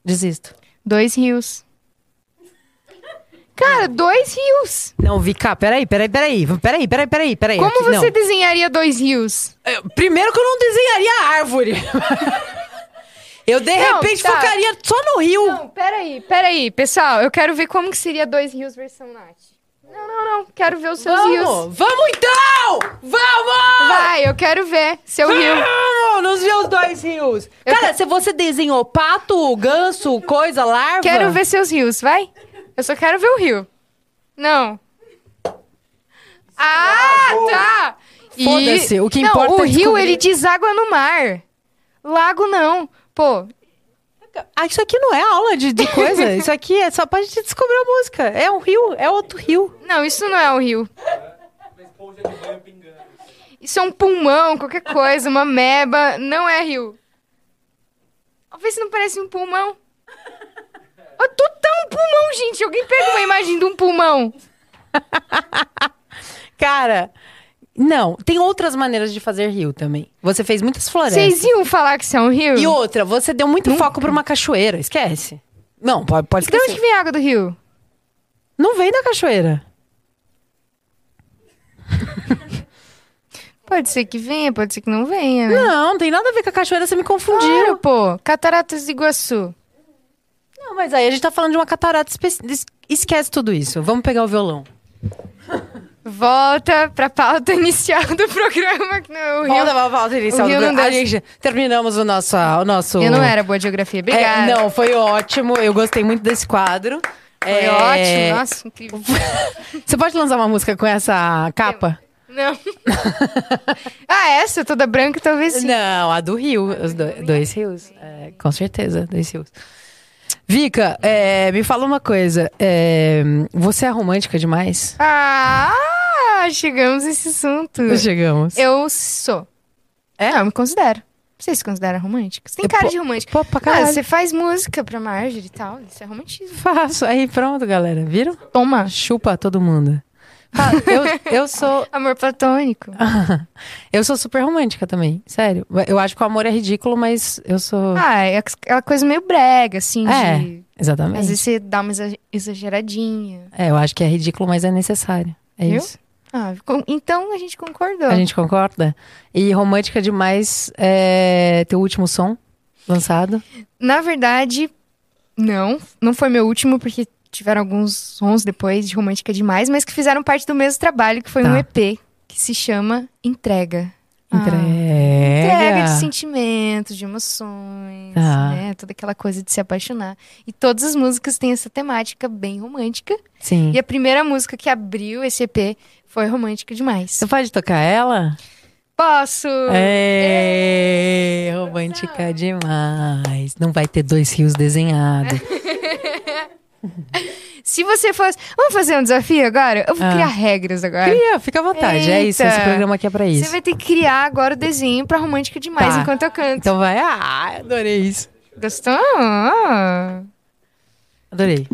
A: Desisto.
B: Dois rios. Cara, dois rios!
A: Não, Vika, peraí, peraí, peraí. Peraí, peraí, peraí, peraí.
B: Como
A: Aqui,
B: você
A: não.
B: desenharia dois rios?
A: Eu- Primeiro que eu não desenharia a árvore. eu, de
B: Não,
A: repente,
B: tá.
A: focaria só no rio.
B: Não, peraí, peraí, pessoal, eu quero ver como que seria dois rios versão Nath. Não, não, não, quero ver os seus rios.
A: Vamos! Vamos então! Vamos!
B: Vai, eu quero ver
A: é
B: seu rio.
A: Vamos nos meus dois rios. Cara, se você desenhou pato, ganso, coisa, larva...
B: Quero ver seus rios, vai. Eu só quero ver o rio. Não. Ah, tá! E-
A: Foda-se, o que
B: não,
A: importa
B: o
A: é
B: rio,
A: descobrir.
B: ele deságua no mar. Lago, não. Pô,
A: Ah, isso aqui não é aula de, de coisa. isso aqui é só pra gente descobrir a música. É um rio, é outro rio.
B: não, isso não é um rio.
D: Mas poxa de banho pingando.
B: Isso é um pulmão, qualquer coisa, uma meba, não é rio. Ó, Vê se não parece um pulmão. Eu tô tão pulmão, um gente. Alguém pega uma imagem de um pulmão.
A: Cara, Não, tem outras maneiras de fazer rio também. Você fez muitas florestas.
B: Vocês iam falar que isso é um rio?
A: E outra, você deu muito foco pra uma cachoeira. Esquece. Não, pode, pode
B: De onde
A: esquecer.
B: que vem a água do rio?
A: Não Então, vem da cachoeira.
B: Pode ser que venha, pode ser que não venha, né?
A: Não, não tem nada a ver com a cachoeira, você me confundiu.
B: Claro, pô. Cataratas do Iguaçu.
A: Não, mas aí a gente tá falando de uma catarata. espe- es- Esquece tudo isso. Vamos pegar o violão.
B: Volta pra pauta inicial do programa. que não, é o rio...
A: Volta pra pauta inicial
B: o
A: do
B: rio não
A: programa. A
B: deu-
A: gente terminamos o nosso. O nosso...
B: Eu não era boa de geografia.
A: É,
B: Obrigada.
A: não, foi ótimo. Eu gostei muito desse quadro. É,
B: Foi ótimo. Nossa, incrível.
A: Você pode lançar uma música com essa capa?
B: Não. ah, essa? Toda branca, talvez sim. Ah,
A: Não, a do Rio. Os do- dois rios. É, com certeza, dois rios. Vika, é, me fala uma coisa. é, você é romântica demais?
B: Ah, chegamos nesse assunto.
A: Chegamos.
B: Hum. Eu sou. É? eu me considero. Vocês se consideram românticos? Tem
A: Eu
B: cara
A: po-
B: de romântico.
A: Pô, pra
B: Cara,
A: caralho.
B: Ah, você faz música pra Marjorie e tal. Isso é romantismo.
A: Faço. Aí pronto, galera. Viram?
B: Toma.
A: Chupa todo mundo. Fala, eu, eu sou
B: Amor platônico.
A: Ah. eu sou super romântica também, sério. Eu acho que o amor é ridículo, mas eu sou.
B: Ah, é aquela coisa meio brega, assim,
A: É,
B: de... Às
A: Exatamente.
B: vezes você dá uma exa- exageradinha.
A: É, eu acho que é ridículo, mas é necessário. É
B: Viu?
A: isso.
B: Ah, com- então a gente concordou.
A: A gente concorda? E romântica demais é teu último som lançado.
B: Na verdade, não. Não foi meu último, porque tiveram alguns sons depois de Romântica Demais, mas que fizeram parte do mesmo trabalho, que foi
A: Tá.
B: um EP, que se chama Entrega. Ah,
A: Entrega.
B: Entrega de sentimentos, de emoções,
A: Tá.
B: né? Toda aquela coisa de se apaixonar. E todas as músicas têm essa temática bem romântica.
A: Sim.
B: E a primeira música que abriu esse EP foi Romântica Demais.
A: Você pode tocar ela?
B: Posso!
A: É, romântica demais. Não vai ter dois rios desenhados.
B: Se você fosse. Vamos fazer um desafio agora? Eu vou
A: Ah.
B: criar regras agora.
A: Cria, fica à vontade. É isso,
B: Eita.
A: esse programa aqui é pra
B: Você
A: isso.
B: vai ter que criar agora o desenho pra romântica demais
A: Tá.
B: enquanto eu canto.
A: Então vai. Ah, adorei isso.
B: Gostou? Ah.
A: Adorei.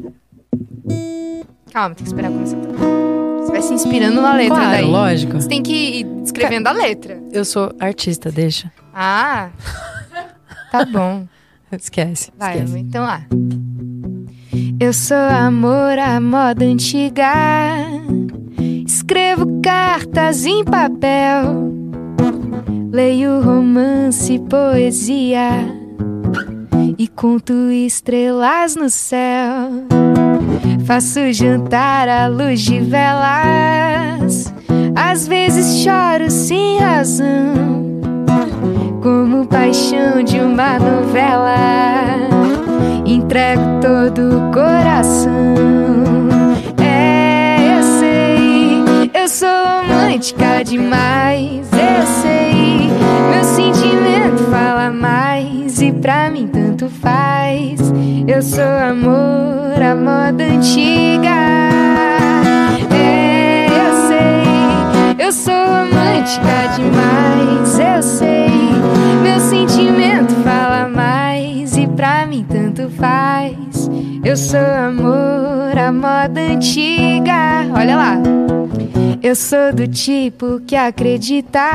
B: Calma, tem que esperar começar. Você vai se inspirando na letra
A: Claro,
B: daí.
A: lógico.
B: Você tem que ir escrevendo a letra.
A: Eu sou artista, deixa.
B: Ah. Tá bom.
A: Esquece.
B: Vai,
A: esquece.
B: amor, então lá. Eu sou amor à moda antiga. Escrevo cartas em papel. Leio romance e poesia. E conto estrelas no céu. Faço jantar à luz de velas. Às vezes choro sem razão como paixão de uma novela. Entrego todo o coração. É, eu sei, eu sou romântica demais. Eu sei, meu sentimento fala mais e pra mim tanto faz. Eu sou amor, a moda antiga. É, eu sei. Eu sou romântica demais, eu sei. Meu sentimento fala mais e pra mim tanto faz. Eu sou amor, a moda antiga. Olha lá. Eu sou do tipo que acredita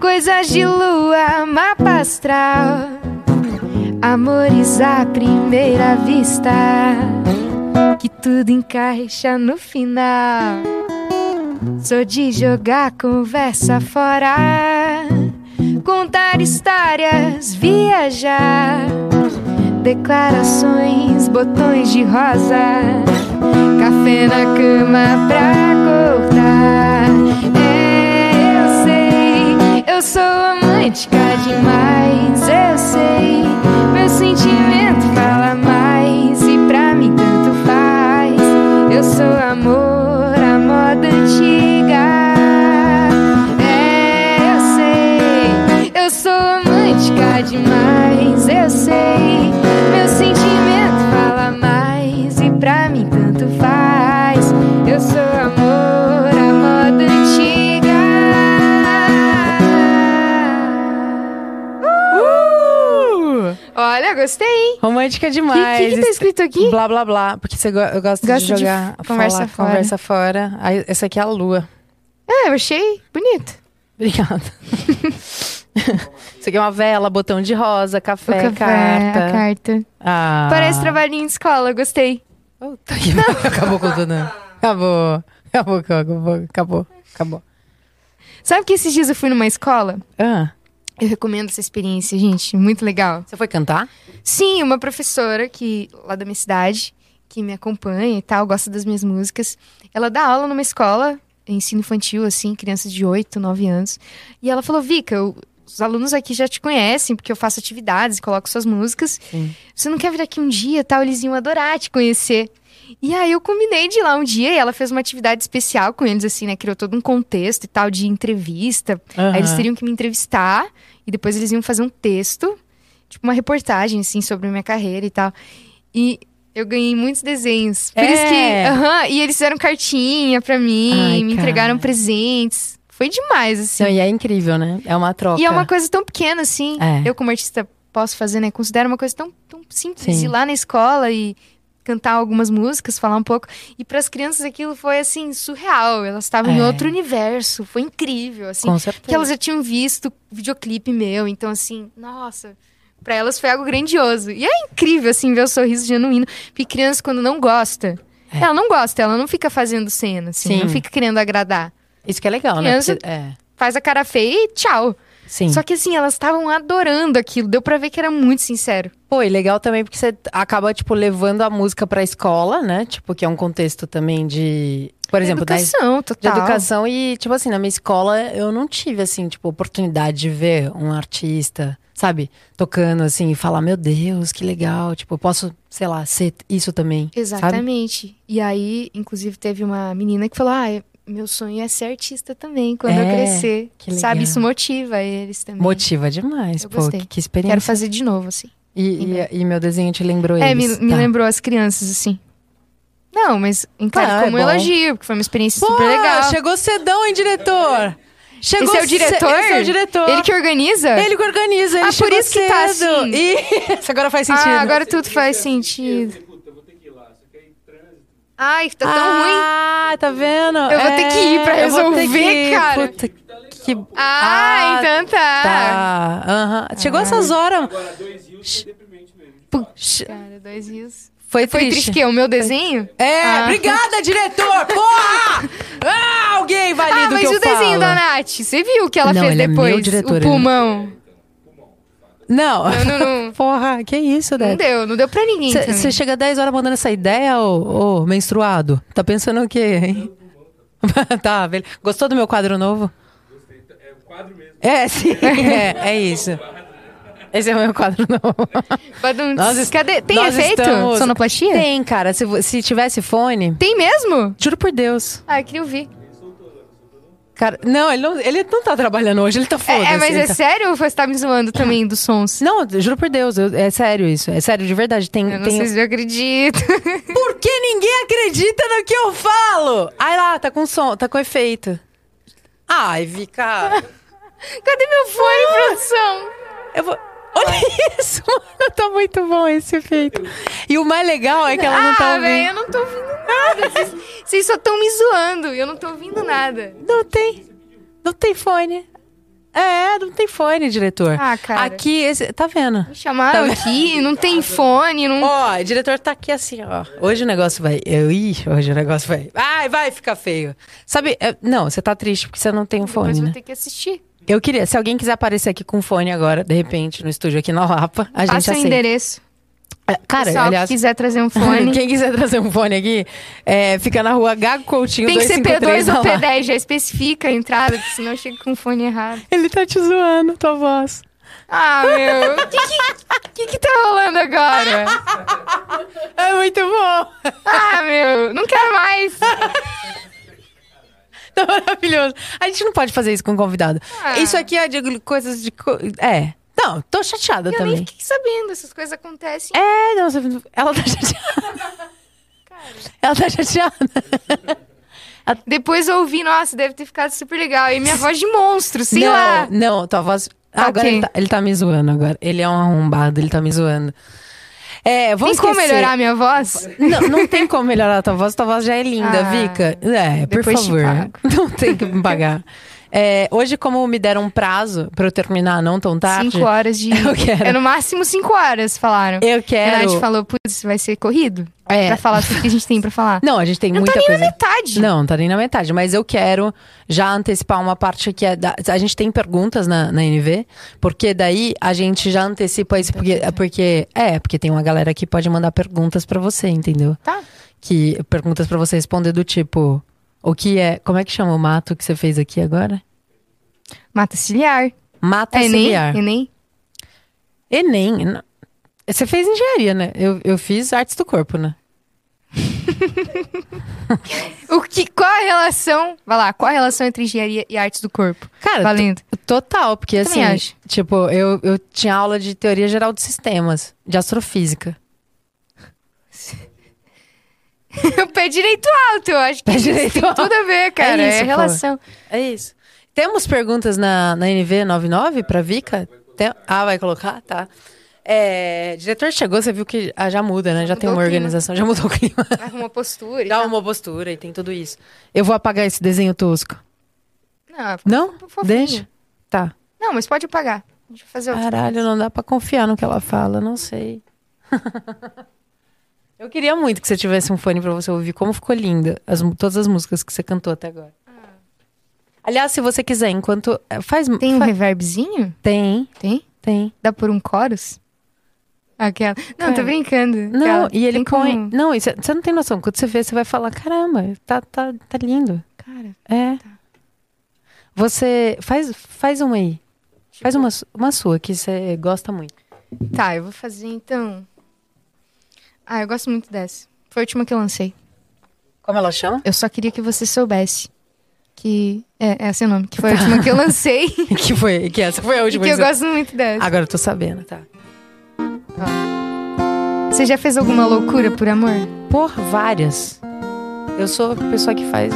B: coisas de lua, mapa astral, amores à primeira vista, que tudo encaixa no final. Sou de jogar conversa fora, contar histórias, viajar, declarações, botões de rosa, café na cama pra cortar. É, eu sei, eu sou romântica demais, eu sei, meu sentimento fala mais e pra mim tanto faz. Eu sou amor, a moda antiga. É, eu sei, eu sou romântica demais, eu sei. Meu sentimento fala mais e pra mim tanto faz. Eu sou amor, a moda antiga.
A: Uh!
B: Olha, gostei, hein?
A: Romântica
B: O
A: demais.
B: que, que, que tá escrito aqui?
A: Blá, blá, blá. Porque você go eu gosto
B: Gosta de
A: de jogar
B: conversa
A: falar,
B: fora.
A: conversa fora. Aí, essa aqui é a lua.
B: É, eu achei bonito.
A: Obrigada. Isso aqui é uma vela, botão de rosa, café,
B: a
A: carta.
B: É, carta.
A: Ah.
B: Parece trabalhinho de escola, gostei.
A: Puta que pariu. Acabou com tudo. né? Acabou. Acabou, acabou, acabou. acabou.
B: Sabe que esses dias eu fui numa escola?
A: Ah,
B: Eu recomendo essa experiência, gente. Muito legal.
A: você foi cantar?
B: Sim, uma professora que lá da minha cidade, que me acompanha e tal, gosta das minhas músicas. Ela dá aula numa escola, ensino infantil, assim, crianças de 8, 9 anos. E ela falou, Vika, eu- os alunos aqui já te conhecem, porque eu faço atividades, coloco suas músicas.
A: Sim.
B: Você não quer vir aqui um dia e tal? Eles iam adorar te conhecer. E aí eu combinei de ir lá um dia e ela fez uma atividade especial com eles, assim, né? Criou todo um contexto e tal, de entrevista Aí eles teriam que me entrevistar e depois eles iam fazer um texto, tipo uma reportagem, assim, sobre a minha carreira e tal. E eu ganhei muitos desenhos. Por isso que.
A: É.
B: Aham, e eles fizeram cartinha pra mim,
A: Ai,
B: me
A: cara.
B: entregaram presentes. Foi demais, assim.
A: Não, e é incrível, né? É uma troca.
B: e é uma coisa tão pequena, assim.
A: É.
B: Eu, como artista, posso fazer, né? Considero uma coisa tão, tão simples.
A: Sim.
B: Ir lá na escola e cantar algumas músicas, falar um pouco. E para as crianças aquilo foi, assim, surreal. Elas estavam em
A: É.
B: outro universo. Foi incrível, assim.
A: Com certeza.
B: Porque elas já tinham visto videoclipe meu, então assim, nossa, pra elas foi algo grandioso. E é incrível assim ver o sorriso genuíno, porque criança quando não gosta, ela não gosta, ela não fica fazendo cena, assim,
A: É. Sim.
B: não fica querendo agradar.
A: Isso que é legal,
B: Criança-
A: né? Porque- É.
B: Faz a cara feia e tchau.
A: Sim.
B: Só que assim, elas estavam adorando aquilo, deu pra ver que era muito sincero.
A: Pô, e legal também porque você acaba, tipo, levando a música pra escola, né? Tipo, que é um contexto também de. Por exemplo, da es-
B: educação,
A: de
B: total.
A: educação e, tipo assim, na minha escola eu não tive, assim, tipo, oportunidade de ver um artista, sabe? Tocando, assim, e falar, meu Deus, que legal. Tipo, eu posso, sei lá, ser isso também. Sabe?
B: Exatamente. E aí, inclusive, teve uma menina que falou: Ah, é- meu sonho é ser artista também quando eu
A: É,
B: crescer.
A: que legal.
B: Sabe, isso motiva eles também.
A: Motiva né? demais,
B: Eu
A: pô.
B: gostei.
A: Que, que experiência.
B: Quero fazer de novo, assim.
A: E, e- e meu desenho te lembrou
B: É, me,
A: eles.
B: me
A: tá.
B: lembrou as crianças, assim. Não, mas encare
A: Ah, é
B: como
A: bom.
B: um elogio, porque foi uma experiência
F: Pô,
B: super legal.
F: chegou cedão, hein, diretor? Chegou
B: Esse é o
F: ce-
B: diretor?
F: Esse é o diretor.
B: Ele que organiza?
A: É.
F: Ele que organiza, ele
B: Ah, por
F: chegou
B: isso que tá
F: cedo.
B: assim.
F: Isso agora faz sentido.
B: Ah, agora tudo faz sentido.
D: Puta, eu vou ter que ir lá. Isso aqui é em trânsito.
B: Ai, tá tão ruim.
F: Ah, tá vendo? É,
B: Eu vou ter que ir pra
F: eu vou ter
B: resolver,
F: que ir.
B: cara.
F: Puta que
B: Ah,
F: Ah,
B: então tá.
A: Ah,
F: Aham. Chegou essas horas.
D: Agora, dois rios foi deprimente mesmo.
B: Cara, dois rios.
F: Foi
B: Foi
F: triste.
B: triste que o meu desenho?
F: É,
B: Ah.
F: obrigada, diretor! Porra! Ah, alguém
A: É
F: valida
B: Ah,
F: o que
B: mas
F: eu
B: o desenho
F: falo.
B: da Nath, você viu o que ela
A: Não,
B: fez
A: ele é meu
B: depois?
A: diretor,
B: o
A: ele-
B: pulmão.
F: Não.
B: Não, não, não.
A: porra, que isso,
B: Não
A: né?
B: deu, não deu pra ninguém. também.
A: Você chega 10 horas mandando essa ideia, ô, ô, menstruado. Tá pensando o quê, hein? tá, velho. Gostou do meu quadro novo?
D: É o quadro mesmo.
A: É, sim. É, é isso. Esse é o meu quadro novo.
B: Badum,
A: Nós es-
B: um Cadê? Tem
A: nós
B: efeito?
A: estamos-
B: Sonoplastia?
A: Tem, cara. Se, vo- se tivesse fone,
B: Tem mesmo?
A: juro por Deus.
B: Ah, eu queria ouvir.
A: Cara, não, ele não, ele não tá trabalhando hoje, ele tá
B: É,
A: foda-se.
B: é, mas
A: ele
B: é
A: tá-
B: sério ou você tá me zoando também dos sons?
A: Não, juro por Deus, eu- é sério isso. É sério, de verdade. Tem,
B: Eu não
A: tem,
B: sei se eu acredito.
A: Porque ninguém acredita no que eu falo. Ai lá, tá com som, tá com efeito. Ai, Vika.
B: Cadê meu fone, produção?
A: Eu vou. Olha isso, mano. Tá muito bom esse efeito. E o mais legal é que ela não tá
B: Ah, velho,
A: ouvindo.
B: eu não tô ouvindo nada. Vocês- Vocês só estão me zoando. Eu não tô ouvindo nada.
A: Não tem. Não tem fone. É, não tem fone, diretor.
B: Ah, cara.
A: Aqui, esse. Tá vendo?
B: Me chamaram
A: Tá
B: aqui, não tem fone, não.
A: Ó, o diretor tá aqui assim, ó. Hoje o negócio vai. Eu, ih, hoje o negócio vai. Ai, vai ficar feio. Sabe, é- não, você tá triste porque você não tem um fone.
B: Depois
A: né?
B: vou ter que assistir.
A: Eu queria, se alguém quiser aparecer aqui com fone agora, de repente, no estúdio aqui na Lapa, a gente
B: Passa o
A: aceita.
B: endereço.
A: É, Cara,
B: Pessoal
A: aliás,
B: que quiser trazer um fone.
A: quem quiser trazer um fone aqui, é, fica na rua Gago Coutinho
B: Tem que ser P2
A: 253 na
B: ou
A: Lapa.
B: P10, já especifica a entrada, porque senão chega com o fone errado.
A: Ele tá te zoando, tua voz.
B: Ah, meu, o que, que, que que tá rolando agora?
A: É muito bom.
B: Ah, meu, não quero mais.
A: Tá maravilhoso. A gente não pode fazer isso com um convidado.
B: Ah.
A: Isso aqui é de coisas de. co- É. Não, tô chateada
B: Eu nem
A: também.
B: fiquei sabendo, essas coisas acontecem.
A: É, não, você- ela tá chateada. Ela tá chateada.
B: Depois eu ouvi, nossa, deve ter ficado super legal. E minha voz de monstro, sei
A: não,
B: lá.
A: Não, tua voz.
B: Tá
A: agora
B: ok.
A: ele, tá, ele tá me zoando agora. Ele é um arrombado, ele tá me zoando. É, vamos
B: Tem como
A: esquecer.
B: melhorar minha voz?
A: Não, não tem como melhorar a tua voz, tua voz já é linda,
B: Ah,
A: Vika. É, por
B: depois te
A: favor.
B: pago.
A: Não tem que me pagar. É, hoje, como me deram um prazo pra eu terminar não tão tarde,
B: Cinco horas de.
A: Tá, Eu quero.
B: É no máximo cinco horas, falaram.
A: eu
B: A
A: quero.
B: Nath falou, putz, vai ser corrido É
A: É.
B: pra falar tudo que a gente tem pra falar.
A: Não, a gente tem
B: Não
A: muita
B: tá nem
A: coisa.
B: na metade.
A: Não, tá nem na metade, mas eu quero já antecipar uma parte que é da- a gente tem perguntas na, na NV, porque daí a gente já antecipa isso porque, porque é, porque tem uma galera que pode mandar perguntas pra você, entendeu?
B: Tá.
A: Que perguntas pra você responder do tipo, o que é, como é que chama o mato que você fez aqui agora?
B: Mata ciliar.
A: Mata
B: É Enem?
A: ciliar.
B: Enem?
A: Enem. n- Você fez engenharia, né? Eu, eu fiz artes do corpo, né?
B: O que, qual a relação? Vai lá, qual a relação entre engenharia e artes do corpo?
A: Cara,
B: Valendo.
A: Total, porque
B: Também
A: assim,
B: acho.
A: tipo, eu, eu tinha aula de teoria geral de sistemas, de astrofísica.
B: O pé direito alto, eu acho que
A: Pé
B: isso
A: direito
B: tem
A: alto.
B: tudo a ver, cara.
A: É
B: É,
A: isso, pô.
B: relação.
A: É isso. Temos perguntas na, na NV99 pra Vika? Tem- ah, vai colocar? Tá. É, diretor chegou, você viu que ah, já muda, né? Já tem
B: mudou
A: uma
B: o clima.
A: organização, já mudou o clima.
B: Arruma postura e
A: Dá um
B: tal.
A: uma postura e tem tudo isso. Eu vou apagar esse desenho tosco.
B: Não,
A: Não?
B: Fofinho.
A: Deixa?
B: Ah,
A: Tá.
B: não, mas pode apagar. A gente vai fazer outro.
A: Caralho, não dá pra confiar no que ela fala, não sei. Eu queria muito que você tivesse um fone pra você ouvir como ficou linda as mu- todas as músicas que você cantou até agora. Aliás, se você quiser, enquanto eh, faz
B: Ah. Tem um
A: fa-
B: reverbzinho?
A: tem,
B: Tem?
A: tem.
B: Dá por um chorus? Aquela. Não, tô
A: Cara,
B: brincando.
A: Não,
B: Aquela. tipo um-
A: e ele
B: Tem
A: põe,
B: como-
A: não, e você você não tem noção, quando você vê, você vai falar, caramba, tá tá, tá lindo.
B: Cara,
A: É.
B: Tá.
A: Você faz faz uma aí. Faz uma, su- uma sua que você gosta muito.
B: tá, eu vou fazer então. Ah, eu gosto muito dessa. Foi a última que eu lancei.
A: Como ela chama?
B: Eu só queria que você soubesse que. É, é seu nome. Que foi a última que eu lancei.
A: que Tá. foi, que essa foi a
B: e
A: última.
B: que eu
A: você-
B: gosto muito dessa.
A: Agora eu tô sabendo, tá.
B: Você já fez alguma loucura por amor?
A: Por várias. Eu sou a pessoa que faz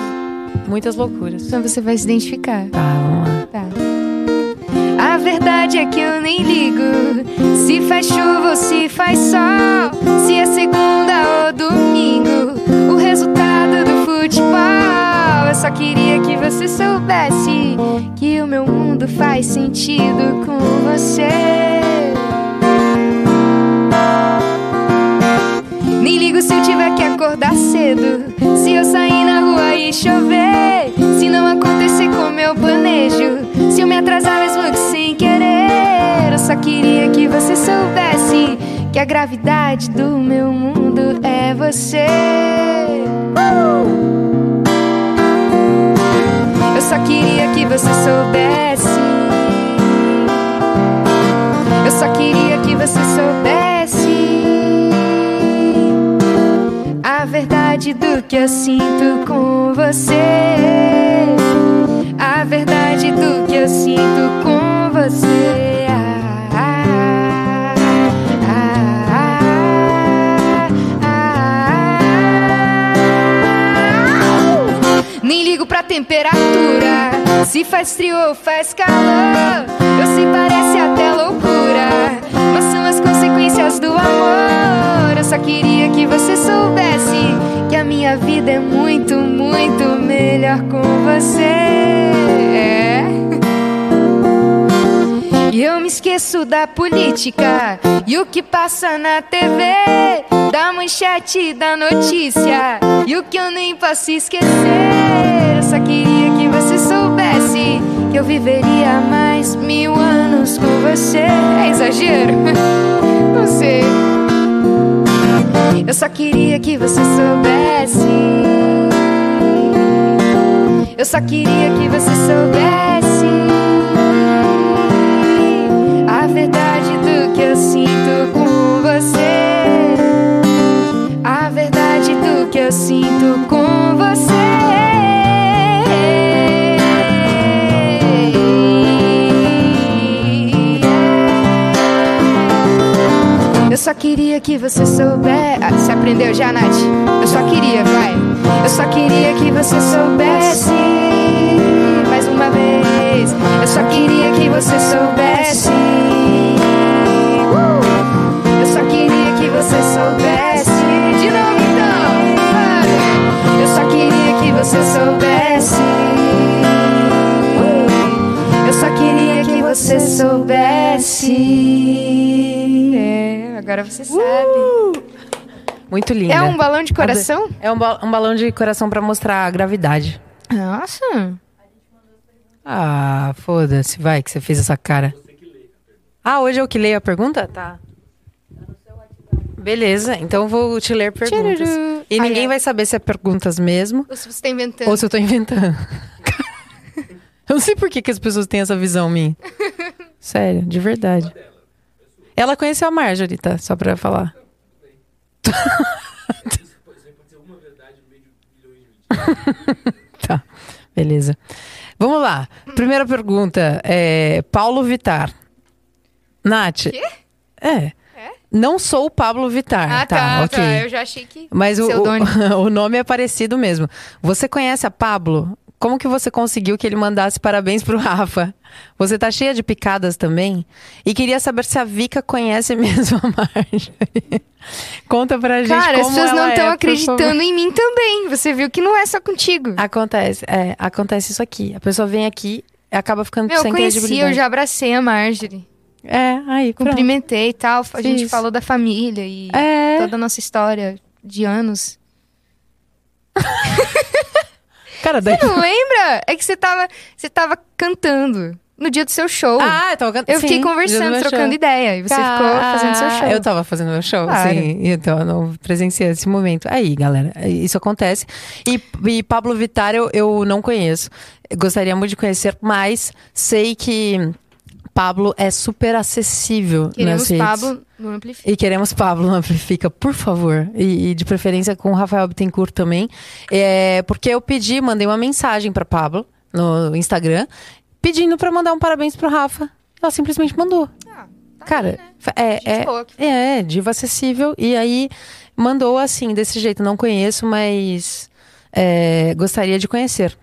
A: muitas loucuras.
B: Então você vai se identificar.
A: Tá, vamos lá.
B: Tá. A verdade é que eu nem ligo se faz chuva ou se faz sol, se é segunda ou domingo. O resultado do futebol. Eu só queria que você soubesse que o meu mundo faz sentido com você. Nem ligo se eu tiver que acordar cedo. Se eu sair na rua e chover. Se não acontecer como eu planejo. Se eu me atrasar mesmo que sem querer. Eu só queria que você soubesse que a gravidade do meu mundo é você. Uh! Eu só queria que você soubesse. Eu só queria que você soubesse a verdade do que eu sinto com você. A verdade do que eu sinto com você. Ah, ah, ah, ah, ah. Nem ligo pra temperatura. Se faz frio ou faz calor. Eu sei, parece até loucura. Mas são as consequências do amor. Eu só queria que você soubesse que a minha vida é muito, muito melhor com você. É. E eu me esqueço da política e o que passa na TV, da manchete, da notícia e o que eu nem posso esquecer. Eu só queria que você soubesse que eu viveria mais mil anos com você. É exagero? Não sei. Eu só queria que você soubesse. Eu só queria que você soubesse a verdade do que eu sinto com você. A verdade do que eu sinto com você. Eu só queria que você soubesse. Ah, você aprendeu já, Nath? Eu só queria, vai. Eu só queria que você soubesse. Mais uma vez. Eu só queria que você soubesse. Uh! Eu só queria que você então,
I: só queria que você soubesse. É, agora você sabe.
A: Muito Uh! linda.
B: É um balão de coração?
A: É um, ba- um balão de coração pra mostrar a gravidade.
B: Nossa.
A: Ah, foda-se, vai que você fez essa cara. Ah, hoje eu que leio a pergunta? Tá. Beleza, então eu vou te ler perguntas.
B: Tchururu.
A: E
B: Ah,
A: ninguém
B: é.
A: vai saber se é perguntas mesmo
B: Ou se você tá inventando.
A: ou se eu tô inventando. eu não sei por que, que as pessoas têm essa visão minha. Sério, de verdade. Ela conheceu a Marjorie, tá? Só pra falar.
D: Você pode ser uma verdade no meio de milhões de mentiras.
A: Tá, beleza. Vamos lá. Primeira pergunta é Paulo Vitar. Nath. Quê? É. Não sou o Pablo Vitar.
B: Ah,
A: tá,
B: tá,
A: ok.
B: tá. Eu já achei que.
A: Mas o,
B: Pseudônimo.
A: o, o nome é parecido mesmo. Você conhece a Pablo? Como que você conseguiu que ele mandasse parabéns pro Rafa? Você tá cheia de picadas também? E queria saber se a Vika conhece mesmo a Marjorie. Conta pra gente
B: Cara, as
A: como
B: pessoas não
A: ela
B: estão
A: é, por favor.
B: acreditando em mim também. Você viu que não é só contigo.
A: Acontece, é, acontece isso aqui. A pessoa vem aqui e acaba ficando
B: Meu, eu
A: sem
B: conheci, eu
A: credibilidade.
B: já abracei a Marjorie.
A: É, aí, pronto.
B: Cumprimentei e tal. A gente
A: Fiz.
B: falou da família e
A: É.
B: toda a nossa história de anos.
A: Cara, daí...
B: Não lembra? É que você tava, você tava cantando no dia do seu show.
A: Ah, eu tava cantando.
B: eu fiquei conversando, trocando ideia. E você ficou fazendo seu show.
A: Eu tava fazendo meu show,
B: Claro.
A: sim. Então eu não presenciei esse momento. Aí, galera, isso acontece. E, e Pablo Vittar eu, eu não conheço. Gostaria muito de conhecer, mas sei que Pablo é super acessível
B: Queremos
A: nas redes.
B: Pablo no Amplifica.
A: E queremos Pablo no Amplifica, por favor. E, e de preferência com o Rafael Bittencourt também. É, porque eu pedi, mandei uma mensagem pra Pablo no Instagram, pedindo pra mandar um parabéns pro Rafa. Ela simplesmente mandou.
B: Ah,
A: Cara, fa-
B: tá
A: é,
B: né? Gente
A: é,
B: boa que
A: é, diva acessível. E aí mandou assim, desse jeito, não conheço, mas é, gostaria de conhecer.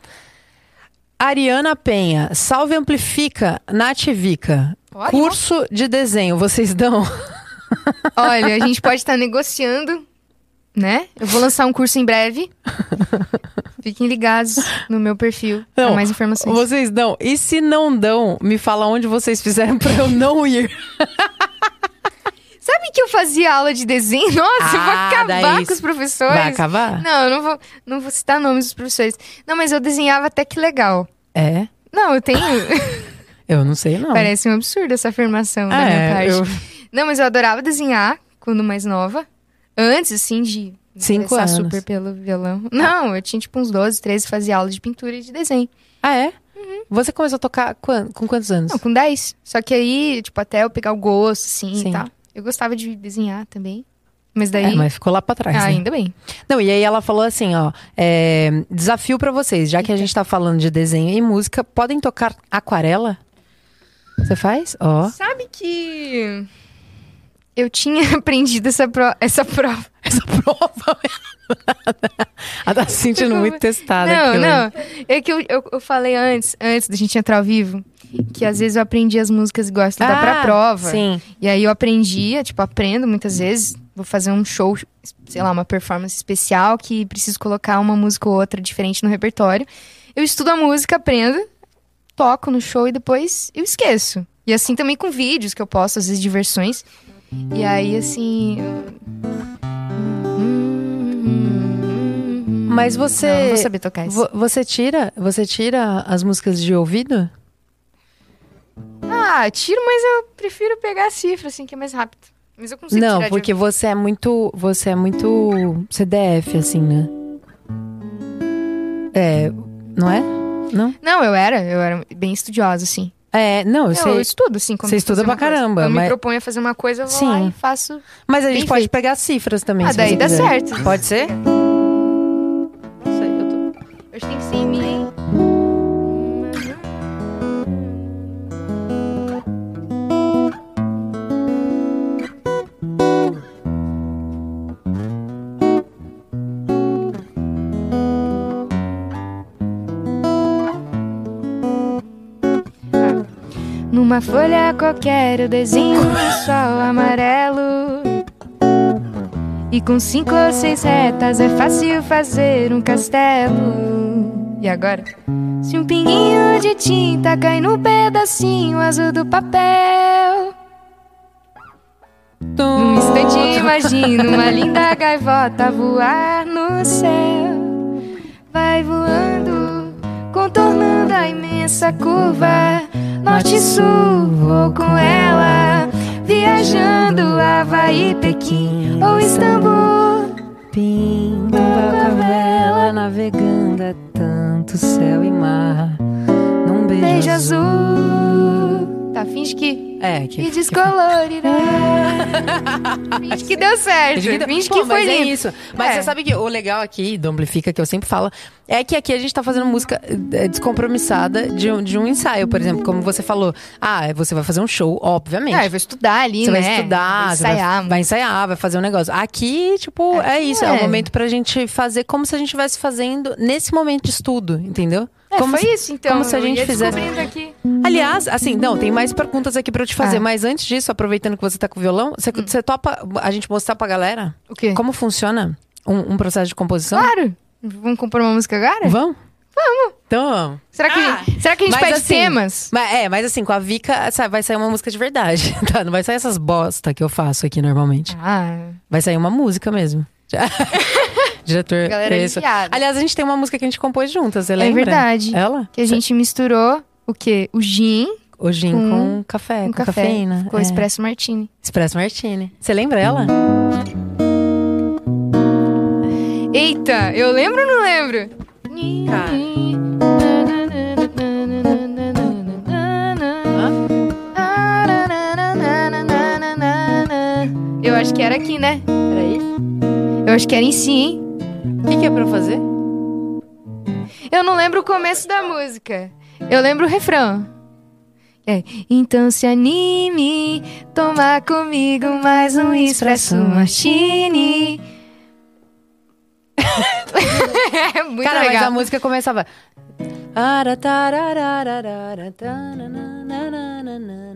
A: Ariana Penha, salve Amplifica, Nativica.
B: Olha.
A: Curso de desenho, vocês dão?
B: Olha, a gente pode estar negociando, né? Eu vou lançar um curso em breve. Fiquem ligados no meu perfil
A: Não,
B: pra mais informações.
A: Vocês dão. E se não dão, me fala onde vocês fizeram pra eu não ir.
B: Sabe que eu fazia aula de desenho? Nossa, eu vou
A: Ah,
B: acabar
A: daí
B: com os
A: isso.
B: professores.
A: Vai acabar?
B: Não, eu não vou, não vou citar nomes dos professores. Não, mas eu desenhava até que legal.
A: É,
B: Não, eu tenho.
A: eu não sei não.
B: Parece um absurdo essa afirmação da
A: Ah,
B: minha
A: é,
B: parte.
A: eu-
B: Não, mas eu adorava desenhar quando mais nova. Antes, assim, de me
A: Cinco
B: interessar
A: anos.
B: super pelo violão. Não, eu tinha tipo uns 12, 13, fazia aula de pintura e de desenho.
A: Ah, é? Você começou a tocar quan- com quantos anos?
B: Não, com 10. Só que aí, tipo, até eu pegar o gosto, assim,
A: Sim.
B: e tal. Eu gostava de desenhar também. Mas daí.
A: É, mas ficou lá pra trás,
B: Ah,
A: né?
B: ainda bem.
A: Não, e aí ela falou assim, ó, é, desafio pra vocês, já que a gente tá falando de desenho e música, podem tocar aquarela? Você faz? Ó.
B: Sabe que. Eu tinha aprendido essa, pro- essa prova.
A: Essa prova. é ela tá se sentindo muito testada
B: Não,
A: aqui hoje.
B: não. É que eu, eu, eu falei antes, antes da gente entrar ao vivo, que às vezes eu aprendi as músicas igual a estudar pra
A: Ah,
B: prova.
A: Sim.
B: E aí eu aprendia, tipo, aprendo muitas vezes. Vou fazer um show, sei lá, uma performance especial que preciso colocar uma música ou outra diferente no repertório. Eu estudo a música, aprendo, toco no show e depois eu esqueço. E assim também com vídeos que eu posto, às vezes de versões. E aí, assim. Hum, eu-
A: Mas você
B: Não, não vou saber tocar isso.
A: vo- você tira, você tira as músicas de ouvido?
B: Ah, tiro, mas eu prefiro pegar a cifra, assim, que é mais rápido. Mas eu consigo
A: não,
B: tirar de
A: porque você é muito, você é muito CDF assim, né? É, não é? Não?
B: um- Não, eu era, eu era bem estudiosa, assim.
A: É, não, eu
B: Eu,
A: sei.
B: eu estudo, assim, quando
A: Você
B: eu
A: estuda
B: fazer
A: pra
B: uma coisa.
A: caramba,
B: Quando Eu
A: mas-
B: me proponho a fazer uma coisa, eu vou lá
A: Sim.
B: e faço.
A: Mas a
B: Bem
A: gente pode
B: feito.
A: pegar cifras também.
B: Ah,
A: se
B: daí
A: você
B: dá
A: quiser.
B: certo.
A: Pode ser?
B: Não sei, eu tô. Hoje tem que ser em mim, hein? Numa folha qualquer eu desenho um sol amarelo. E com cinco ou seis retas é fácil fazer um castelo. E agora? Se um pinguinho de tinta cai no pedacinho azul do papel. Num instante imagino uma linda gaivota voar no céu. Vai voando, contornando a imensa curva. Norte e sul, vou com ela. Viajando Havaí, Pequim ou Istambul.
A: Pinga a vela navegando é tanto céu e mar. Num beijo,
B: Beijo
A: azul.
B: azul. Tá, finge que.
A: É,
B: E
A: que,
B: descolorirá. Finge que deu certo.
A: Finge que deu-
B: Finge
A: Pô,
B: que foi
A: mas é
B: lindo.
A: isso. Mas
B: É.
A: você sabe que o legal aqui do Amplifica, que eu sempre falo, é que aqui a gente tá fazendo música eh, descompromissada de um, de um ensaio, por exemplo. Como você falou, ah, você vai fazer um show, obviamente.
B: Ah, eu vou estudar ali,
A: Você
B: né?
A: vai estudar,
B: Vou
A: você vai-
B: ensaiar.
A: vai, ensaiar, vai fazer um negócio. Aqui, tipo, é, isso. É.
B: é.
A: o momento pra gente fazer como se a gente estivesse fazendo nesse momento de estudo, entendeu?
B: É,
A: como
B: foi
A: se-
B: isso, então.
A: como se a
B: eu
A: gente
B: ia
A: fizesse-
B: descobrindo aqui.
A: Aliás, assim, não, tem mais perguntas aqui pra eu te fazer.
B: Ah.
A: Mas antes disso, aproveitando que você tá com o violão, você,
B: Hum.
A: você topa a gente mostrar pra galera
B: O quê?
A: como funciona um, um processo de composição?
B: Claro. Vamos compor uma música agora?
A: Vamos? Vamos. Então vamos.
B: Será que, será que a gente
A: mas
B: pede
A: assim-
B: temas?
A: Mas, é, mas assim, com a Vika sa- vai sair uma música de verdade, tá? Não vai sair essas bosta que eu faço aqui normalmente.
B: Ah,
A: Vai sair uma música mesmo. Diretor.
B: Galera é
A: isso.
B: aliviada.
A: Aliás, a gente tem uma música que a gente compôs juntas, você
B: É
A: lembra?
B: verdade.
A: Ela?
B: que a gente misturou o quê? O gin
A: O gin
B: com-
A: com, café,
B: com
A: com,
B: café.
A: cafeína.
B: Ficou
A: é.
B: Espresso Martini.
A: Espresso Martini. Você lembra ela?
B: Eita, eu lembro ou não lembro? Tá. Eu acho que era aqui, né?
A: Peraí.
B: Eu acho que era em si, hein?
A: O que, que é pra eu fazer?
B: Eu não lembro o começo da música. Eu lembro o refrão. É, Então se anime, tomar comigo mais um espresso martini. é muito
A: Cara, mas a
B: legal.
A: música começava. Aratarararara, tanananananana.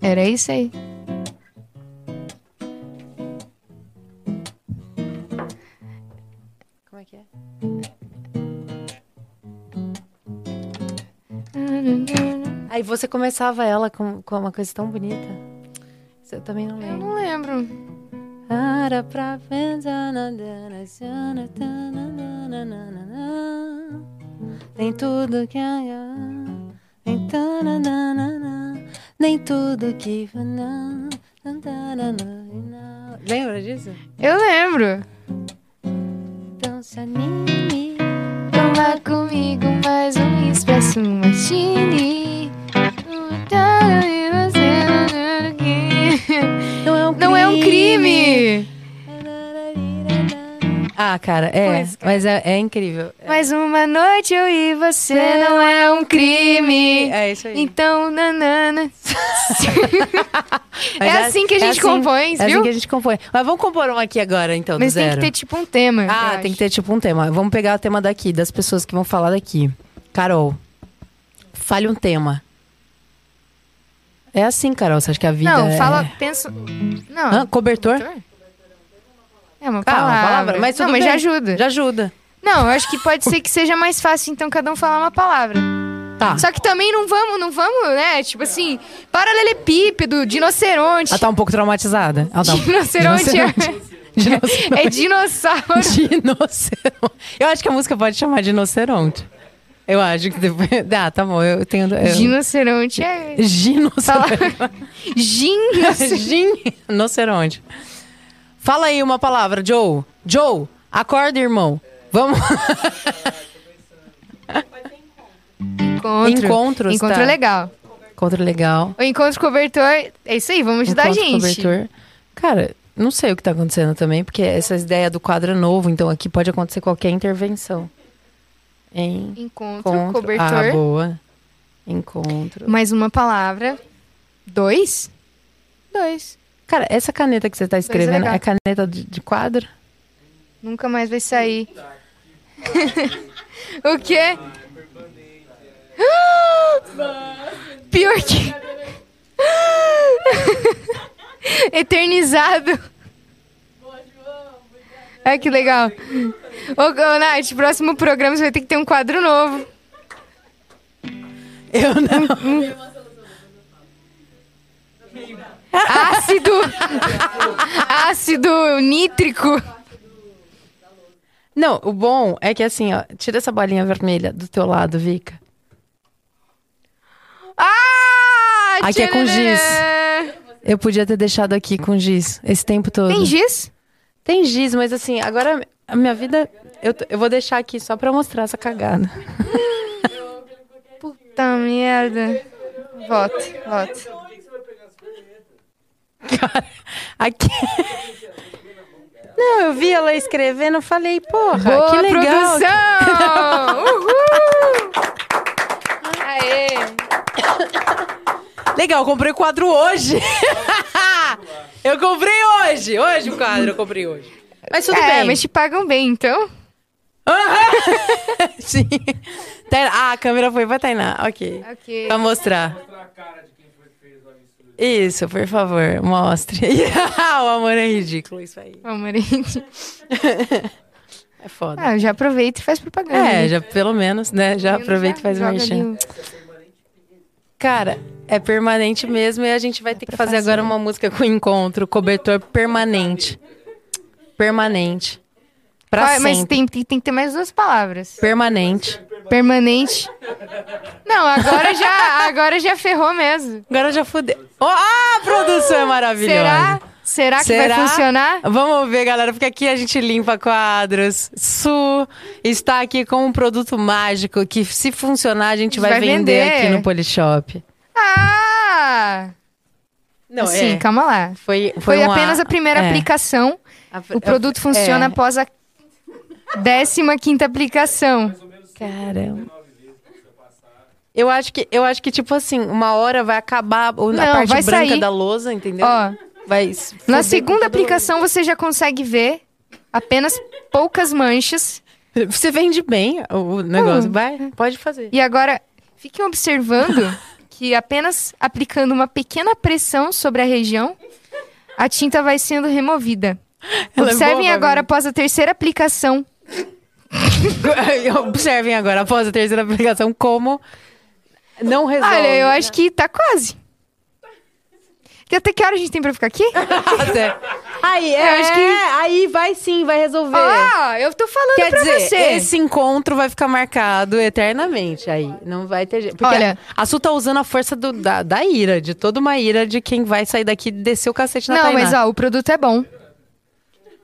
B: Era isso aí.
A: Como é que é? Aí você começava ela com, com uma coisa tão bonita. Isso Eu também não
B: Eu
A: lembro.
B: não lembro.
A: Para pra pensar na danaciana, tananana. Nem tudo que há, nem tananana, nem tudo que não, não, tananana. Lembra disso?
B: Eu lembro.
A: Então se anime.
B: Toma comigo mais um expresso martini.
A: Não
B: Não é
A: é um crime.
B: um crime.
A: Ah, cara, é.
B: Pois,
A: Mas é, é incrível.
B: Mais uma noite eu e você não é um crime.
A: É isso aí.
B: Então, nanana.
A: Mas
B: é assim que a gente compõe, viu?
A: É assim que a gente compõe. Mas vamos compor uma aqui agora, então, do
B: Mas tem que
A: zero.
B: ter tipo um tema.
A: Ah,
B: eu acho.
A: tem que ter tipo um tema. Vamos pegar o tema daqui, das pessoas que vão falar daqui. Carol, fale um tema. É assim, Carol. Você acha que a vida
B: Não,
A: é...
B: fala, pensa. Não.
A: Hã? Cobertor?
B: É uma
A: Ah,
B: palavra.
A: uma palavra. Mas
B: não,
A: tudo
B: mas já
A: bem.
B: ajuda.
A: Já ajuda.
B: Não, eu acho que pode ser que seja mais fácil, então, cada um falar uma palavra.
A: Tá.
B: Só que também não vamos, não vamos, né? Tipo assim,
A: Ah,
B: paralelepípedo, dinoceronte.
A: Ela tá um pouco traumatizada. Ela tá um-
B: Dinoceronte.
A: Dinoceronte.
B: É dinossauro.
A: Dinoceronte. Eu acho que a música pode chamar Dinoceronte. Eu acho que depois. Ah, tá bom, eu tenho. Eu...
B: Dinoceronte é.
A: Ginoceronte.
B: Gin.
A: Ginoceronte. Fala aí uma palavra, Joe. Joe, acorda, irmão. Vamos.
B: Encontro.
A: Encontros,
B: Encontro
A: tá.
B: legal.
A: Encontro legal.
B: O encontro cobertor. É isso aí, vamos ajudar
A: Encontro
B: a gente.
A: cobertor. Cara, não sei o que tá acontecendo também, porque essa ideia do quadro é novo, então aqui pode acontecer qualquer intervenção. Em...
B: Encontro,
A: Encontro. Ah,
B: cobertor.
A: boa. Encontro.
B: mais uma palavra. Dois? Dois.
A: Cara, essa caneta que você tá escrevendo
B: legal.
A: é caneta de, de quadro?
B: Nunca mais vai sair. o quê? Pior que. Eternizado. Ai, que legal. Ô, ô, Nath, próximo programa você vai ter que ter um quadro novo.
K: Eu não.
B: Ácido. Ácido nítrico.
A: Não, o bom é que assim, ó, tira essa bolinha vermelha do teu lado, Vika.
B: Ah!
A: Aqui é com giz. Eu podia ter deixado aqui com giz esse tempo todo.
B: Tem giz?
A: Tem giz, mas assim, agora a minha vida. Eu, t- eu vou deixar aqui só pra mostrar essa cagada.
B: Puta merda. Voto, voto.
A: Aqui. Não, eu vi ela escrevendo, eu falei, porra,
B: Boa
A: que legal.
B: produção! Tá, Uhul! Aê!
K: Legal, eu comprei o quadro hoje. eu comprei hoje. Hoje o quadro eu comprei hoje.
A: Mas tudo
B: é,
A: bem.
B: mas te pagam bem, então.
A: Sim. Tainá- Ah, a câmera foi pra Tainá. Ok.
B: Ok.
A: Pra mostrar. Isso, por favor, mostre. o amor é ridículo, isso aí.
B: Vamos, Marinde.
A: É foda.
B: Ah, já aproveita e faz propaganda.
A: É, já pelo menos, né? Já aproveita e faz
B: Joga ali
A: merchan.
B: o-
A: Cara, é permanente mesmo e a gente vai ter que fazer agora uma música com encontro, cobertor permanente. Permanente. Pra
B: Qual é-
A: sempre.
B: mas tem, tem, tem que ter mais duas palavras.
A: Permanente.
B: Permanente. Não, agora já, agora já ferrou mesmo.
A: Agora já fudeu. Oh, ah, a produção é maravilhosa.
B: Será? Será que
A: Será?
B: vai funcionar?
A: Vamos ver, galera, porque aqui a gente limpa quadros. Su está aqui com um produto mágico que, se funcionar, a gente vai,
B: vai
A: vender,
B: vender.
A: aqui no Polishop.
B: Ah!
A: Não,
B: Sim,
A: é.
B: calma lá.
A: Foi, foi
B: Foi,
A: uma-
B: apenas a primeira
A: é.
B: aplicação.
A: A-
B: O produto funciona
A: é.
B: após a 15 quinta aplicação.
A: é. Caramba. Eu acho que, eu acho que tipo assim, uma hora vai acabar o-
B: Não,
A: a parte
B: vai
A: branca
B: sair.
A: da lousa, entendeu?
B: Ó,
A: vai s-
B: na
A: foder
B: segunda
A: com todo
B: aplicação você já consegue ver apenas poucas manchas.
A: mundo. Você vende bem o, o
B: Hum.
A: negócio, vai? Pode fazer.
B: E agora, fiquem observando que apenas aplicando uma pequena pressão sobre a região, a tinta vai sendo removida.
A: Ela é
B: Observem
A: boba,
B: agora, após a terceira aplicação,
A: Observem agora, após a terceira aplicação, como não resolve.
B: Olha, eu acho que tá quase. E até que hora a gente tem pra ficar aqui?
A: É. Aí, eu
B: acho que-
A: aí vai sim, vai resolver.
B: Ó, eu tô falando
A: Quer
B: Ah, pra
A: dizer,
B: você.
A: esse encontro vai ficar marcado eternamente aí. Não vai ter jeito. Porque
B: Olha-
A: a Su tá usando a força do- da, da ira, de toda uma ira de quem vai sair daqui e descer o cacete tá na
B: Não,
A: Tainá.
B: mas ó, o produto é bom.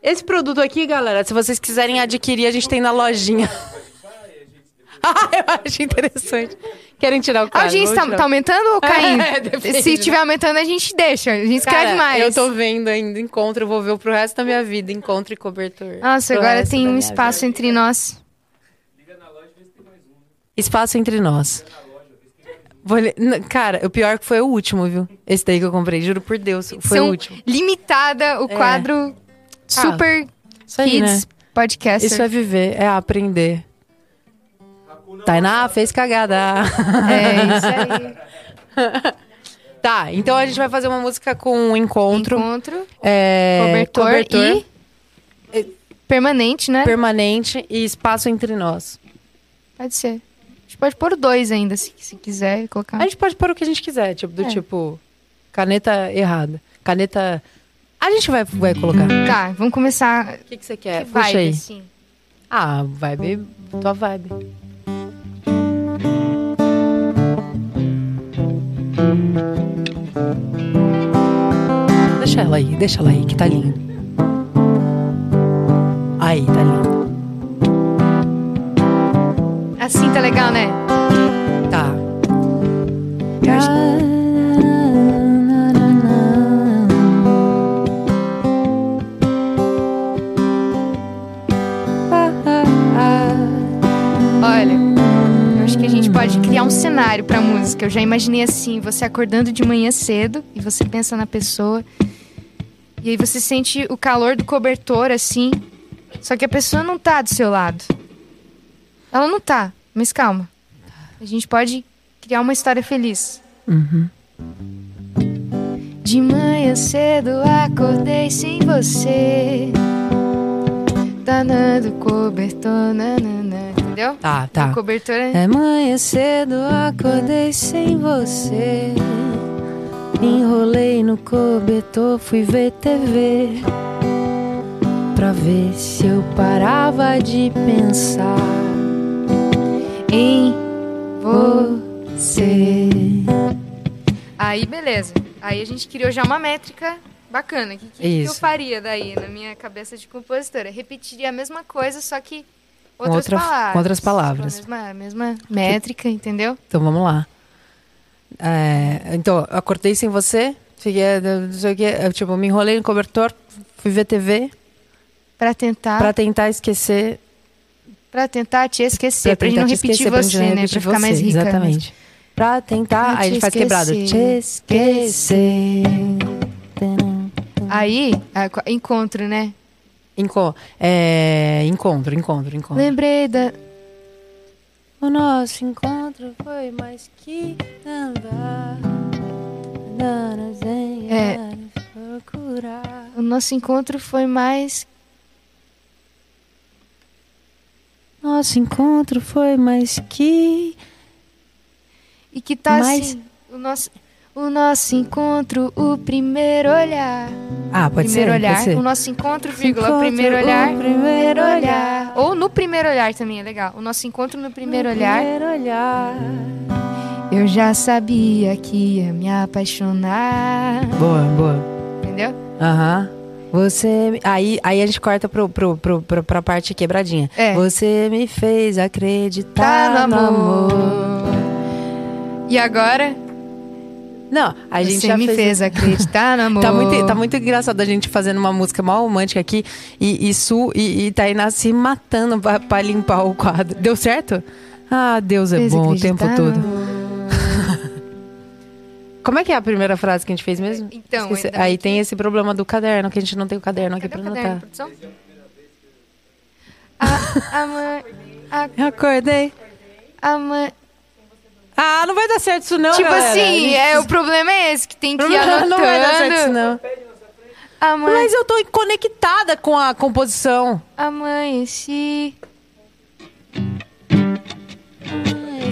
A: Esse produto aqui, galera, se vocês quiserem adquirir, a gente tem na lojinha. ah, eu acho interessante. Querem tirar o
B: A
A: quadro?
B: audiência
A: Vamos
B: tá,
A: tirar o
B: tá aumentando ou caindo?
A: É, depende.
B: Se tiver aumentando, a gente deixa. A gente escreve
A: Cara,
B: mais.
A: Eu tô vendo ainda encontro, vou ver o pro resto da minha vida, encontro e cobertor.
B: Nossa,
A: Pro
B: agora
A: resto
B: tem
A: da
B: um
A: minha
B: espaço entre nós.
D: um.
A: vida. Espaço entre nós. Vou li- N- Cara, o pior que foi o último, viu? Esse daí que eu comprei, juro por Deus, foi
B: São
A: o último. É. Ah,
B: Limitada o quadro Super
A: Isso aí, né?
B: Kids Podcaster.
A: Isso é viver, é aprender. Tainá fez cagada.
B: É, isso aí.
A: tá, então a gente vai fazer uma música com um encontro.
B: Encontro,
A: é,
B: cobertor, e... né? Permanente, né?
A: permanente e espaço entre nós.
B: Pode ser. A gente pode pôr o dois ainda, se, se quiser colocar.
A: A gente pode pôr o que a gente quiser, tipo, do tipo. Caneta errada. Caneta. A gente vai, vai colocar.
B: Tá, vamos começar.
A: O que, que você quer? É, Puxa
B: Vai,
A: aí.
B: assim.
A: Ah, vibe. Tua vibe. Deixa ela aí, deixa ela aí, que tá lindo. Aí, tá lindo.
B: Assim tá legal, né?
A: Tá.
B: Olha, eu acho que a gente pode criar um cenário pra música. Eu já imaginei assim, você acordando de manhã cedo e você pensa na pessoa. E aí você sente o calor do cobertor assim. Só que a pessoa não tá do seu lado. Ela não tá, mas calma. A gente pode criar uma história feliz. De manhã cedo acordei sem você. danado, cobertor, nanana, entendeu?
A: Tá, tá.
B: Cobertor é...
A: É manhã cedo, acordei sem você. Enrolei no cobertor, fui ver TV. Pra ver se eu parava de pensar em você.
B: Aí, beleza. Aí a gente criou já uma métrica bacana. O que, que- que eu
A: Isso.
B: faria daí na minha cabeça de compositora? Repetiria a mesma coisa, só que
A: Com
B: outras
A: outra- com
B: palavras.
A: outras palavras.
B: Tipo, a mesma, mesma métrica, entendeu?
A: Então vamos lá. É, então, acordei sem você, fiquei, não sei o quê, eu, tipo, me enrolei no cobertor, fui ver TV
B: Pra tentar,
A: pra
B: pra,
A: tentar esquecer
B: tentar te esquecer, pra, gente
A: tentar
B: não
A: te
B: repetir
A: esquecer, pra gente
B: você,
A: não
B: né?
A: repetir
B: pra ficar mais
A: você,
B: rica. né?
A: Exatamente. Pra tentar.
B: Pra
A: aí
B: te
A: ele faz quebrado. Te esquecer.
B: Aí, a- co- encontro, né?
A: Enco- é, encontro, encontro, encontro.
B: Lembrei da...
A: O nosso encontro foi mais que andar. Danas em
B: É.
A: ares procurar.
B: O nosso encontro foi mais...
A: Nosso encontro foi mais que.
B: E que tá
A: Mais-
B: assim... O nosso... O nosso encontro, o primeiro olhar.
A: Ah, pode
B: primeiro
A: ser.
B: olhar.
A: Pode ser.
B: O nosso encontro, vírgula,
A: Encontro,
B: primeiro olhar.
A: o primeiro olhar.
B: Ou no primeiro olhar também é legal. O nosso encontro no primeiro olhar.
A: Primeiro olhar.
B: Eu já sabia que ia me apaixonar.
A: Boa, boa.
B: Entendeu?
A: Aham. Você. me- Aí, aí a gente corta pro, pro, pro, pro, pra parte quebradinha.
B: É.
A: Você me fez acreditar
B: Tá no
A: no
B: amor.
A: amor.
B: E agora?
A: Não, a gente
B: Você
A: já
B: me
A: fez.
B: fez acreditar no amor.
A: Tá muito, tá muito engraçado a gente fazendo uma música mal romântica aqui e, e Su e, e Tainá se matando pra, pra limpar o quadro. Deu certo? Ah, Deus é
B: Fez
A: bom o tempo
B: acreditar no
A: todo.
B: amor.
A: Como é que é a primeira frase que a gente fez mesmo?
B: Então,
A: Esqueci.
B: ainda
A: aí
B: bem
A: tem esse problema do caderno, que a gente não tem o caderno aqui
B: Cadê
A: pra
B: o caderno,
A: anotar.
B: produção? A, a mãe. A,
A: Eu acordei.
B: a mãe.
A: Ah, não vai dar certo isso não,
B: Tipo
A: galera.
B: assim, é, o problema é esse, que tem que ir
A: Não,
B: anotando.
A: não vai dar certo isso não.
B: A mãe.
A: Mas eu tô conectada com a composição.
B: Amanheci.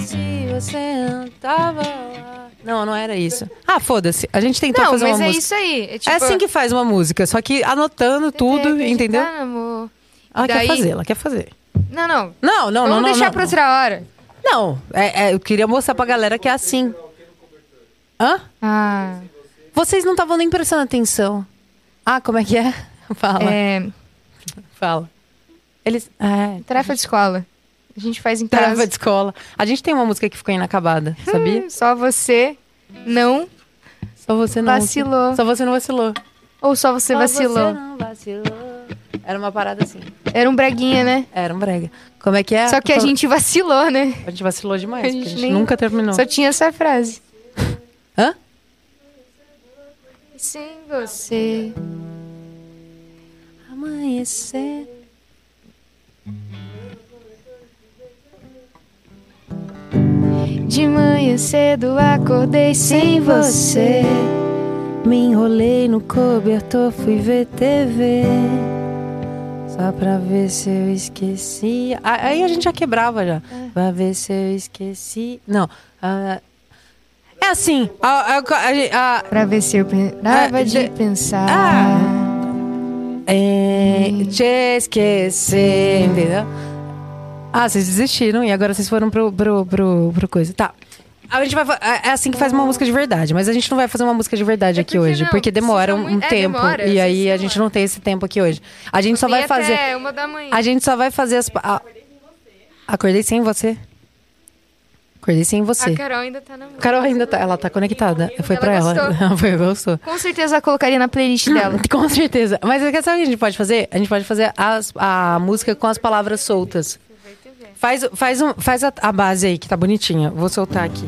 A: Se você não tava lá. Não, não era isso. Ah, foda-se. A gente tentou
B: Não,
A: fazer
B: mas
A: uma
B: é
A: música.
B: isso aí. É, tipo,
A: é assim que faz uma música, só que anotando tudo,
B: Tentei acreditar
A: entendeu?
B: tá no amor.
A: Ela
B: Daí-
A: quer fazer, ela quer fazer.
B: Não, não.
A: Não, não,
B: Vamos
A: não, não.
B: deixar
A: não,
B: pra outra hora.
A: Não, é, é, eu queria mostrar pra galera que é assim. Hã?
B: Ah,
A: Vocês não estavam nem prestando atenção. Ah, como é que é? Fala,
B: é.
A: fala. Eles. É,
B: Tarefa de escola. A gente faz em casa. Hum,
A: tarefa de escola. A gente tem uma música que ficou inacabada, sabia?
B: Só você não
A: Só você não.
B: vacilou.
A: Só você não vacilou.
B: Ou só você vacilou.
A: não vacilou. Era uma parada assim.
B: Era um breguinha, né?
A: Era um brega. Como é que é?
B: Só que a gente vacilou, né?
A: A gente vacilou demais,
B: A
A: porque a
B: gente
A: gente
B: nem-
A: nunca terminou.
B: Só tinha essa frase.
A: Hã?
B: Sem você.
A: Amanhecer.
B: De manhã cedo acordei sem você.
A: Me enrolei no cobertor, fui ver TV. Só pra ver se eu esqueci. A- Aí a gente já quebrava já. Pra ver se eu esqueci. Não. ah, é assim. a- a- a- a-
B: Pra ver se eu parava
A: Ah,
B: de
A: de-
B: pensar.
A: Ah. é, te esquecer, entendeu? Ah, vocês desistiram e agora vocês foram pro, pro, pro, pro coisa. Tá. A gente vai, fa- é é assim que faz uma música de verdade, mas a gente não vai fazer uma música de verdade
B: É
A: aqui
B: porque
A: hoje,
B: não,
A: porque demora
B: precisa
A: um
B: muito- é,
A: tempo.
B: demora,
A: e
B: às
A: aí
B: vezes
A: a gente
B: demora.
A: não tem esse tempo aqui hoje. A gente só vai
B: E até
A: fazer.
B: uma da manhã.
A: A gente só vai fazer as. pa- a- Acordei sem você. Acordei sem você.
B: A Carol ainda tá na mão.
A: Carol ainda tá. Ela tá conectada. Foi
B: ela
A: pra ela.
B: gostou.
A: Foi, gostou.
B: Com certeza ela colocaria na playlist dela.
A: Com certeza. Mas sabe o que a gente pode fazer? A gente pode fazer as- a música com as palavras soltas. Faz, faz, um, faz a, a base aí, que tá bonitinha. Vou soltar aqui.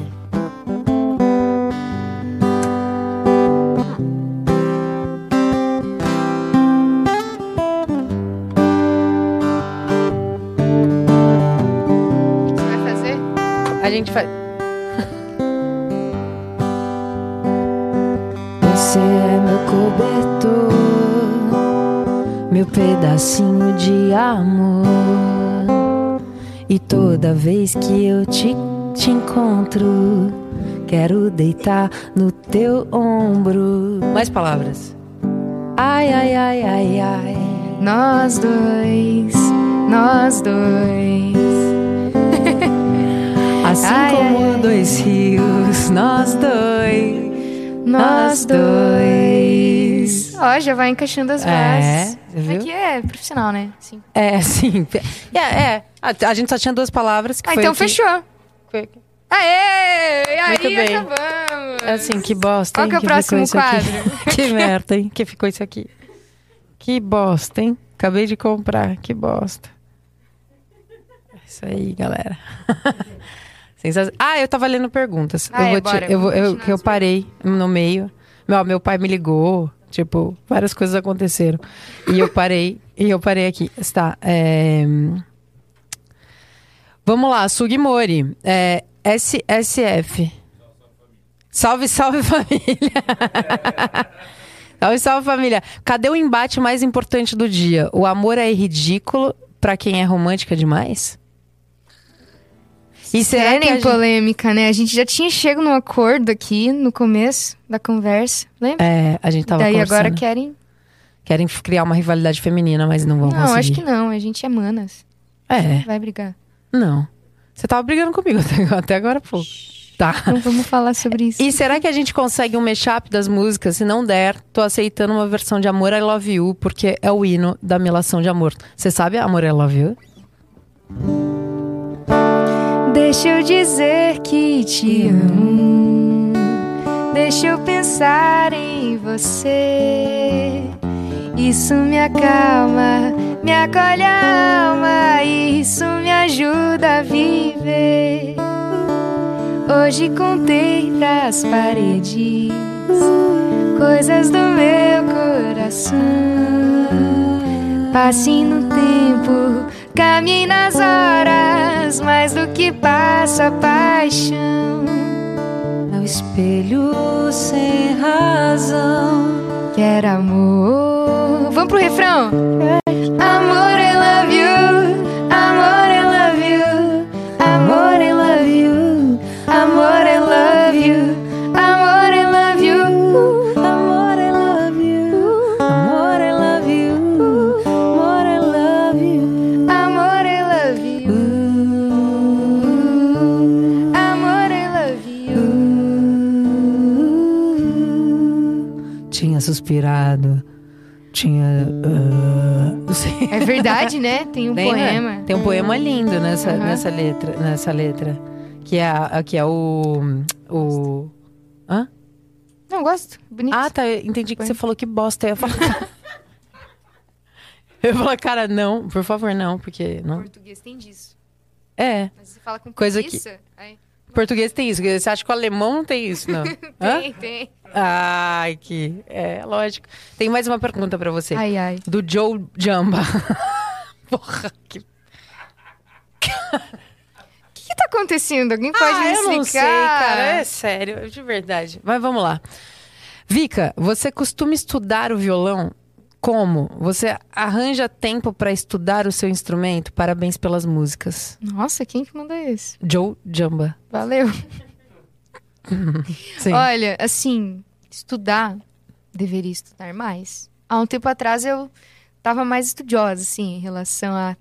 B: Você vai fazer?
A: A gente faz. Você é meu cobertor, meu meu pedacinho de amor. E toda vez que eu te, te encontro, quero deitar no teu ombro. Mais palavras. Ai, ai, ai, ai, ai.
B: Nós dois, nós dois.
A: Assim
B: Ai,
A: como
B: ai, ai.
A: dois rios, nós dois.
B: Nós dois. Ó, já vai encaixando as
A: É,
B: bases.
A: você viu?
B: Aqui é profissional, né? Sim.
A: É, sim. É, é. A, a gente só tinha duas palavras que
B: Ah,
A: foi
B: então
A: o que-
B: fechou.
A: foi-
B: Aê! E aí,
A: Muito bem.
B: acabamos.
A: Assim, que bosta,
B: Qual
A: hein?
B: que é o
A: ficou
B: próximo
A: isso aqui. que merda, hein? Que ficou isso aqui. Que bosta, hein? Acabei de comprar. Que bosta. É isso aí, galera. Sensa- Ah, eu tava lendo perguntas.
B: Ah,
A: eu
B: é,
A: vou te-
B: bora,
A: eu, vou- eu-
B: continuar
A: que eu
B: as
A: parei no meio. Meu, meu pai me ligou. Tipo, várias coisas aconteceram. E eu parei. e eu parei aqui. Está. é, Vamos lá, Sugimori. É, SSF. Salve, salve família. salve, salve família. Cadê o embate mais importante do dia? O amor é ridículo pra quem é romântica demais? E será que
B: nem
A: a gente...
B: polêmica, né? A gente já tinha chego num acordo aqui no começo da conversa, lembra?
A: É, a gente tava
B: Daí
A: conversando.
B: agora querem.
A: Querem criar uma rivalidade feminina, mas não vão
B: não,
A: conseguir.
B: acho que não. A gente é manas.
A: É,
B: Vai brigar.
A: não. Você tava brigando comigo até agora, até agora pô. Tá.
B: Não vamos falar sobre isso.
A: E será que a gente consegue um mashup das músicas? Se não der, tô aceitando uma versão de Amor I Love You, porque é o hino da melação de amor. Você sabe Amor I Love You?
B: Deixa eu dizer que te amo. Deixa eu pensar em você. Isso me acalma, me acolhe a alma. Isso me ajuda a viver. Hoje contei pras paredes coisas do meu coração. Passe no tempo, caminhe nas horas, mais do que passa a paixão.
A: É o espelho sem razão.
B: Quer amor. Vamos pro refrão. Amor, I love you. Amor, I love you. Amor, I love you. Amor, I love you. Amor, I love you.
A: Amor I love you. Amor I love you. Amor I
B: Amor, I
A: love you.
B: love you. Amor, I love you.
A: Tinha suspirado. Tinha. ah, não sei.
B: É verdade, né? Tem um
A: Tem, né?
B: poema.
A: Tem um poema lindo nessa,
B: Aham.
A: nessa letra, nessa letra, que é a- que é o o
B: Não, gosto. Bonito.
A: um Ah, tá, eu entendi que você falou que bosta, eu ia falar. eu ia falar, cara, não, por favor, não, porque não.
B: português tem disso.
A: É,
B: Mas você fala com
A: Coisa
B: preguiça, aí-
A: português tem isso, você acha que o alemão não tem isso, não? Hã?
B: Tem, tem.
A: Ai, que é, lógico. Tem mais uma pergunta pra você.
B: Ai, ai.
A: Do Joe Jamba. Porra, que
B: O que, que tá acontecendo? Alguém pode me
A: ah,
B: explicar?
A: eu não sei, cara. É sério, de verdade. Mas vamos lá. Vika, você costuma estudar o violão? Como? Você arranja tempo pra estudar o seu instrumento? Parabéns pelas músicas.
B: Nossa, quem que mandou isso?
A: Joe Jamba.
B: Valeu.
A: Sim.
B: Olha, assim, estudar, deveria estudar mais. Há um tempo atrás eu tava mais estudiosa, assim, em relação a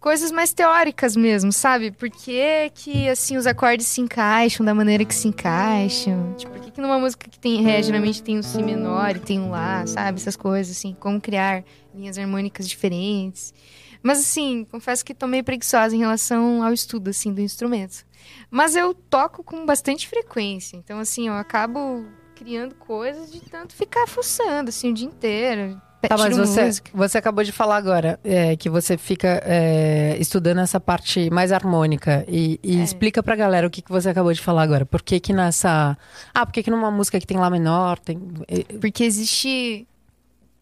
B: coisas mais teóricas mesmo, sabe? Por que que, assim, os acordes se encaixam da maneira que se encaixam? Tipo, por que que numa música que tem ré, geralmente tem um si menor e tem um lá, sabe? Essas coisas, assim, como criar linhas harmônicas diferentes. Mas, assim, confesso que tô meio preguiçosa em relação ao estudo, assim, do instrumento. Mas eu toco com bastante frequência. Então, assim, eu acabo criando coisas de tanto ficar fuçando, assim, o dia inteiro. Pe-
A: Tá, mas
B: tiro
A: você,
B: música.
A: você acabou de falar agora é, que você fica é, estudando essa parte mais harmônica. E, e explica pra galera o que, que você acabou de falar agora. Por que que nessa... Ah, por que que numa música que tem Lá menor tem... e-
B: Porque existe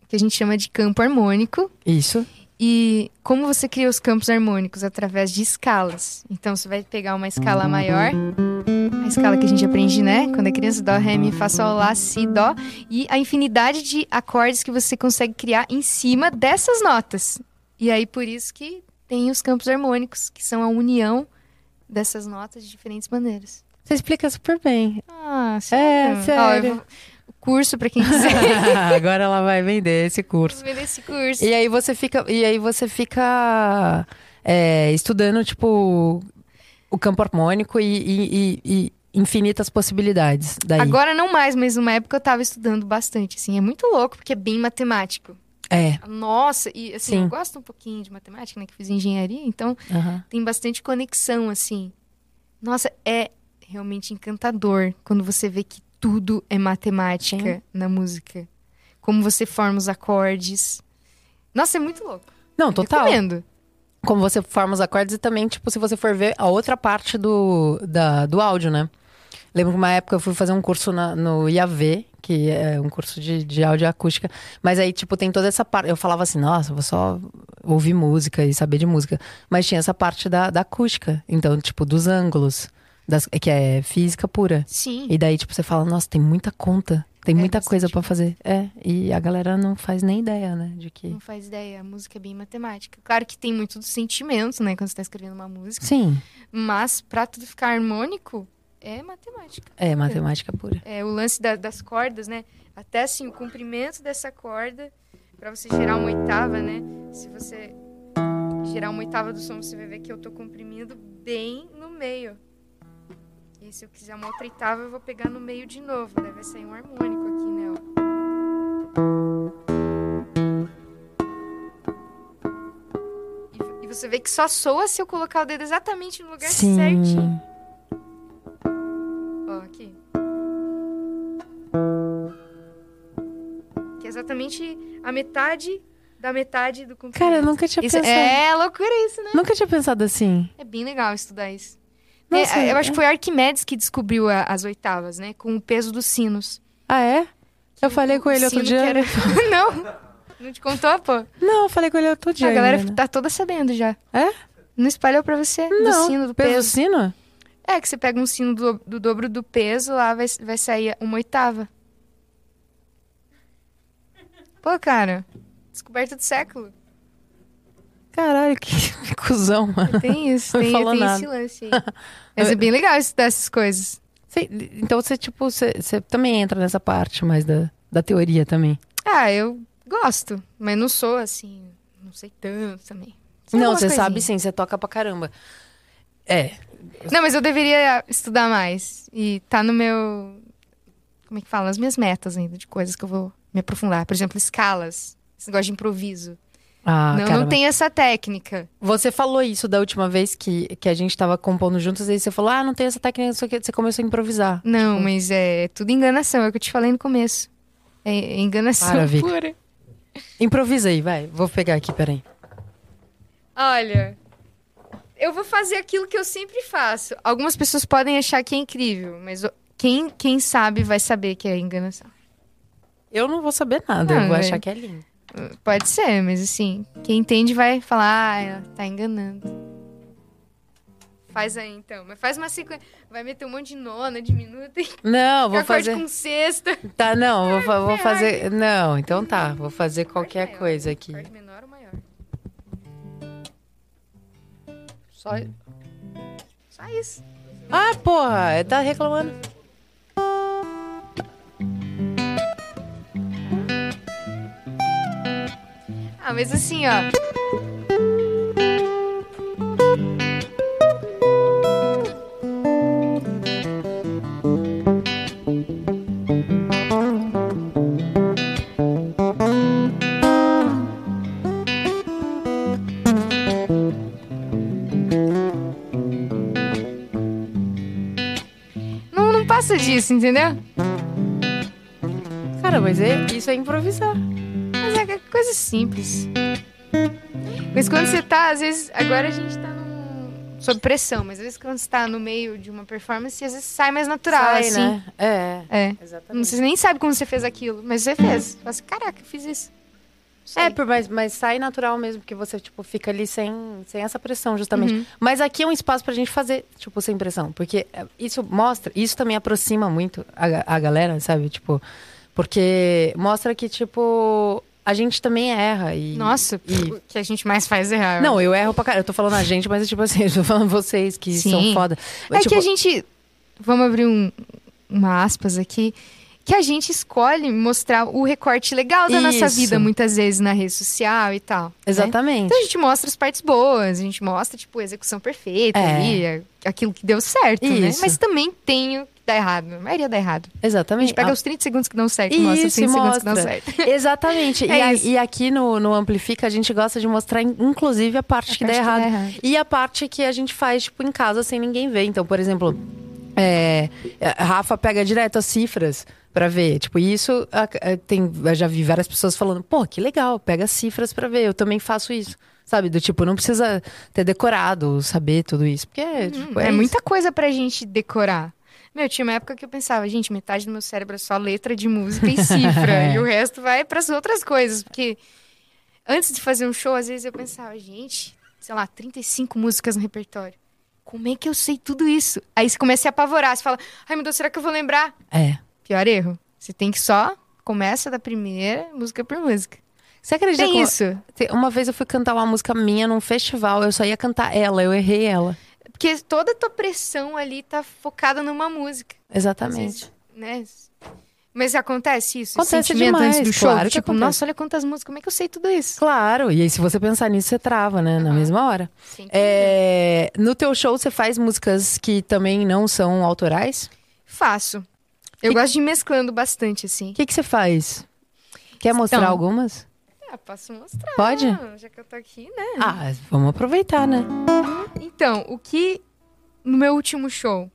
B: o que a gente chama de campo harmônico.
A: Isso.
B: E como você cria os campos harmônicos? Através de escalas. Então você vai pegar uma escala maior. a escala que a gente aprende, né? Quando é criança, dó, ré, mi, fá, sol, lá, si, dó. E a infinidade de acordes que você consegue criar em cima dessas notas. E aí, por isso que tem os campos harmônicos, que são a união dessas notas de diferentes maneiras.
A: Você explica super bem.
B: Ah,
A: sério? sério.
B: Ó, eu vou- O curso, pra quem quiser,
A: Agora ela vai vender esse curso.
B: vender esse curso.
A: E aí você fica, e aí você fica é, estudando, tipo, o campo harmônico e, e- e- e infinitas possibilidades. Daí.
B: Agora não mais, mas numa época eu tava estudando bastante, assim. É muito louco, porque é bem matemático.
A: É.
B: Nossa, e assim,
A: Sim.
B: eu gosto um pouquinho de matemática, né? Que fiz engenharia, então
A: aham.
B: tem bastante conexão, assim. Nossa, é realmente encantador quando você vê que tudo é matemática na música. Como você forma os acordes. Nossa, é muito louco.
A: Não, total.
B: Recomendo.
A: Como você forma os acordes e também, tipo, se você for ver a outra parte do, da- do áudio, né? Lembro que uma época eu fui fazer um curso na- no IAV, que é um curso de, de áudio e acústica. Mas aí, tipo, tem toda essa parte. Eu falava assim, nossa, vou só ouvir música e saber de música. Mas tinha essa parte da, da acústica. Então, tipo, dos ângulos, das- que é física pura.
B: Sim.
A: E daí, tipo, você fala, nossa, tem muita conta. Tem muita
B: bastante
A: coisa pra fazer. É, e a galera não faz nem ideia, né? De que.
B: Não faz ideia, a música é bem matemática. Claro que tem muito do sentimento, né, quando você tá escrevendo uma música,
A: Sim,
B: mas pra tudo ficar harmônico, é matemática.
A: é matemática pura.
B: É o lance da- das cordas, né? Até assim, o comprimento dessa corda, pra você gerar uma oitava, né? Se você gerar uma oitava do som, você vai ver que eu tô comprimindo bem no meio. E aí, se eu quiser uma outra oitava, eu vou pegar no meio de novo. Daí vai sair um harmônico aqui, né? ó. E v- E você vê que só soa se eu colocar o dedo exatamente no lugar
A: Sim.
B: certinho. Ó, aqui. Que é exatamente a metade da metade do comprimento.
A: Cara, eu nunca tinha
B: Isso-
A: pensado.
B: é loucura isso, né?
A: Nunca tinha pensado assim.
B: É bem legal estudar isso.
A: Nossa,
B: É, eu acho que foi Arquimedes que descobriu a- as oitavas, né? Com o peso dos sinos.
A: Ah, é? Eu falei com
B: O
A: ele outro
B: sino
A: dia. né?
B: que era- Não, não te contou, pô?
A: Não, eu falei com ele outro dia.
B: a galera
A: menina.
B: tá toda sabendo já.
A: né? É?
B: Não espalhou pra você? do
A: Não,
B: sino, do
A: pelo
B: peso.
A: sino?
B: É, que você pega um sino do, do dobro do peso, lá vai, vai sair uma oitava. Pô, cara, descoberta do século.
A: Caralho, que, que cuzão, mano.
B: Tem isso,
A: Não
B: tem,
A: falou
B: tem
A: nada.
B: esse lance aí. Mas é bem legal estudar essas coisas.
A: Cê- então você, tipo, você você também entra nessa parte mais da, da teoria também.
B: Ah, eu gosto, mas não sou assim, não sei tanto também. Sei
A: não,
B: algumas
A: você sabe
B: coisinhas.
A: sim, você toca pra caramba. É.
B: Não, mas eu deveria estudar mais. E tá no meu. Como é que fala? As minhas metas ainda, de coisas que eu vou me aprofundar. Por exemplo, escalas. Esse negócio de improviso.
A: Ah,
B: não,
A: cara,
B: não tem essa técnica.
A: Você falou isso da última vez que, que a gente tava compondo juntos, aí você falou, ah, não tem essa técnica, não sei o que, você começou a improvisar.
B: Não, mas é tudo enganação, é o que eu te falei no começo. É é enganação
A: Para, Vika.
B: pura.
A: Improvisa aí, vai. Vou pegar aqui, peraí.
B: Olha, eu vou fazer aquilo que eu sempre faço. Algumas pessoas podem achar que é incrível, mas o- quem, quem sabe vai saber que é enganação.
A: Eu não vou saber nada,
B: Ah,
A: eu vou
B: velho.
A: achar que é lindo.
B: Pode ser, mas assim, quem entende vai falar, ah, ela tá enganando. Faz aí então, mas faz uma sequência. Vai meter um monte de nona, diminuta e
A: Não, vou
B: acorde
A: fazer.
B: com sexta.
A: Tá, não, vou, fa- vou fazer. Não, então tá, vou fazer qualquer
B: maior.
A: coisa aqui.
B: Acorde menor ou maior?
A: Só...
B: Só isso.
A: Ah, porra, tá reclamando.
B: Ah, mas assim, ó. Não, não passa disso, entendeu?
A: Cara, mas é- isso é improvisar.
B: Mas é coisa simples. Mas quando você tá, às vezes. Agora a gente tá num. sob pressão, mas às vezes quando você tá no meio de uma performance, às vezes sai mais natural,
A: Sai,
B: assim.
A: né? É,
B: É.
A: exatamente.
B: Não- Você nem sabe como você fez aquilo, mas você fez. Você fala assim, caraca, eu fiz isso.
L: sei.
A: É, por- mas, mas sai natural mesmo, porque você, tipo, fica ali sem, sem essa pressão, justamente. Mas aqui é um espaço pra gente fazer, tipo, sem pressão. Porque é, isso mostra, isso também aproxima muito a, ga- a galera, sabe? Tipo, porque mostra que, tipo, a gente também erra. E,
B: Nossa,
A: e-
B: o que a gente mais faz é errar.
A: Não, eu erro pra caralho. Eu tô falando a gente, mas, tipo assim, eu tô falando vocês que
B: Sim.
A: são foda.
B: É
A: Tipo,
B: que a gente. Vamos abrir um, uma aspas aqui. Que a gente escolhe mostrar o recorte legal da nossa
A: Isso.
B: vida, muitas vezes, na rede social e tal. né?
A: Exatamente.
B: Então a gente mostra as partes boas, a gente mostra, tipo, a execução perfeita
A: É.
B: ali, a- aquilo que deu certo, né?
A: Isso.
B: Mas também tem o que dá errado. A maioria dá errado.
A: Exatamente.
B: A gente pega
A: Ah,
B: os 30 segundos que dão certo, e mostra os
A: Isso,
B: 30 segundos que
A: mostra.
B: dão certo.
A: Exatamente.
B: É
A: e, a-
B: isso.
A: e aqui no, no Amplifica, a gente gosta de mostrar, in- inclusive, a parte,
B: parte
A: que, dá
B: que dá
A: errado.
B: errado.
A: E a parte que a gente faz, tipo, em casa, sem ninguém ver. Então, por exemplo, é, a Rafa pega direto as cifras pra ver. Tipo, isso a- a- tem, eu já vi várias pessoas falando, pô, que legal, pega as cifras pra ver. Eu também faço isso. Sabe, do tipo, não precisa ter decorado, saber tudo isso. Porque tipo,
B: É,
A: é,
B: muita coisa pra gente decorar. Meu, tinha uma época que eu pensava, gente, metade do meu cérebro é só letra de música e cifra. e o resto vai pras outras coisas. Porque antes de fazer um show, às vezes eu pensava, gente, sei lá, 35 músicas no repertório. Como é que eu sei tudo isso? Aí você começa a se apavorar, você fala, ai meu Deus, será que eu vou lembrar?
A: isso. É.
B: Pior erro. Você tem que só começa da primeira, música por música.
A: Você acredita
B: Tem
A: que
B: isso.
A: Te- Uma vez eu fui cantar uma música minha num festival, eu só ia cantar ela, eu errei ela.
B: Porque toda a tua pressão ali tá focada numa música.
A: Exatamente.
B: né? Mas acontece isso?
A: Acontece
B: Esse sentimento
A: demais,
B: antes do show?
A: claro que
B: tipo,
A: acontece.
B: nossa, olha quantas músicas, como é que eu sei tudo isso?
A: Claro, e aí se você pensar nisso, você trava, né? Na mesma hora.
B: Sim.
A: É, no teu show, você faz músicas que também não são autorais?
B: Faço. Eu gosto de ir mesclando bastante, assim.
A: O que, que você faz? Quer mostrar
B: Então,
A: algumas?
B: Ah, posso mostrar,
A: Pode?
B: já que eu tô aqui, né?
A: Ah, vamos aproveitar, né?
B: Então, o que no meu último show,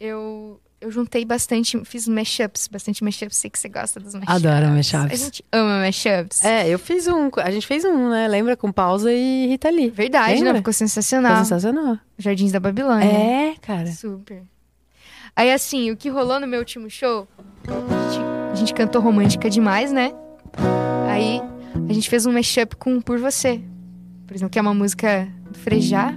B: eu, eu juntei bastante, fiz mashups, bastante mashups, sei que você gosta dos mashups.
A: Adoro
B: A
A: mashups.
B: gente ama mashups.
A: É, eu fiz um. A gente fez um, né? Lembra? Com pausa e Rita Lee.
B: Verdade,
A: Lembra?
B: né? Ficou
A: Foi
B: sensacional.
A: sensacional.
B: Jardins da Babilônia.
A: É, cara.
B: Super. Aí, assim, o que rolou no meu último show, a gente, a gente cantou romântica demais, né? Aí, a gente fez um mashup com Por Você. Por exemplo, que é uma música do Frejá.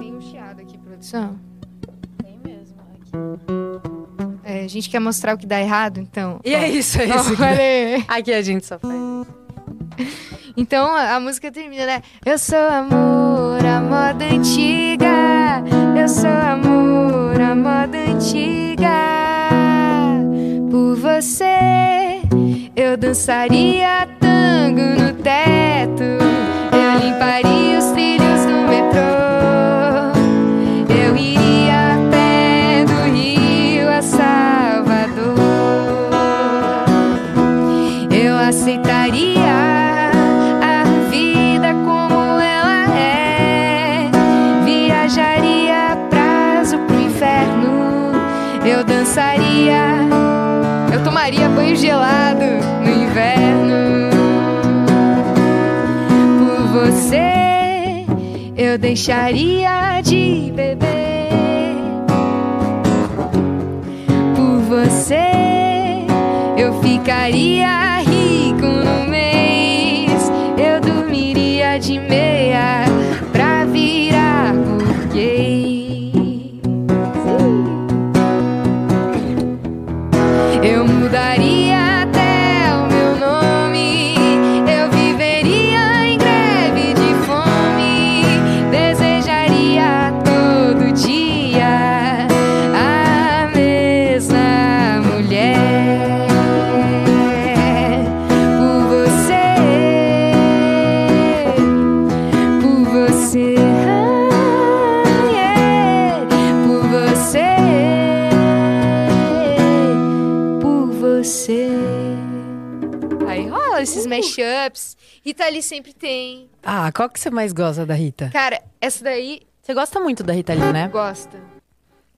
B: Tem um chiado aqui, produção. Tem mesmo. É, a gente quer mostrar o que dá errado, então.
A: E é isso, é
B: Ó,
A: isso.
B: olha aí.
A: Aqui a gente só faz.
B: Então a, a música termina, né? Eu sou amor, a moda antiga. Eu sou amor, a moda antiga. Por você, eu dançaria tango no teto. Eu limparia os trilhos do metrô. Eu iria a pé do Rio a Salvador. Eu aceitaria a vida como ela é. Viajaria a prazo pro inferno. Eu dançaria. Eu tomaria banho gelado no inverno. Por você, eu deixaria de beber. Por você, eu ficaria rico no mês. Eu dormiria de meia pra virar burguês. Eu mudaria até o meu nome. Eu viveria em greve de fome. Desejaria todo dia a mesma mulher. Por você, por você. ah, yeah. Por você por você. Uh. Aí rola esses mashups. Rita Lee sempre tem.
A: Ah, qual que você mais gosta da Rita?
B: Cara, essa daí
A: Você gosta muito da Rita Lee, né?
B: gosta.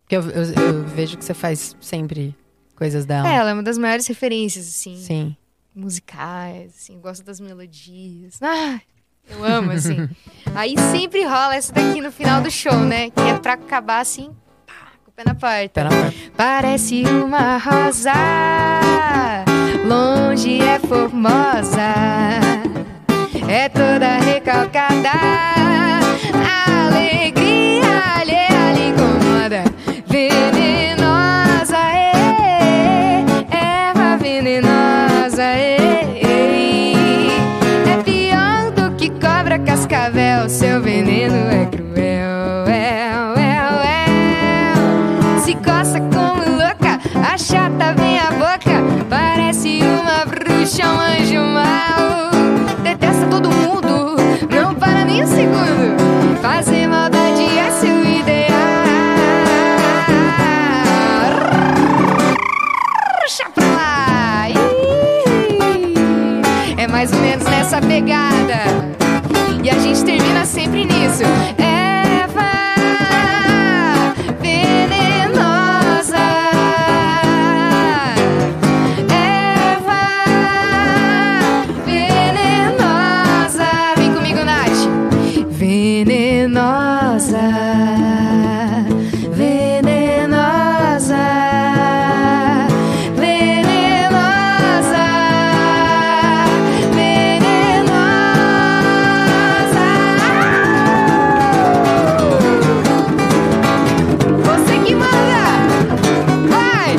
A: Porque eu, eu- eu vejo que você faz sempre coisas dela.
B: É, ela é uma das maiores referências, assim,
A: Sim.
B: musicais, assim, gosto das melodias. Ah, eu amo, assim. Aí sempre rola essa daqui no final do show, né? Que é pra acabar assim, pá, com o pé na porta.
A: Pera,
B: Parece uma rosa, Longe é formosa, é toda recalcada. Alegria alheia lhe incomoda, venenosa, é, erva venenosa, é, é pior do que cobra cascavel, seu veneno é cruel, é, é, é. Se coça como louca, a chata vem a boca, parece uma bruxa, um anjo mau. Detesta todo mundo, não para nem um segundo. Fazer maldade é seu ideal. Puxa pra lá. Ih, É mais ou menos nessa pegada. E a gente termina sempre nisso. Eva venenosa. Eva venenosa. Vem comigo, Nath. Venenosa. Venenosa. Venenosa. Venenosa. Você que manda. Vai.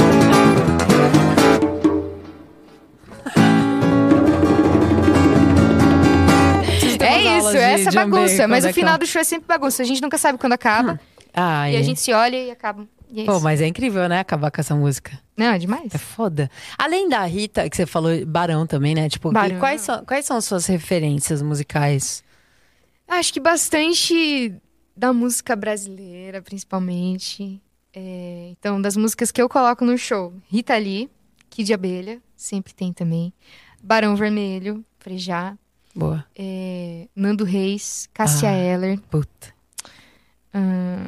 B: É
M: temos aulas
B: isso,
M: de
B: essa
M: jambê
B: bagunça. Mas
M: quando
B: o
M: é que
B: final
M: ela-
B: do show é sempre bagunça. A gente nunca sabe quando acaba.
A: Ah,
B: E
A: é.
B: a gente se olha e acaba. E é
A: Pô,
B: isso.
A: mas é incrível, né? Acabar com essa música.
B: Não, é demais.
A: É foda. Além da Rita, que você falou, Barão também, né? Tipo, que-
B: Barão.
A: quais, são, quais são as suas referências musicais?
M: É.
B: Acho que bastante da música brasileira, principalmente. É, então, das músicas que eu coloco no show. Rita Lee, Kid Abelha, sempre tem também. Barão Vermelho, Frejá.
A: Boa.
B: é, Nando Reis, Cássia
A: Ah.
B: Eller.
A: Puta.
B: hum,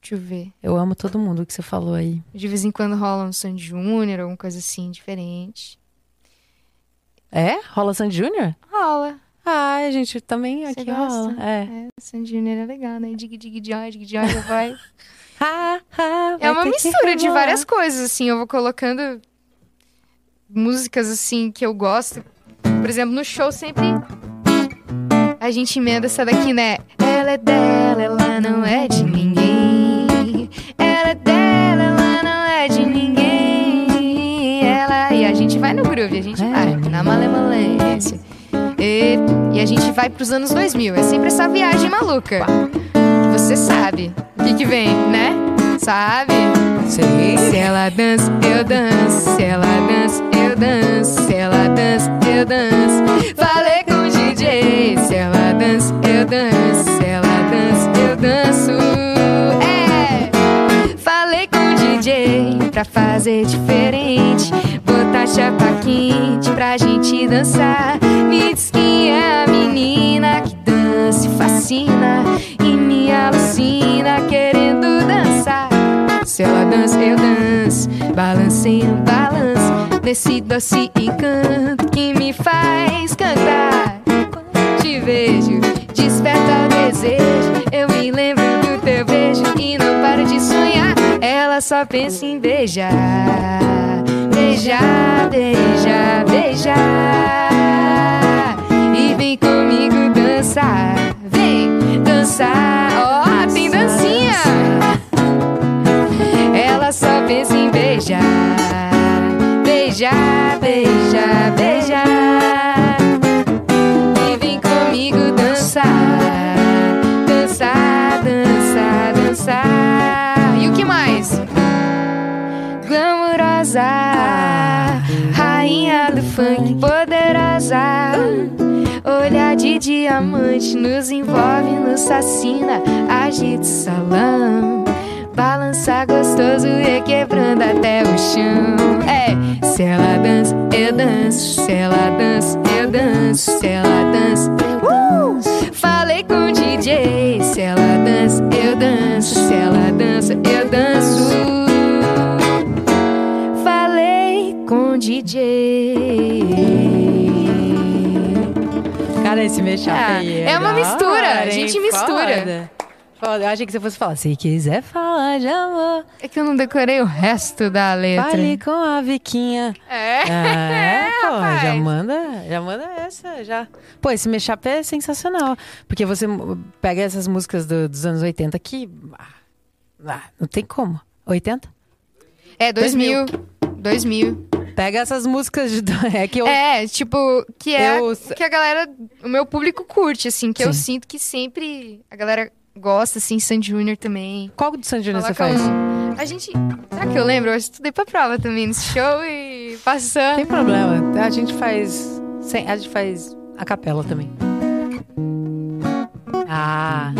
B: deixa eu ver.
A: Eu amo todo mundo que você falou aí.
B: De vez em quando rola um Sandy Júnior, alguma coisa assim, diferente.
A: É? Rola Sandy Júnior?
B: Rola.
A: Ah, a gente também aqui
B: gosta?
A: rola. É.
B: Sandy Júnior é legal, né? Dig, dig, joy, dig, joy, vai.
A: Ha, ha, vai
B: É uma
A: ter que
B: mistura de
A: rolar.
B: várias coisas, assim. Eu vou colocando músicas, assim, que eu gosto. Por exemplo, no show sempre a gente emenda essa daqui, né? Ela é dela, ela não é de ninguém. Ela é dela, ela não é de ninguém. Ela... E a gente vai no groove, a gente
A: É.
B: vai na malemolência. E, e a gente vai pros anos 2000. É sempre essa viagem maluca. Você sabe o que, que vem, né? Sabe?
A: Sim.
B: Se ela dança, eu danço. Se ela dança, eu danço. Se ela dança, eu danço. Falei com o DJ. Se ela dança, eu danço. Se ela dança, eu danço. É! Falei com o DJ pra fazer diferente. Botar chapa quente pra gente dançar. Me diz que é a menina que dança e fascina. E me alucina querendo dançar. Se ela dança, eu danço. Balanceio, balanço. Nesse doce encanto que me faz cantar. Quando te vejo, desperta desejo. Eu me lembro do teu beijo e não paro de sonhar. Ela só pensa em beijar. Beijar, beijar, beijar. E vem comigo dançar. Vem dançar. Ó, tem dancinha. Ela só pensa em beijar. Beijar, beijar, beijar. E vem comigo dançar. Dançar, dançar, dançar. E o que mais? Glamourosa, rainha do funk poderosa. Olhar de diamante nos envolve, nos fascina. Agita o salão, balança gostoso e quebrando até o chão. É, se ela dança, eu danço. Se ela dança, eu danço. Se ela dança, eu danço. Falei com o DJ. Se ela dança, eu danço. Se ela dança, eu danço. Falei com o DJ.
A: Cara, esse é mexer
B: é Ah, é uma mistura, a gente mistura.
A: Foda, Eu achei que você fosse falar, se quiser falar de amor,
B: É que eu não decorei o resto da letra.
A: fale com a Viquinha.
B: É,
A: É, pô,
B: rapaz.
A: já manda, já manda essa, já. Pô, esse mashup é sensacional, porque você m- pega essas músicas do- dos anos 80 que ah, ah, não tem como. 80?
B: É, 2000. 2000.
A: Pega essas músicas de do- é que eu
B: É, tipo, que é
A: Eu-
B: o que a galera, o meu público curte, assim, que eu
A: Sim.
B: sinto que sempre a galera gosta, assim, Sandy Júnior também.
A: Qual do Sandy Júnior você
B: Coloca
A: faz?
B: um- A gente. Será que eu lembro? Eu estudei pra prova também nesse show e
A: Não
B: passando.
A: tem problema. A gente faz. sem- A gente faz a capela também. Ah,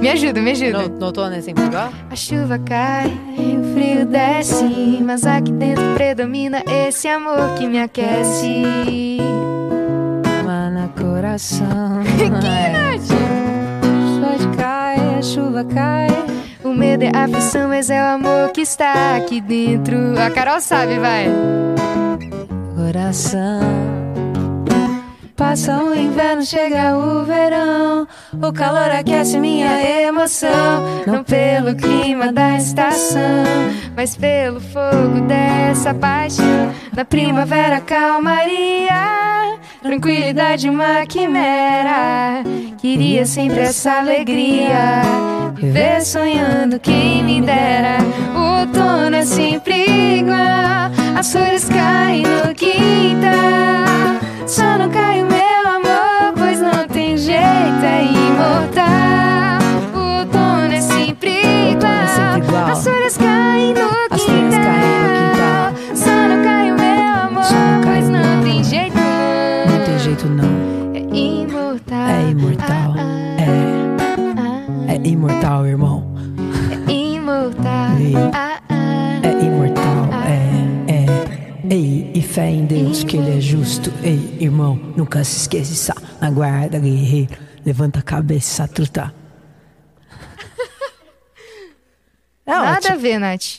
B: Me ajuda, me ajuda.
A: no, no outono é sempre igual?
B: A chuva cai, o frio desce, mas aqui dentro predomina esse amor que me aquece.
A: Mana coração. é, Sorte cai, a chuva cai.
B: O medo é aflição, mas é o amor que está aqui dentro. A Carol sabe, vai.
A: Coração. Passa o inverno, chega o verão. O calor aquece minha emoção.
B: Não pelo clima da estação, mas pelo fogo dessa paixão. Na primavera, calmaria, tranquilidade, uma quimera. Queria sempre essa alegria, viver sonhando, quem me dera. O outono é sempre igual, as flores caem no quintal. Só não cai o meu amor, pois não tem jeito, é imortal. O outono é sempre igual,
A: É igual.
B: as flores caem no
A: As flores caem no
B: quintal. Só não cai o meu amor,
A: Só não cai
B: pois
A: o meu
B: não
A: amor.
B: tem jeito, não.
A: Não tem jeito, não.
B: É imortal.
A: É imortal. É,
B: Ah,
A: é imortal, irmão.
B: ah, imortal.
A: Ei.
B: Ah, ah.
A: É imortal, é, é. Ei, e fé em Deus que ele é justo. Ei, irmão, nunca se esqueça. Aguarda, guerreiro. Levanta a cabeça, truta. É
B: Nada
A: ótimo.
B: a ver, Nath.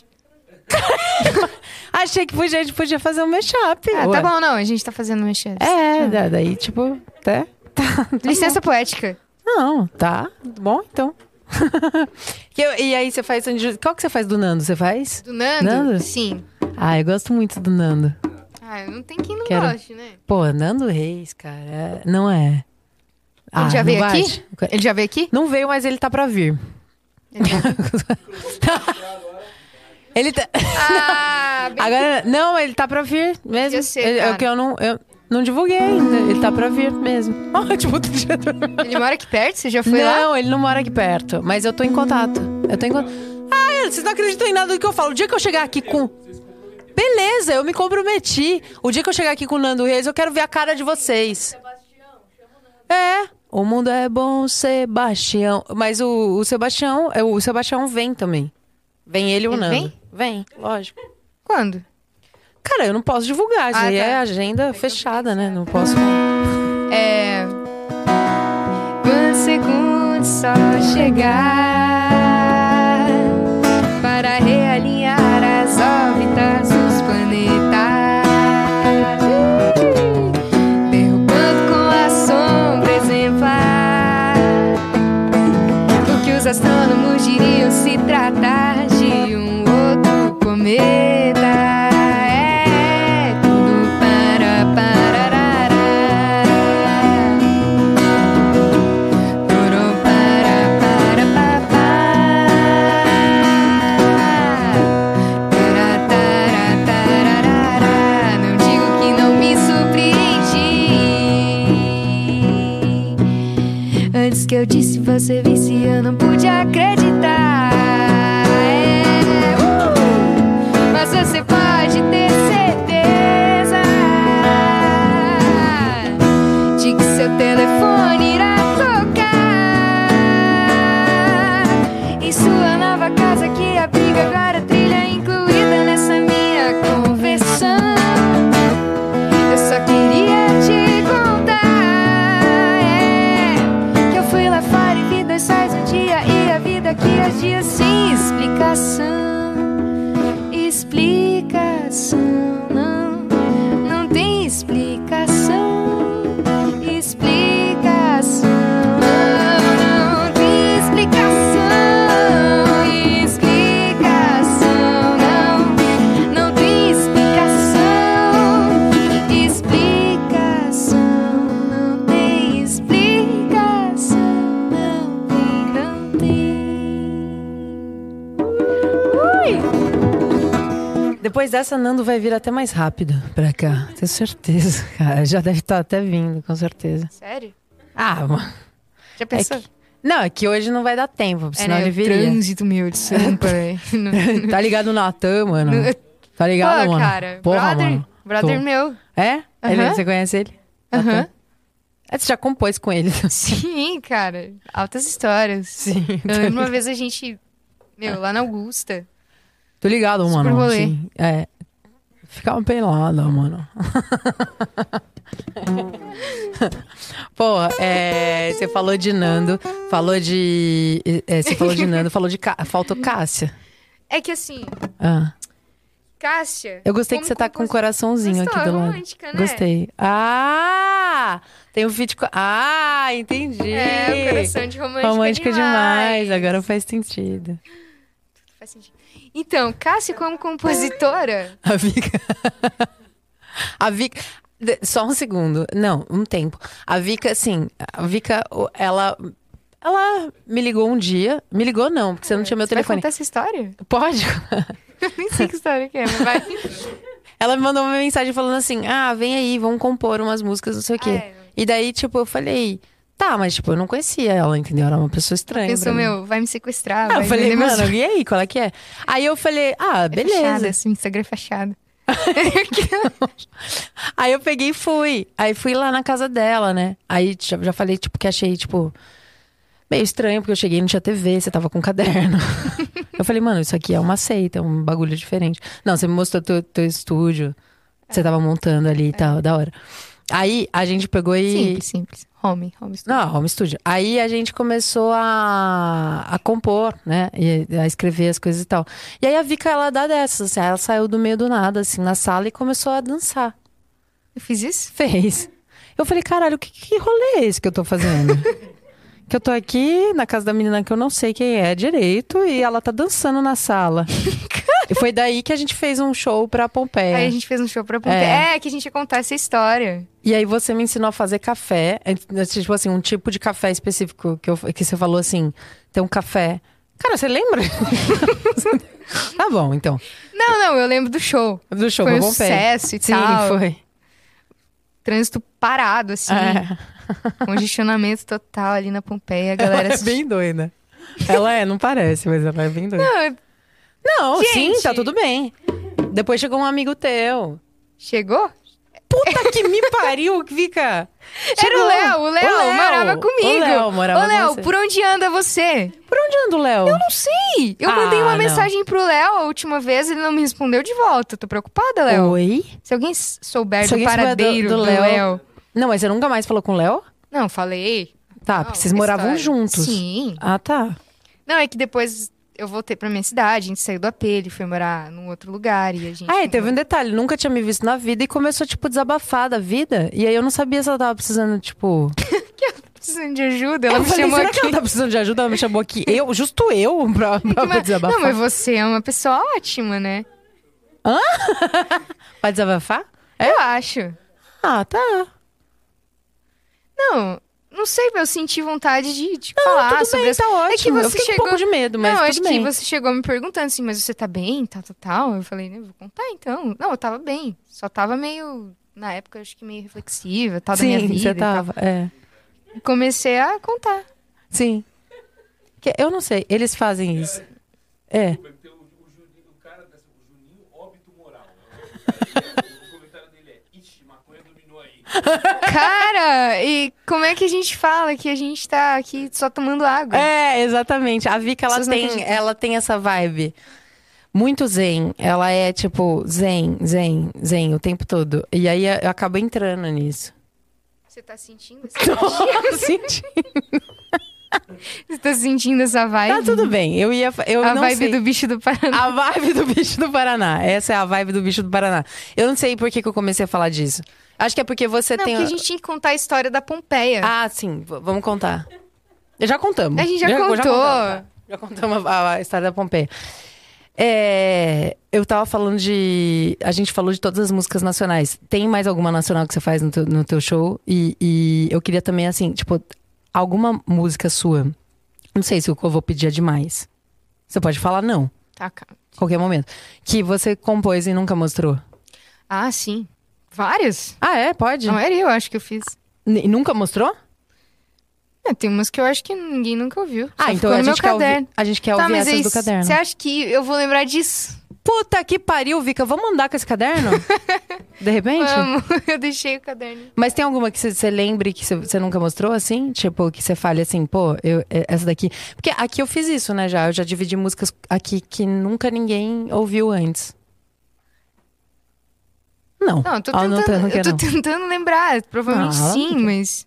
A: Achei que podia- a gente podia fazer um mashup.
B: Ah,
A: Ué.
B: tá bom, não. A gente tá fazendo uma chance.
A: É, da- daí, tipo, até. Tá, tá
B: Licença poética.
A: bom. Não, tá. Bom, então. Que eu- e aí, você faz. Sandy Júnior- Qual que você faz do Nando? Você faz?
B: Do Nando?
A: Nando?
B: Sim.
A: Ah, eu gosto muito do Nando.
B: Ah, não tem quem não
A: Quero.
B: goste, né?
A: Pô, Nando Reis, cara, é- não é. Ah,
B: já
A: não
B: veio
A: vai?
B: aqui? Ele já veio aqui?
A: Não veio, mas ele tá pra vir. ele tá.
B: Ah, bem-
A: Agora, não, ele tá pra vir mesmo.
B: Eu sei,
A: Ele- é
B: cara.
A: o que eu não, eu não divulguei ainda. Ele tá pra vir mesmo. Ótimo, outro dia.
B: ele mora aqui perto? Você já foi lá?
A: Não, ele não mora aqui perto, mas eu tô em contato. Eu tô em contato. Ah, vocês não acreditam em nada do que eu falo. O dia que eu chegar aqui com. Beleza, eu me comprometi. O dia que eu chegar aqui com o Nando Reis, eu quero ver a cara de vocês. É. O mundo é bom, Sebastião. Mas o, o Sebastião, é, o Sebastião vem também. Vem ele ou
B: Ele
A: Nando.
B: vem?
A: Vem, lógico.
B: Quando?
A: Cara, eu não posso divulgar, isso
B: Ah,
A: aí
B: tá.
A: é agenda fechada, né? Não posso.
B: É. Quantos segundos só chegar para realinhar as órbitas dos planetas, derrubando com a sombra exemplar o que os astrônomos diriam se tratar de um outro cometa. É tudo para pararará. Tudo para para papá. Tara, tara, tararara. Não digo que não me surpreendi. Antes que eu disse você visse, eu não pude acreditar. É, uh! Mas você pode ter certeza de que seu telefone irá tocar em sua nova casa que abriga agora trilha incluída nessa minha conversão. Eu só queria te contar é, que eu fui lá fora e vi dois sóis um dia e a vida que os dias se
A: Depois dessa, Nando vai vir até mais rápido pra cá. Tenho certeza, cara. Já deve estar até vindo, com certeza.
B: Sério?
A: Ah, mano.
B: Já pensou? É, né?
A: Não, é que hoje não vai dar tempo, senão ele viria.
B: trânsito meu de Sampa, velho.
A: Tá ligado no Natan, mano? Tá ligado,
B: Pô,
A: mano?
B: Ah, cara.
A: Porra,
B: brother.
A: mano.
B: Brother
A: Tô.
B: meu.
A: É? Ele-
B: Aham.
A: você conhece ele?
B: Aham.
A: Natan? É, Você já compôs com ele.
B: Sim, cara. Altas histórias.
A: Sim.
B: Eu lembro uma vez a gente. Meu, lá na Augusta.
A: Tô ligado, mano.
B: rolê.
A: Sim. É. Ficava pelada, mano. Porra, é, você falou de Nando, falou de. é, você falou de Nando, falou de. Ca- Faltou Cássia.
B: É que assim,
A: Ah,
B: Cássia.
A: eu gostei
B: como
A: que você tá com um
B: compositora-
A: coraçãozinho aqui do lado.
B: romântica, né?
A: Gostei. Ah! Tem um vídeo. com- Ah, entendi.
B: É, o coração de romântica.
A: Romântica demais.
B: demais.
A: Agora faz sentido.
B: Faz sentido. Então, Cássia, como compositora.
A: A Vika. A Vika. de- Só um segundo. Não, um tempo. A Vika, assim, a Vika, o- ela. Ela me ligou um dia. Me ligou, não, porque você não tinha meu
B: Você Vai
A: telefone.
B: contar essa história?
A: Pode?
B: Eu nem sei que história que é, mas vai.
A: Ela me mandou uma mensagem falando assim: ah, vem aí, vamos compor umas músicas, não sei o quê.
B: Ah, é.
A: E daí, tipo, eu falei. Tá, mas tipo, eu não conhecia ela, entendeu? Era uma pessoa estranha.
B: Pensou,
A: pra mim.
B: meu, vai me sequestrar.
A: né? Ah, eu
B: vai
A: falei,
B: vender meus-
A: mano, e aí, qual é que é? Aí eu falei, ah,
B: É fechado,
A: beleza.
B: esse Instagram é fechado.
A: Aí eu peguei e fui. Aí fui lá na casa dela, né? Aí já, já falei, tipo, que achei, tipo, meio estranho, porque eu cheguei e não tinha TV, você tava com um caderno. eu falei, mano, isso aqui é uma seita, é um bagulho diferente. Não, você me mostrou teu, teu estúdio, que você tava montando ali e tal, da hora. Aí a gente pegou e.
B: Simples, simples. Home, home studio.
A: Não, home studio. Aí a gente começou a, a compor, né? E a escrever as coisas e tal. E aí a Vika, ela dá dessas, assim, ela saiu do meio do nada, assim, na sala e começou a dançar.
B: Eu fiz isso?
A: Fez. Eu falei, caralho, que, que rolê é esse que eu tô fazendo? que eu tô aqui na casa da menina que eu não sei quem é direito e ela tá dançando na sala. e foi daí que a gente fez um show pra Pompeia.
B: Aí a gente fez um show pra Pompeia. É. que a gente ia contar essa história.
A: E aí você me ensinou a fazer café, é, tipo assim, um tipo de café específico que, eu- que você falou assim, tem um café. Cara, você lembra? tá bom, então.
B: Não, não, eu lembro do show.
A: Do show
B: foi um
A: pra Pompeia.
B: sucesso e
A: Sim,
B: tal.
A: foi.
B: Trânsito parado, assim.
A: É.
B: Congestionamento total ali na Pompeia. A galera
A: ela é
B: assistindo.
A: bem doida. Ela é, não parece, mas ela é bem doida.
B: Não,
A: Não, sim,
B: Gente!
A: tá tudo bem. Depois chegou um amigo teu.
B: Chegou?
A: Puta que me pariu, Vika!
B: Era
A: Chegou.
B: o Léo, o Léo, morava comigo.
A: O Léo morava
B: Ô, Léo,
A: com você.
B: por onde anda você?
A: Por onde anda o Léo?
B: Não sei. Eu
A: Ah,
B: mandei uma
A: não.
B: mensagem pro Léo a última vez, ele não me respondeu de volta. Tô preocupada, Léo.
A: Oi?
B: Se alguém s- souber
A: Se
B: do
A: alguém souber do-
B: paradeiro
A: do
B: do,
A: Léo.
B: Léo.
A: Não, mas você nunca mais falou com o Léo?
B: Não, falei.
A: Tá,
B: Não,
A: porque vocês moravam
B: história.
A: juntos.
B: Sim.
A: Ah, tá.
B: Não, é que depois eu voltei pra minha cidade, a gente saiu do AP, ele foi morar num outro lugar e a gente.
A: Ah, e teve um detalhe, nunca tinha me visto na vida e começou, tipo, desabafar da vida. E aí eu não sabia se ela tava precisando, tipo.
B: tá precisando de ajuda, ela
A: eu
B: me
A: falei,
B: chamou
A: será
B: aqui.
A: que ela tá precisando de ajuda? Ela me chamou aqui. Eu, justo eu, pra, pra
B: Mas-
A: desabafar.
B: Não, mas você é uma pessoa ótima, né?
A: Pra desabafar?
B: Eu acho.
A: Ah, tá.
B: Não, não sei, eu senti vontade de, de falar
A: tudo
B: sobre
A: bem,
B: essa-
A: tá ótimo.
B: É que
A: eu
B: você
A: fiquei
B: chegou.
A: com um pouco de medo, mas
B: não,
A: tudo
B: acho
A: bem.
B: que você chegou me perguntando assim, mas você tá bem, tal, tal, tal. Eu falei, né, vou contar então. Não, eu tava bem. Só tava meio, na época, eu acho que meio reflexiva, tal, da minha
A: Sim,
B: vida.
A: você
B: e tal.
A: tava. É.
B: E Comecei a contar.
A: Sim. Que- eu não sei, eles fazem isso. É.
D: Tem um. o, o, Juninho, o cara dessa, o Juninho óbito moral. né? o comentário dele é: Ixi, maconha dominou aí.
B: Cara, e como é que a gente fala que a gente tá aqui só tomando água?
A: É, exatamente. A Vika, ela
B: Vocês não
A: tem,
B: acreditam.
A: ela tem essa vibe muito zen. Ela é tipo zen, zen, zen o tempo todo. E aí eu acabo entrando nisso.
B: Você tá sentindo essa
A: Senti.
B: Você tá sentindo essa
A: Tá
B: vibe?
A: tudo bem. Eu ia, fa- eu
B: a
A: não
B: vibe
A: sei. Ah,
B: do bicho do Paraná.
A: A vibe do bicho do Paraná. Essa é a vibe do bicho do Paraná. Eu não sei por que, que eu comecei a falar disso. Acho que é porque você
B: Não,
A: tem.
B: porque a gente tinha que contar a história da Pompeia.
A: Ah, sim. v- Vamos contar. Já contamos.
B: A gente já
A: Já
B: contou.
A: contamos, Já contamos a, a história da Pompeia. É, eu tava falando de. A gente falou de todas as músicas nacionais. Tem mais alguma nacional que você faz no teu, no teu show? E, e eu queria também, assim, tipo, alguma música sua. Não sei se o que eu vou pedir é demais. Você pode falar não.
B: Taca.
A: Qualquer momento. Que você compôs e nunca mostrou.
B: Ah, sim. Várias?
A: Ah, é? Pode?
B: Não era eu, acho que eu fiz.
A: N- nunca mostrou?
B: É, tem umas que eu acho que ninguém nunca ouviu. Só
A: Ah, então
B: ficou
A: a
B: no
A: gente,
B: meu
A: quer
B: caderno. Tá, é
A: ouvir, Tá, a gente quer ouvir essas do caderno.
B: Você acha que eu vou lembrar disso?
A: Puta que pariu, Vika. Vamos andar com esse caderno? De repente?
B: Vamos, eu deixei o caderno.
A: Mas tem alguma que você lembre que você nunca mostrou, assim? Tipo, que você fale assim, pô, eu, é- essa daqui. Porque aqui eu fiz isso, né, já. Eu já dividi músicas aqui que nunca ninguém ouviu antes. Não.
B: Não, eu tô
A: Ah,
B: tentando,
A: tá- não
B: eu
A: quer,
B: tô
A: não.
B: tentando lembrar. Provavelmente
A: Ah,
B: sim, mas.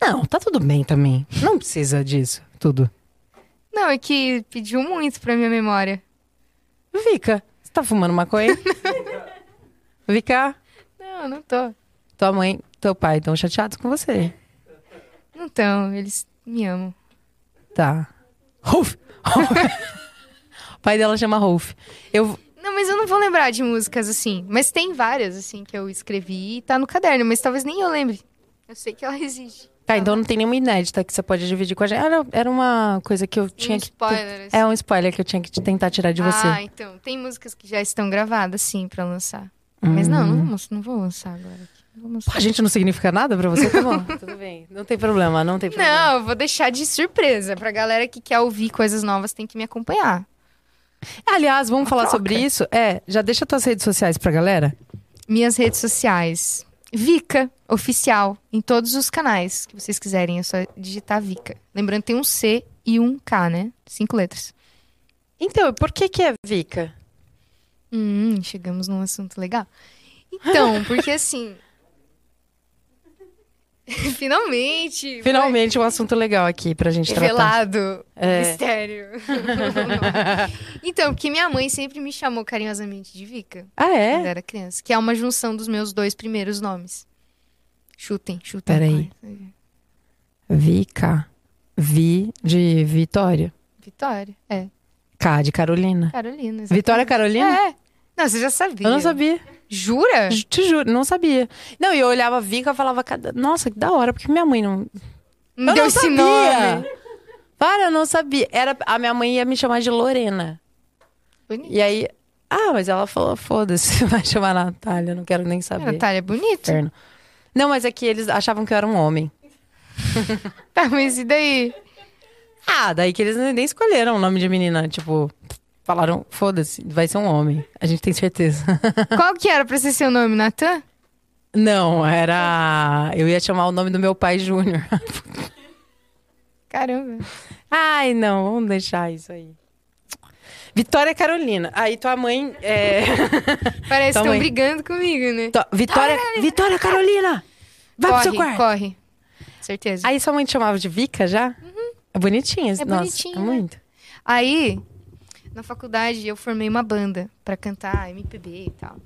A: Não, tá tudo bem também. Não precisa disso, tudo.
B: Não, é que pediu muito pra minha memória.
A: Vika, você tá fumando maconha? Vika,
B: Não, não tô.
A: tua mãe, teu pai estão chateados com você.
B: Não tão, eles me amam.
A: Tá. Rolf! o pai dela chama Rolf. Eu,
B: Não, mas eu não vou lembrar de músicas assim. Mas tem várias, assim, que eu escrevi e tá no caderno, mas talvez nem eu lembre. Eu sei que ela existe.
A: Tá, então não tem nenhuma inédita que você pode dividir com a gente. Era, era uma coisa que eu tinha
B: Um
A: que.
B: spoiler, assim.
A: É um spoiler que eu tinha que te- tentar tirar de você.
B: Ah, então. Tem músicas que já estão gravadas, sim, pra lançar.
A: Hum.
B: Mas não, não vou, lanç- não vou lançar agora. Não, vou lançar.
A: A gente não significa nada pra você? Tá bom, tudo bem. Não tem problema, não tem problema.
B: não, eu vou deixar de surpresa. Pra galera que quer ouvir coisas novas, tem que me acompanhar.
A: Aliás, vamos falar
B: troca.
A: sobre isso? É, já deixa tuas redes sociais pra galera.
B: Minhas redes sociais. Vika, oficial, em todos os canais que vocês quiserem. É só digitar Vika. Lembrando, tem um C e um K, né? Cinco letras.
A: Então, por que que é Vika?
B: Hum, chegamos num assunto legal. Então, porque assim. Finalmente!
A: Finalmente um assunto legal aqui pra gente tratar.
B: Revelado.
A: É.
B: Mistério. então, porque minha mãe sempre me chamou carinhosamente de Vika
A: Ah,
B: quando eu
A: é?
B: era criança, que é uma junção dos meus dois primeiros nomes. Chutem, chutem.
A: Peraí. Vika. Vi de Vitória.
B: Vitória. É,
A: K de Carolina.
B: Carolina. exatamente.
A: Vitória Carolina?
B: É. Não, você já sabia. É.
A: Eu não sabia.
B: Jura?
A: Ju- Te juro, não sabia. Não, e eu olhava a Vika e falava, "Cada- nossa, que da hora, porque minha mãe não.
B: Não
A: eu
B: deu
A: não
B: esse
A: sabia!
B: nome.
A: Para, eu não sabia. Era, a minha mãe ia me chamar de Lorena.
B: Bonito.
A: E aí, ah, mas ela falou, foda-se, vai chamar Natália, não quero nem
B: Ah,
A: saber.
B: Natália, bonito.
A: Inferno. Não, mas é que eles achavam que eu era um homem.
B: Tá, mas e daí?
A: Ah, daí que eles nem escolheram o nome de menina. Tipo, falaram, foda-se, vai ser um homem. A gente tem certeza.
B: Qual que era pra ser seu nome, Natan?
A: não, era. Eu ia chamar o nome do meu pai Júnior.
B: Caramba.
A: Ai, não, vamos deixar isso aí. Vitória Carolina. Aí tua mãe. é,
B: Parece que
A: Toma
B: estão
A: aí.
B: brigando comigo, né?
A: tua- Vitória, Vitória Carolina! Vai
B: corre,
A: pro seu quarto.
B: corre. Certeza.
A: Aí sua mãe te chamava de Vika já? É bonitinha,
B: É
A: nossa.
B: bonitinha.
A: É muito.
B: Aí, na faculdade, eu formei uma banda pra cantar MPB e tal.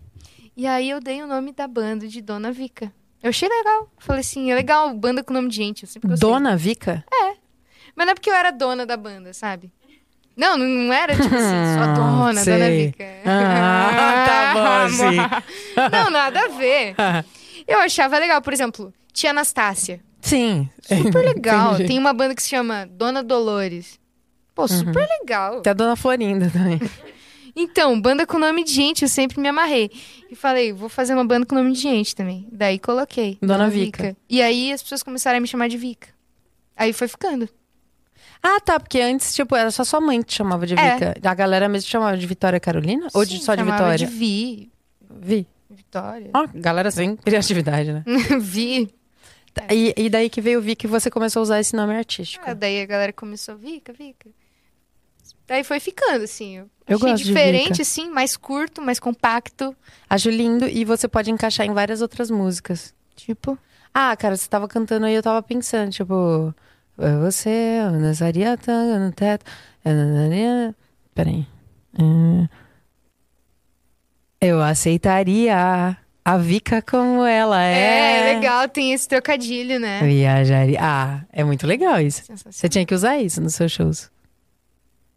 B: E aí eu dei o nome da banda de Dona Vica. Eu achei legal. Falei assim, é legal, banda com nome de gente. Eu sempre gostei.
A: Dona Vika?
B: Mas não é porque eu era dona da banda, sabe? Não, não- não era tipo assim, só dona,
A: sei.
B: dona Vica.
A: Ah, tá bom,
B: bom, Não, nada a ver. Eu achava legal, por exemplo, Tia Anastácia.
A: Sim.
B: Super legal.
A: Entendi.
B: Tem uma banda que se chama Dona Dolores.
A: Uhum.
B: Pô, super legal.
A: Tem a Dona Florinda também.
B: Então, banda com nome de gente, eu sempre me amarrei. E falei, vou fazer uma banda com nome de gente também. Daí coloquei.
A: Dona Vica.
B: E aí as pessoas começaram a me chamar de Vica. Aí foi ficando.
A: Ah, tá, porque antes, tipo, era só sua mãe que te chamava de
B: É.
A: Vika. A galera mesmo te chamava de Vitória Carolina? Ou de,
B: Sim,
A: só de
B: chamava
A: Vitória?
B: De Vi.
A: Vi.
B: Vitória.
A: Ó, galera sem criatividade, né?
B: Vi. É.
A: E, e daí que veio o Vic e você começou a usar esse nome artístico.
B: Ah, daí a galera começou, Vica, Vica. Daí foi ficando, assim. Eu,
A: Eu
B: achei
A: gosto de
B: diferente,
A: Vica.
B: assim, mais curto, mais compacto.
A: Acho lindo e você pode encaixar em várias outras músicas.
B: Tipo.
A: Ah, cara, você tava cantando aí, eu tava pensando, tipo, "É você, tá, eu dançaria a tanga no teto. eu dançaria-" Peraí. Hum. Eu aceitaria a Vika como ela é.
B: É, legal, tem esse trocadilho, né?
A: Viajaria. Ah, é muito legal isso.
B: Sensacional.
A: É. Você tinha que usar isso nos seus shows.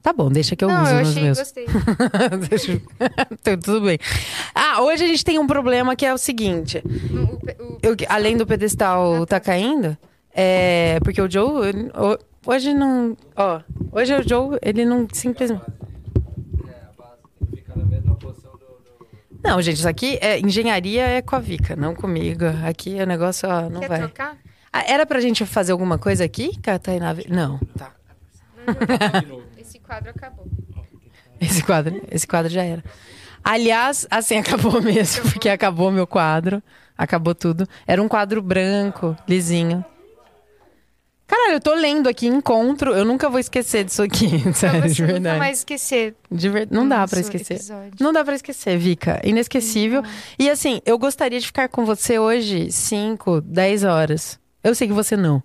A: Tá bom, deixa que eu
B: Não,
A: uso
B: eu
A: nos
B: achei,
A: meus.
B: gostei.
A: Deixa eu- Tá Tudo bem. Ah, hoje a gente tem um problema que é o seguinte:
B: O pe- o-
A: eu- além do
B: Ah,
A: pedestal tá caindo, é porque o Joe ele- ho- hoje não. Ó, hoje o Joe ele não simplesmente. Não, gente, isso aqui é engenharia é com a Vika, não comigo. Aqui o negócio ó, não
B: Quer
A: vai.
B: trocar?
A: Ah, era pra gente fazer alguma coisa aqui, Catarina? Não, tá.
B: Esse quadro acabou.
A: É, Esse quadro, esse quadro já era. Aliás, assim, acabou mesmo, porque acabou meu quadro. Acabou tudo. Era um quadro branco, lisinho. Caralho, eu tô lendo aqui encontro. Eu nunca vou esquecer disso aqui,
B: Pra
A: sério, de
B: você nunca
A: verdade.
B: mais é esquecer.
A: De ver- Não dá
B: nosso
A: pra esquecer.
B: episódio.
A: Não dá pra esquecer, Vika. Inesquecível. E assim, eu gostaria de ficar com você hoje 5, 10 horas. Eu sei que você não.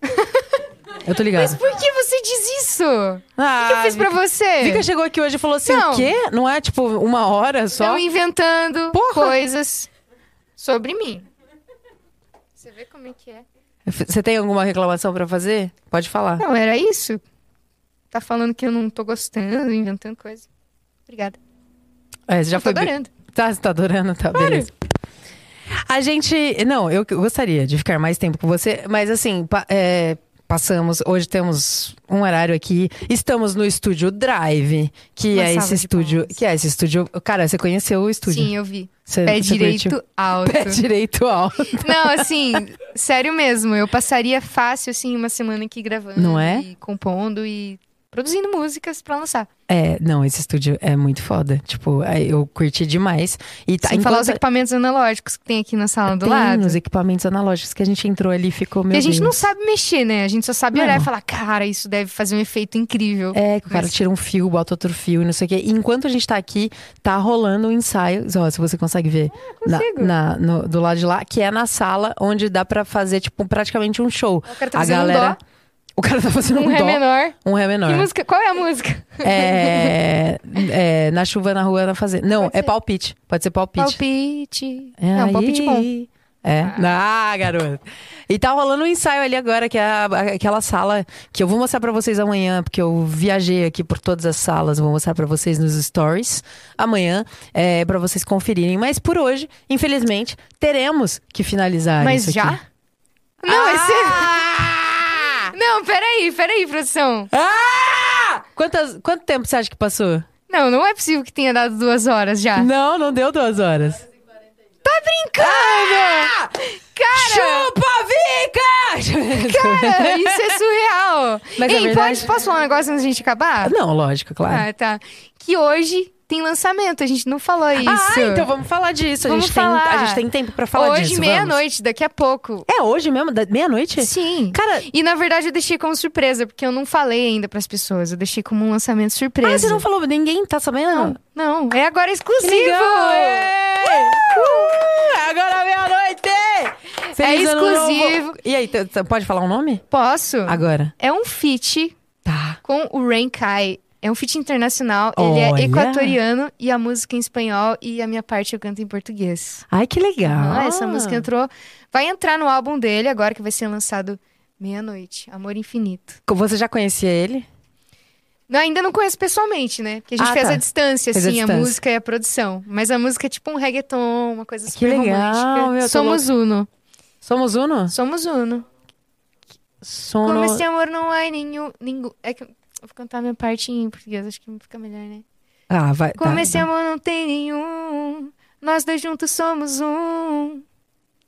A: Eu tô ligada.
B: Mas por que você diz isso? O
A: ah,
B: que eu fiz pra
A: Vika-
B: você?
A: Vika chegou aqui hoje e falou assim:
B: Não.
A: o quê? Não é tipo uma hora só?
B: Estão inventando
A: Porra!
B: coisas sobre mim. Você vê como é que é?
A: Você tem alguma reclamação pra fazer? Pode falar.
B: Não, era isso. Tá falando que eu não tô gostando, inventando coisa. Obrigada.
A: É, você já
B: Já tô
A: foi. bem-
B: adorando.
A: Tá, você tá adorando, tá, beleza. A gente. Não, eu que- eu gostaria de ficar mais tempo com você, mas assim, pa- é, passamos. Hoje temos um horário aqui. Estamos no estúdio Drive, que
B: Uma
A: é
B: salva
A: esse
B: de
A: estúdio.
B: palmas.
A: Que é esse estúdio. Cara, você conheceu o estúdio.
B: Sim, eu vi.
A: É, Você-
B: Pé
A: você
B: direito
A: curtiu?
B: alto.
A: Pé direito alto.
B: Não, assim, sério mesmo. Eu passaria fácil, assim, uma semana aqui gravando.
A: Não é?
B: E compondo e produzindo músicas pra lançar.
A: É, não, esse estúdio é muito foda. Tipo, é, eu curti demais. E tá
B: Sem falar os
A: enquanto- É,
B: equipamentos analógicos que tem aqui na sala do
A: tem
B: lado.
A: os equipamentos analógicos que a gente entrou ali e ficou meu
B: Porque a gente não
A: Deus.
B: sabe mexer, né? A gente só sabe olhar
A: Não.
B: e falar, cara, isso deve fazer um efeito incrível.
A: É, que o cara
B: Mas-
A: tira um fio, bota outro fio e não sei o quê. E enquanto a gente tá aqui, tá rolando um ensaio. Ó, se você consegue ver na-
B: Ah, consigo.
A: na- no- do lado de lá, que é na sala onde dá pra fazer, tipo, praticamente um show.
B: O cara tá
A: a
B: fazendo um
A: galera. O cara tá fazendo um,
B: Um ré
A: dó,
B: menor.
A: um ré
B: Que
A: menor.
B: música? Qual é a música?
A: É, é, na chuva, na rua, na fazenda. Não,
B: Pode
A: é
B: ser.
A: palpite. Pode ser palpite.
B: Palpite.
A: É
B: Não, um palpite
A: aí.
B: bom.
A: É. Ah. garota. E tá rolando um ensaio ali agora, que é a- aquela sala que eu vou mostrar pra vocês amanhã, porque eu viajei aqui por todas as salas, vou mostrar pra vocês nos stories amanhã, é, para vocês conferirem. Mas por hoje, infelizmente, teremos que finalizar
B: Mas
A: Ah, isso
B: já?
A: aqui. Ah!
B: Não, esse. Não, peraí, peraí, produção.
A: Quantas, quanto tempo você acha que passou?
B: Não, não é possível que tenha dado duas horas já.
A: Não, não deu duas horas.
B: Tá
A: Ah!
B: brincando!
A: Chupa, Vika!
B: Cara, cara, isso é surreal.
A: Mas
B: Ei,
A: a verdade-
B: pode, posso falar um negócio antes da gente acabar?
A: Não, lógico, claro.
B: Ah, tá. Que hoje tem lançamento, a gente não falou isso.
A: Ah, então vamos falar disso. A,
B: Vamos
A: gente, Tem,
B: falar.
A: a gente tem tempo pra falar
B: hoje,
A: disso. vamos.
B: meia-noite, daqui a pouco.
A: É hoje mesmo? Da- Meia-noite?
B: Sim.
A: Cara,
B: E na verdade eu deixei como surpresa, porque eu não falei ainda pras pessoas. Eu deixei como um lançamento surpresa.
A: ah, você não falou, ninguém tá sabendo?
B: Não, é agora
A: Que
B: exclusivo!
A: legal! É! Uh! Agora meia-noite! Feliz ano um novo!
B: É exclusivo.
A: E aí, t- t- pode falar o nome?
B: Posso?
A: Agora.
B: É um feat
A: Tá.
B: com o Renkai. É um feat internacional, ele
A: Olha!
B: é equatoriano e a música em espanhol e a minha parte eu canto em português.
A: Ai, que legal.
B: Ah, essa música entrou, vai entrar no álbum dele agora que vai ser lançado meia-noite, Amor Infinito.
A: Você já conhecia ele?
B: Não, ainda não conheço pessoalmente, né? Porque a gente
A: Ah,
B: fez
A: tá.
B: a distância,
A: Fez a
B: assim,
A: distância.
B: a música e a produção. Mas a música é tipo um reggaeton, uma coisa super
A: legal,
B: romântica.
A: meu, tô
B: Somos uno.
A: Somos Uno?
B: Somos uno.
A: Sono...
B: Como esse amor não é nenhum. nenhum... É que eu vou cantar minha parte em português, acho que fica melhor, né?
A: Ah, vai. tá,
B: Como esse
A: tá.
B: amor não tem nenhum, nós dois juntos somos um.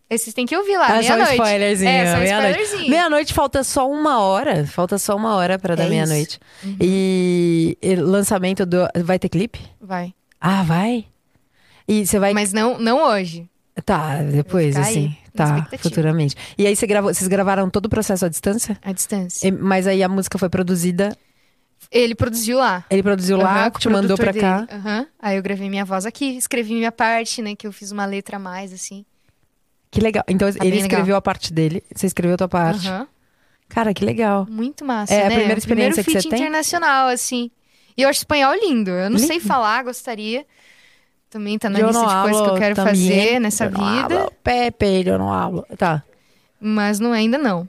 B: Esses tem que ouvir lá,
A: Ah, só um
B: meia-noite.
A: spoilerzinho.
B: É, só um
A: meia-noite.
B: spoilerzinho. É
A: Meia-noite falta só uma hora. Falta só uma hora pra dar
B: isso. Uhum.
A: meia-noite. E... e lançamento do. Vai ter clipe?
B: Vai.
A: Ah, vai? E você vai.
B: Mas não, não hoje.
A: Tá, depois,
B: Vai ficar
A: assim.
B: aí, na
A: tá,
B: expectativa.
A: futuramente. E aí você gravou, vocês gravaram todo o processo à distância?
B: À distância.
A: E- mas aí a música foi produzida,
B: Ele produziu lá.
A: ele produziu lá,
B: Aham, com o
A: te mandou pra
B: produtor
A: cá.
B: dele. Aham. Aí eu gravei minha voz aqui, escrevi minha parte, né? Que eu fiz uma letra a mais, assim.
A: Que legal. Então
B: Tá
A: ele
B: bem legal.
A: escreveu a parte dele, você escreveu a tua parte.
B: Aham.
A: Cara, que legal.
B: Muito massa,
A: É a
B: né?
A: primeira experiência
B: Primeiro
A: que você
B: feat
A: tem?
B: internacional, assim. E eu acho espanhol lindo. Eu não
A: Lindo.
B: sei falar, gostaria. Também tá na
A: Eu
B: lista
A: não
B: de coisas que eu
A: hablo
B: quero
A: também,
B: fazer nessa
A: eu não
B: vida.
A: hablo Pepe, eu não hablo. Tá.
B: Mas não é ainda não.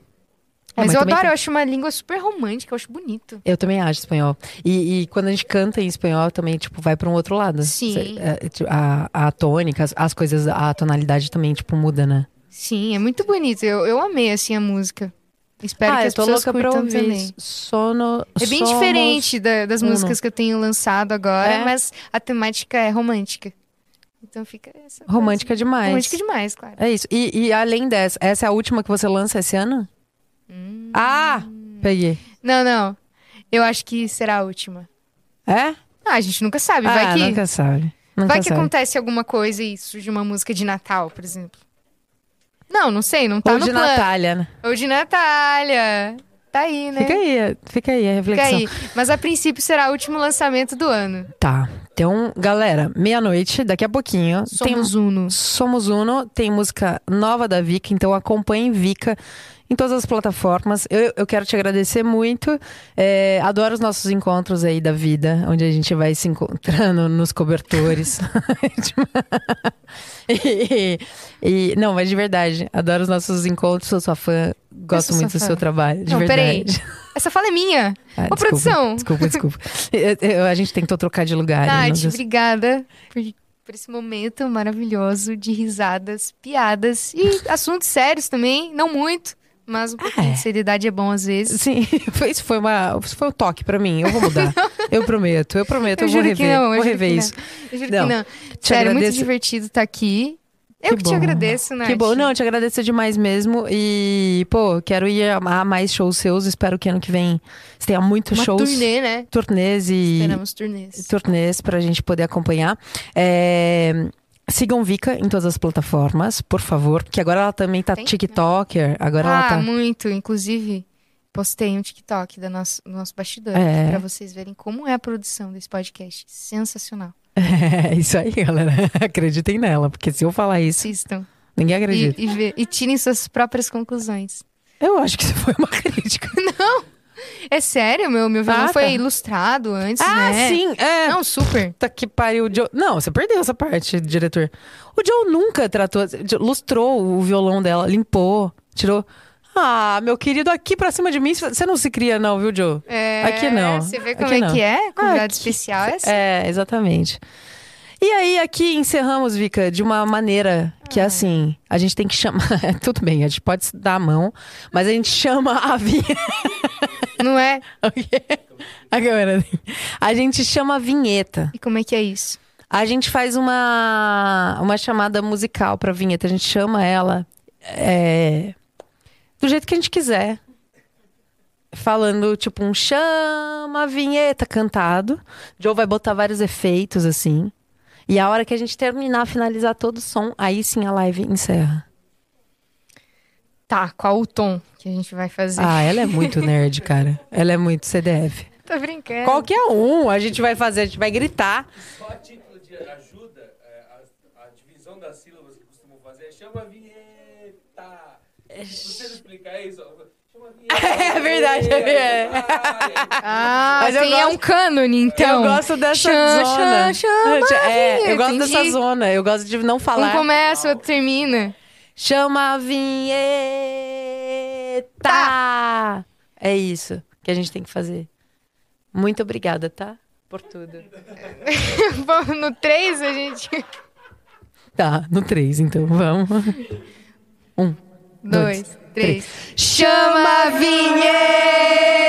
A: É,
B: Mas,
A: mas
B: eu
A: também
B: adoro,
A: tem-
B: eu acho uma língua super romântica, eu acho bonito.
A: Eu também acho espanhol. E, e quando a gente canta em espanhol, também, tipo, vai pra um outro lado.
B: Sim.
A: Cê- é, tipo, a, a tônica, as, as coisas, a tonalidade também, tipo, muda, né?
B: Sim, é muito bonito. Eu, eu amei, assim, a música. Espero
A: Ah,
B: que as pessoas curtam também.
A: Sono,
B: É bem
A: somos-
B: diferente da- das
A: Uno.
B: músicas que eu tenho lançado agora,
A: É?
B: mas a temática é romântica. Então fica essa. frase.
A: Romântica demais.
B: Romântica demais, claro.
A: É isso. E, e além dessa, essa é a última que você lança esse ano?
B: Hum.
A: Ah! Peguei.
B: Não, não. Eu acho que será a última.
A: É?
B: Ah, a gente nunca sabe. vai
A: ah,
B: que,
A: nunca sabe. Nunca
B: vai que
A: sabe.
B: acontece alguma coisa e surge uma música de Natal, por exemplo. Não, não sei, não tá
A: Ou
B: no
A: de
B: plano.
A: Natália, né?
B: Ou de Natália. Tá aí, né?
A: Fica aí, fica aí a
B: Fica
A: reflexão.
B: aí. Mas a princípio será o último lançamento do ano.
A: Tá. Então, galera, meia-noite, daqui a pouquinho. tem- um-
B: Somos Uno.
A: Somos Uno, tem música nova da Vika, então acompanhe Vika em todas as plataformas. Eu, eu quero te agradecer muito. É, adoro os nossos encontros aí da vida, onde a gente vai se encontrando nos cobertores. e, e- não, mas de verdade, adoro os nossos encontros, sou sua fã, gosto
B: sou sua
A: muito do
B: fã.
A: seu trabalho, de
B: Não,
A: verdade.
B: peraí. Essa fala é minha.
A: Ah,
B: Ô, produção. Ah, é
A: Desculpa, desculpa. Eu- eu- a gente tentou trocar de lugar. né? eu não
B: Nath,
A: deu
B: obrigada por, por esse momento maravilhoso de risadas, piadas e assuntos sérios também. Não muito, mas um pouquinho
A: é.
B: de seriedade é bom às vezes.
A: Sim, foi- isso foi, uma, isso foi um toque pra mim. Eu vou mudar. eu prometo, eu prometo, eu, vou
B: juro
A: rever.
B: que não, eu
A: vou
B: juro
A: rever
B: que
A: isso.
B: Não. Eu juro
A: Não,
B: que não.
A: te
B: Sério, é muito
A: agradeço.
B: divertido estar aqui. Eu que, te
A: bom.
B: agradeço, Nath.
A: Que bom, não, eu te agradeço demais mesmo. E, pô, quero ir a a mais shows seus. Espero que ano que vem você tenha muitos
B: Uma
A: shows.
B: turnê, né?
A: Turnês e
B: Esperamos turnês.
A: turnês pra gente poder acompanhar. É, Sigam Vika em todas as plataformas, por favor. Que agora ela também tá
B: Tem?
A: TikToker. Agora
B: Ah,
A: ela tá.
B: muito. Inclusive, postei um TikTok da nosso, do nosso bastidor
A: É.
B: pra vocês verem como é a produção desse podcast. Sensacional.
A: É isso aí, galera. Acreditem nela, porque se eu falar isso,
B: Assistam
A: ninguém
B: e,
A: acredita.
B: e, vê- e tirem suas próprias conclusões.
A: Eu acho que isso foi uma crítica.
B: É sério, meu, meu violão
A: Ah, tá.
B: foi ilustrado antes,
A: Ah,
B: né?
A: sim, é.
B: Não, super.
A: Puta que pariu, o Joe. Não, você perdeu essa parte, diretor. O Joe nunca tratou. Lustrou o violão dela, limpou, tirou. Ah, meu querido, aqui pra cima de mim, você não se cria, não, viu, Joe?
B: É,
A: Aqui não,
B: Você vê
A: aqui
B: como é
A: não. Ah,
B: que é? Convidado
A: Aqui.
B: especial é assim.
A: É, exatamente. E aí, aqui encerramos, Vika, de uma maneira que é assim: a gente tem que chamar. é, Tudo bem, a gente pode se dar a mão, mas a gente chama a vinheta.
B: Não é?
A: A câmera. A gente chama a vinheta.
B: E como é que é isso?
A: A gente faz uma, uma chamada musical pra vinheta. A gente chama ela é, do jeito que a gente quiser. Falando, tipo, um chama a vinheta cantado. Joe vai botar vários efeitos, assim. E a hora que a gente terminar, finalizar todo o som, aí sim a live encerra.
B: Tá, qual o tom que a gente vai fazer?
A: Ah, ela é muito nerd, cara. Ela é muito CDF.
B: Tô brincando.
A: Qualquer um a gente vai fazer, a gente vai gritar.
D: Só a título de ajuda, é, a, a divisão das sílabas que costumam fazer é chama a vinheta. Se você não explicar isso, ó, chama a vinheta.
A: É verdade, é.
D: Ai,
B: Ah,
A: Mas eu
B: tem- é
A: gosto-
B: um cânone, então.
A: Eu gosto dessa
B: Chan,
A: zona.
B: chan, chama a
A: é,
B: vinheta,
A: eu gosto dessa
B: entendi.
A: zona. Eu gosto de não falar.
B: Um começa, outro termina.
A: Chama a vinheta.
B: Tá.
A: É isso que a gente tem que fazer. Muito obrigada, tá? Por tudo.
B: Bom, no 3 a gente.
A: Tá, no 3, então vamos.
B: dois, três.
A: Chama a vinheta.
B: Ah!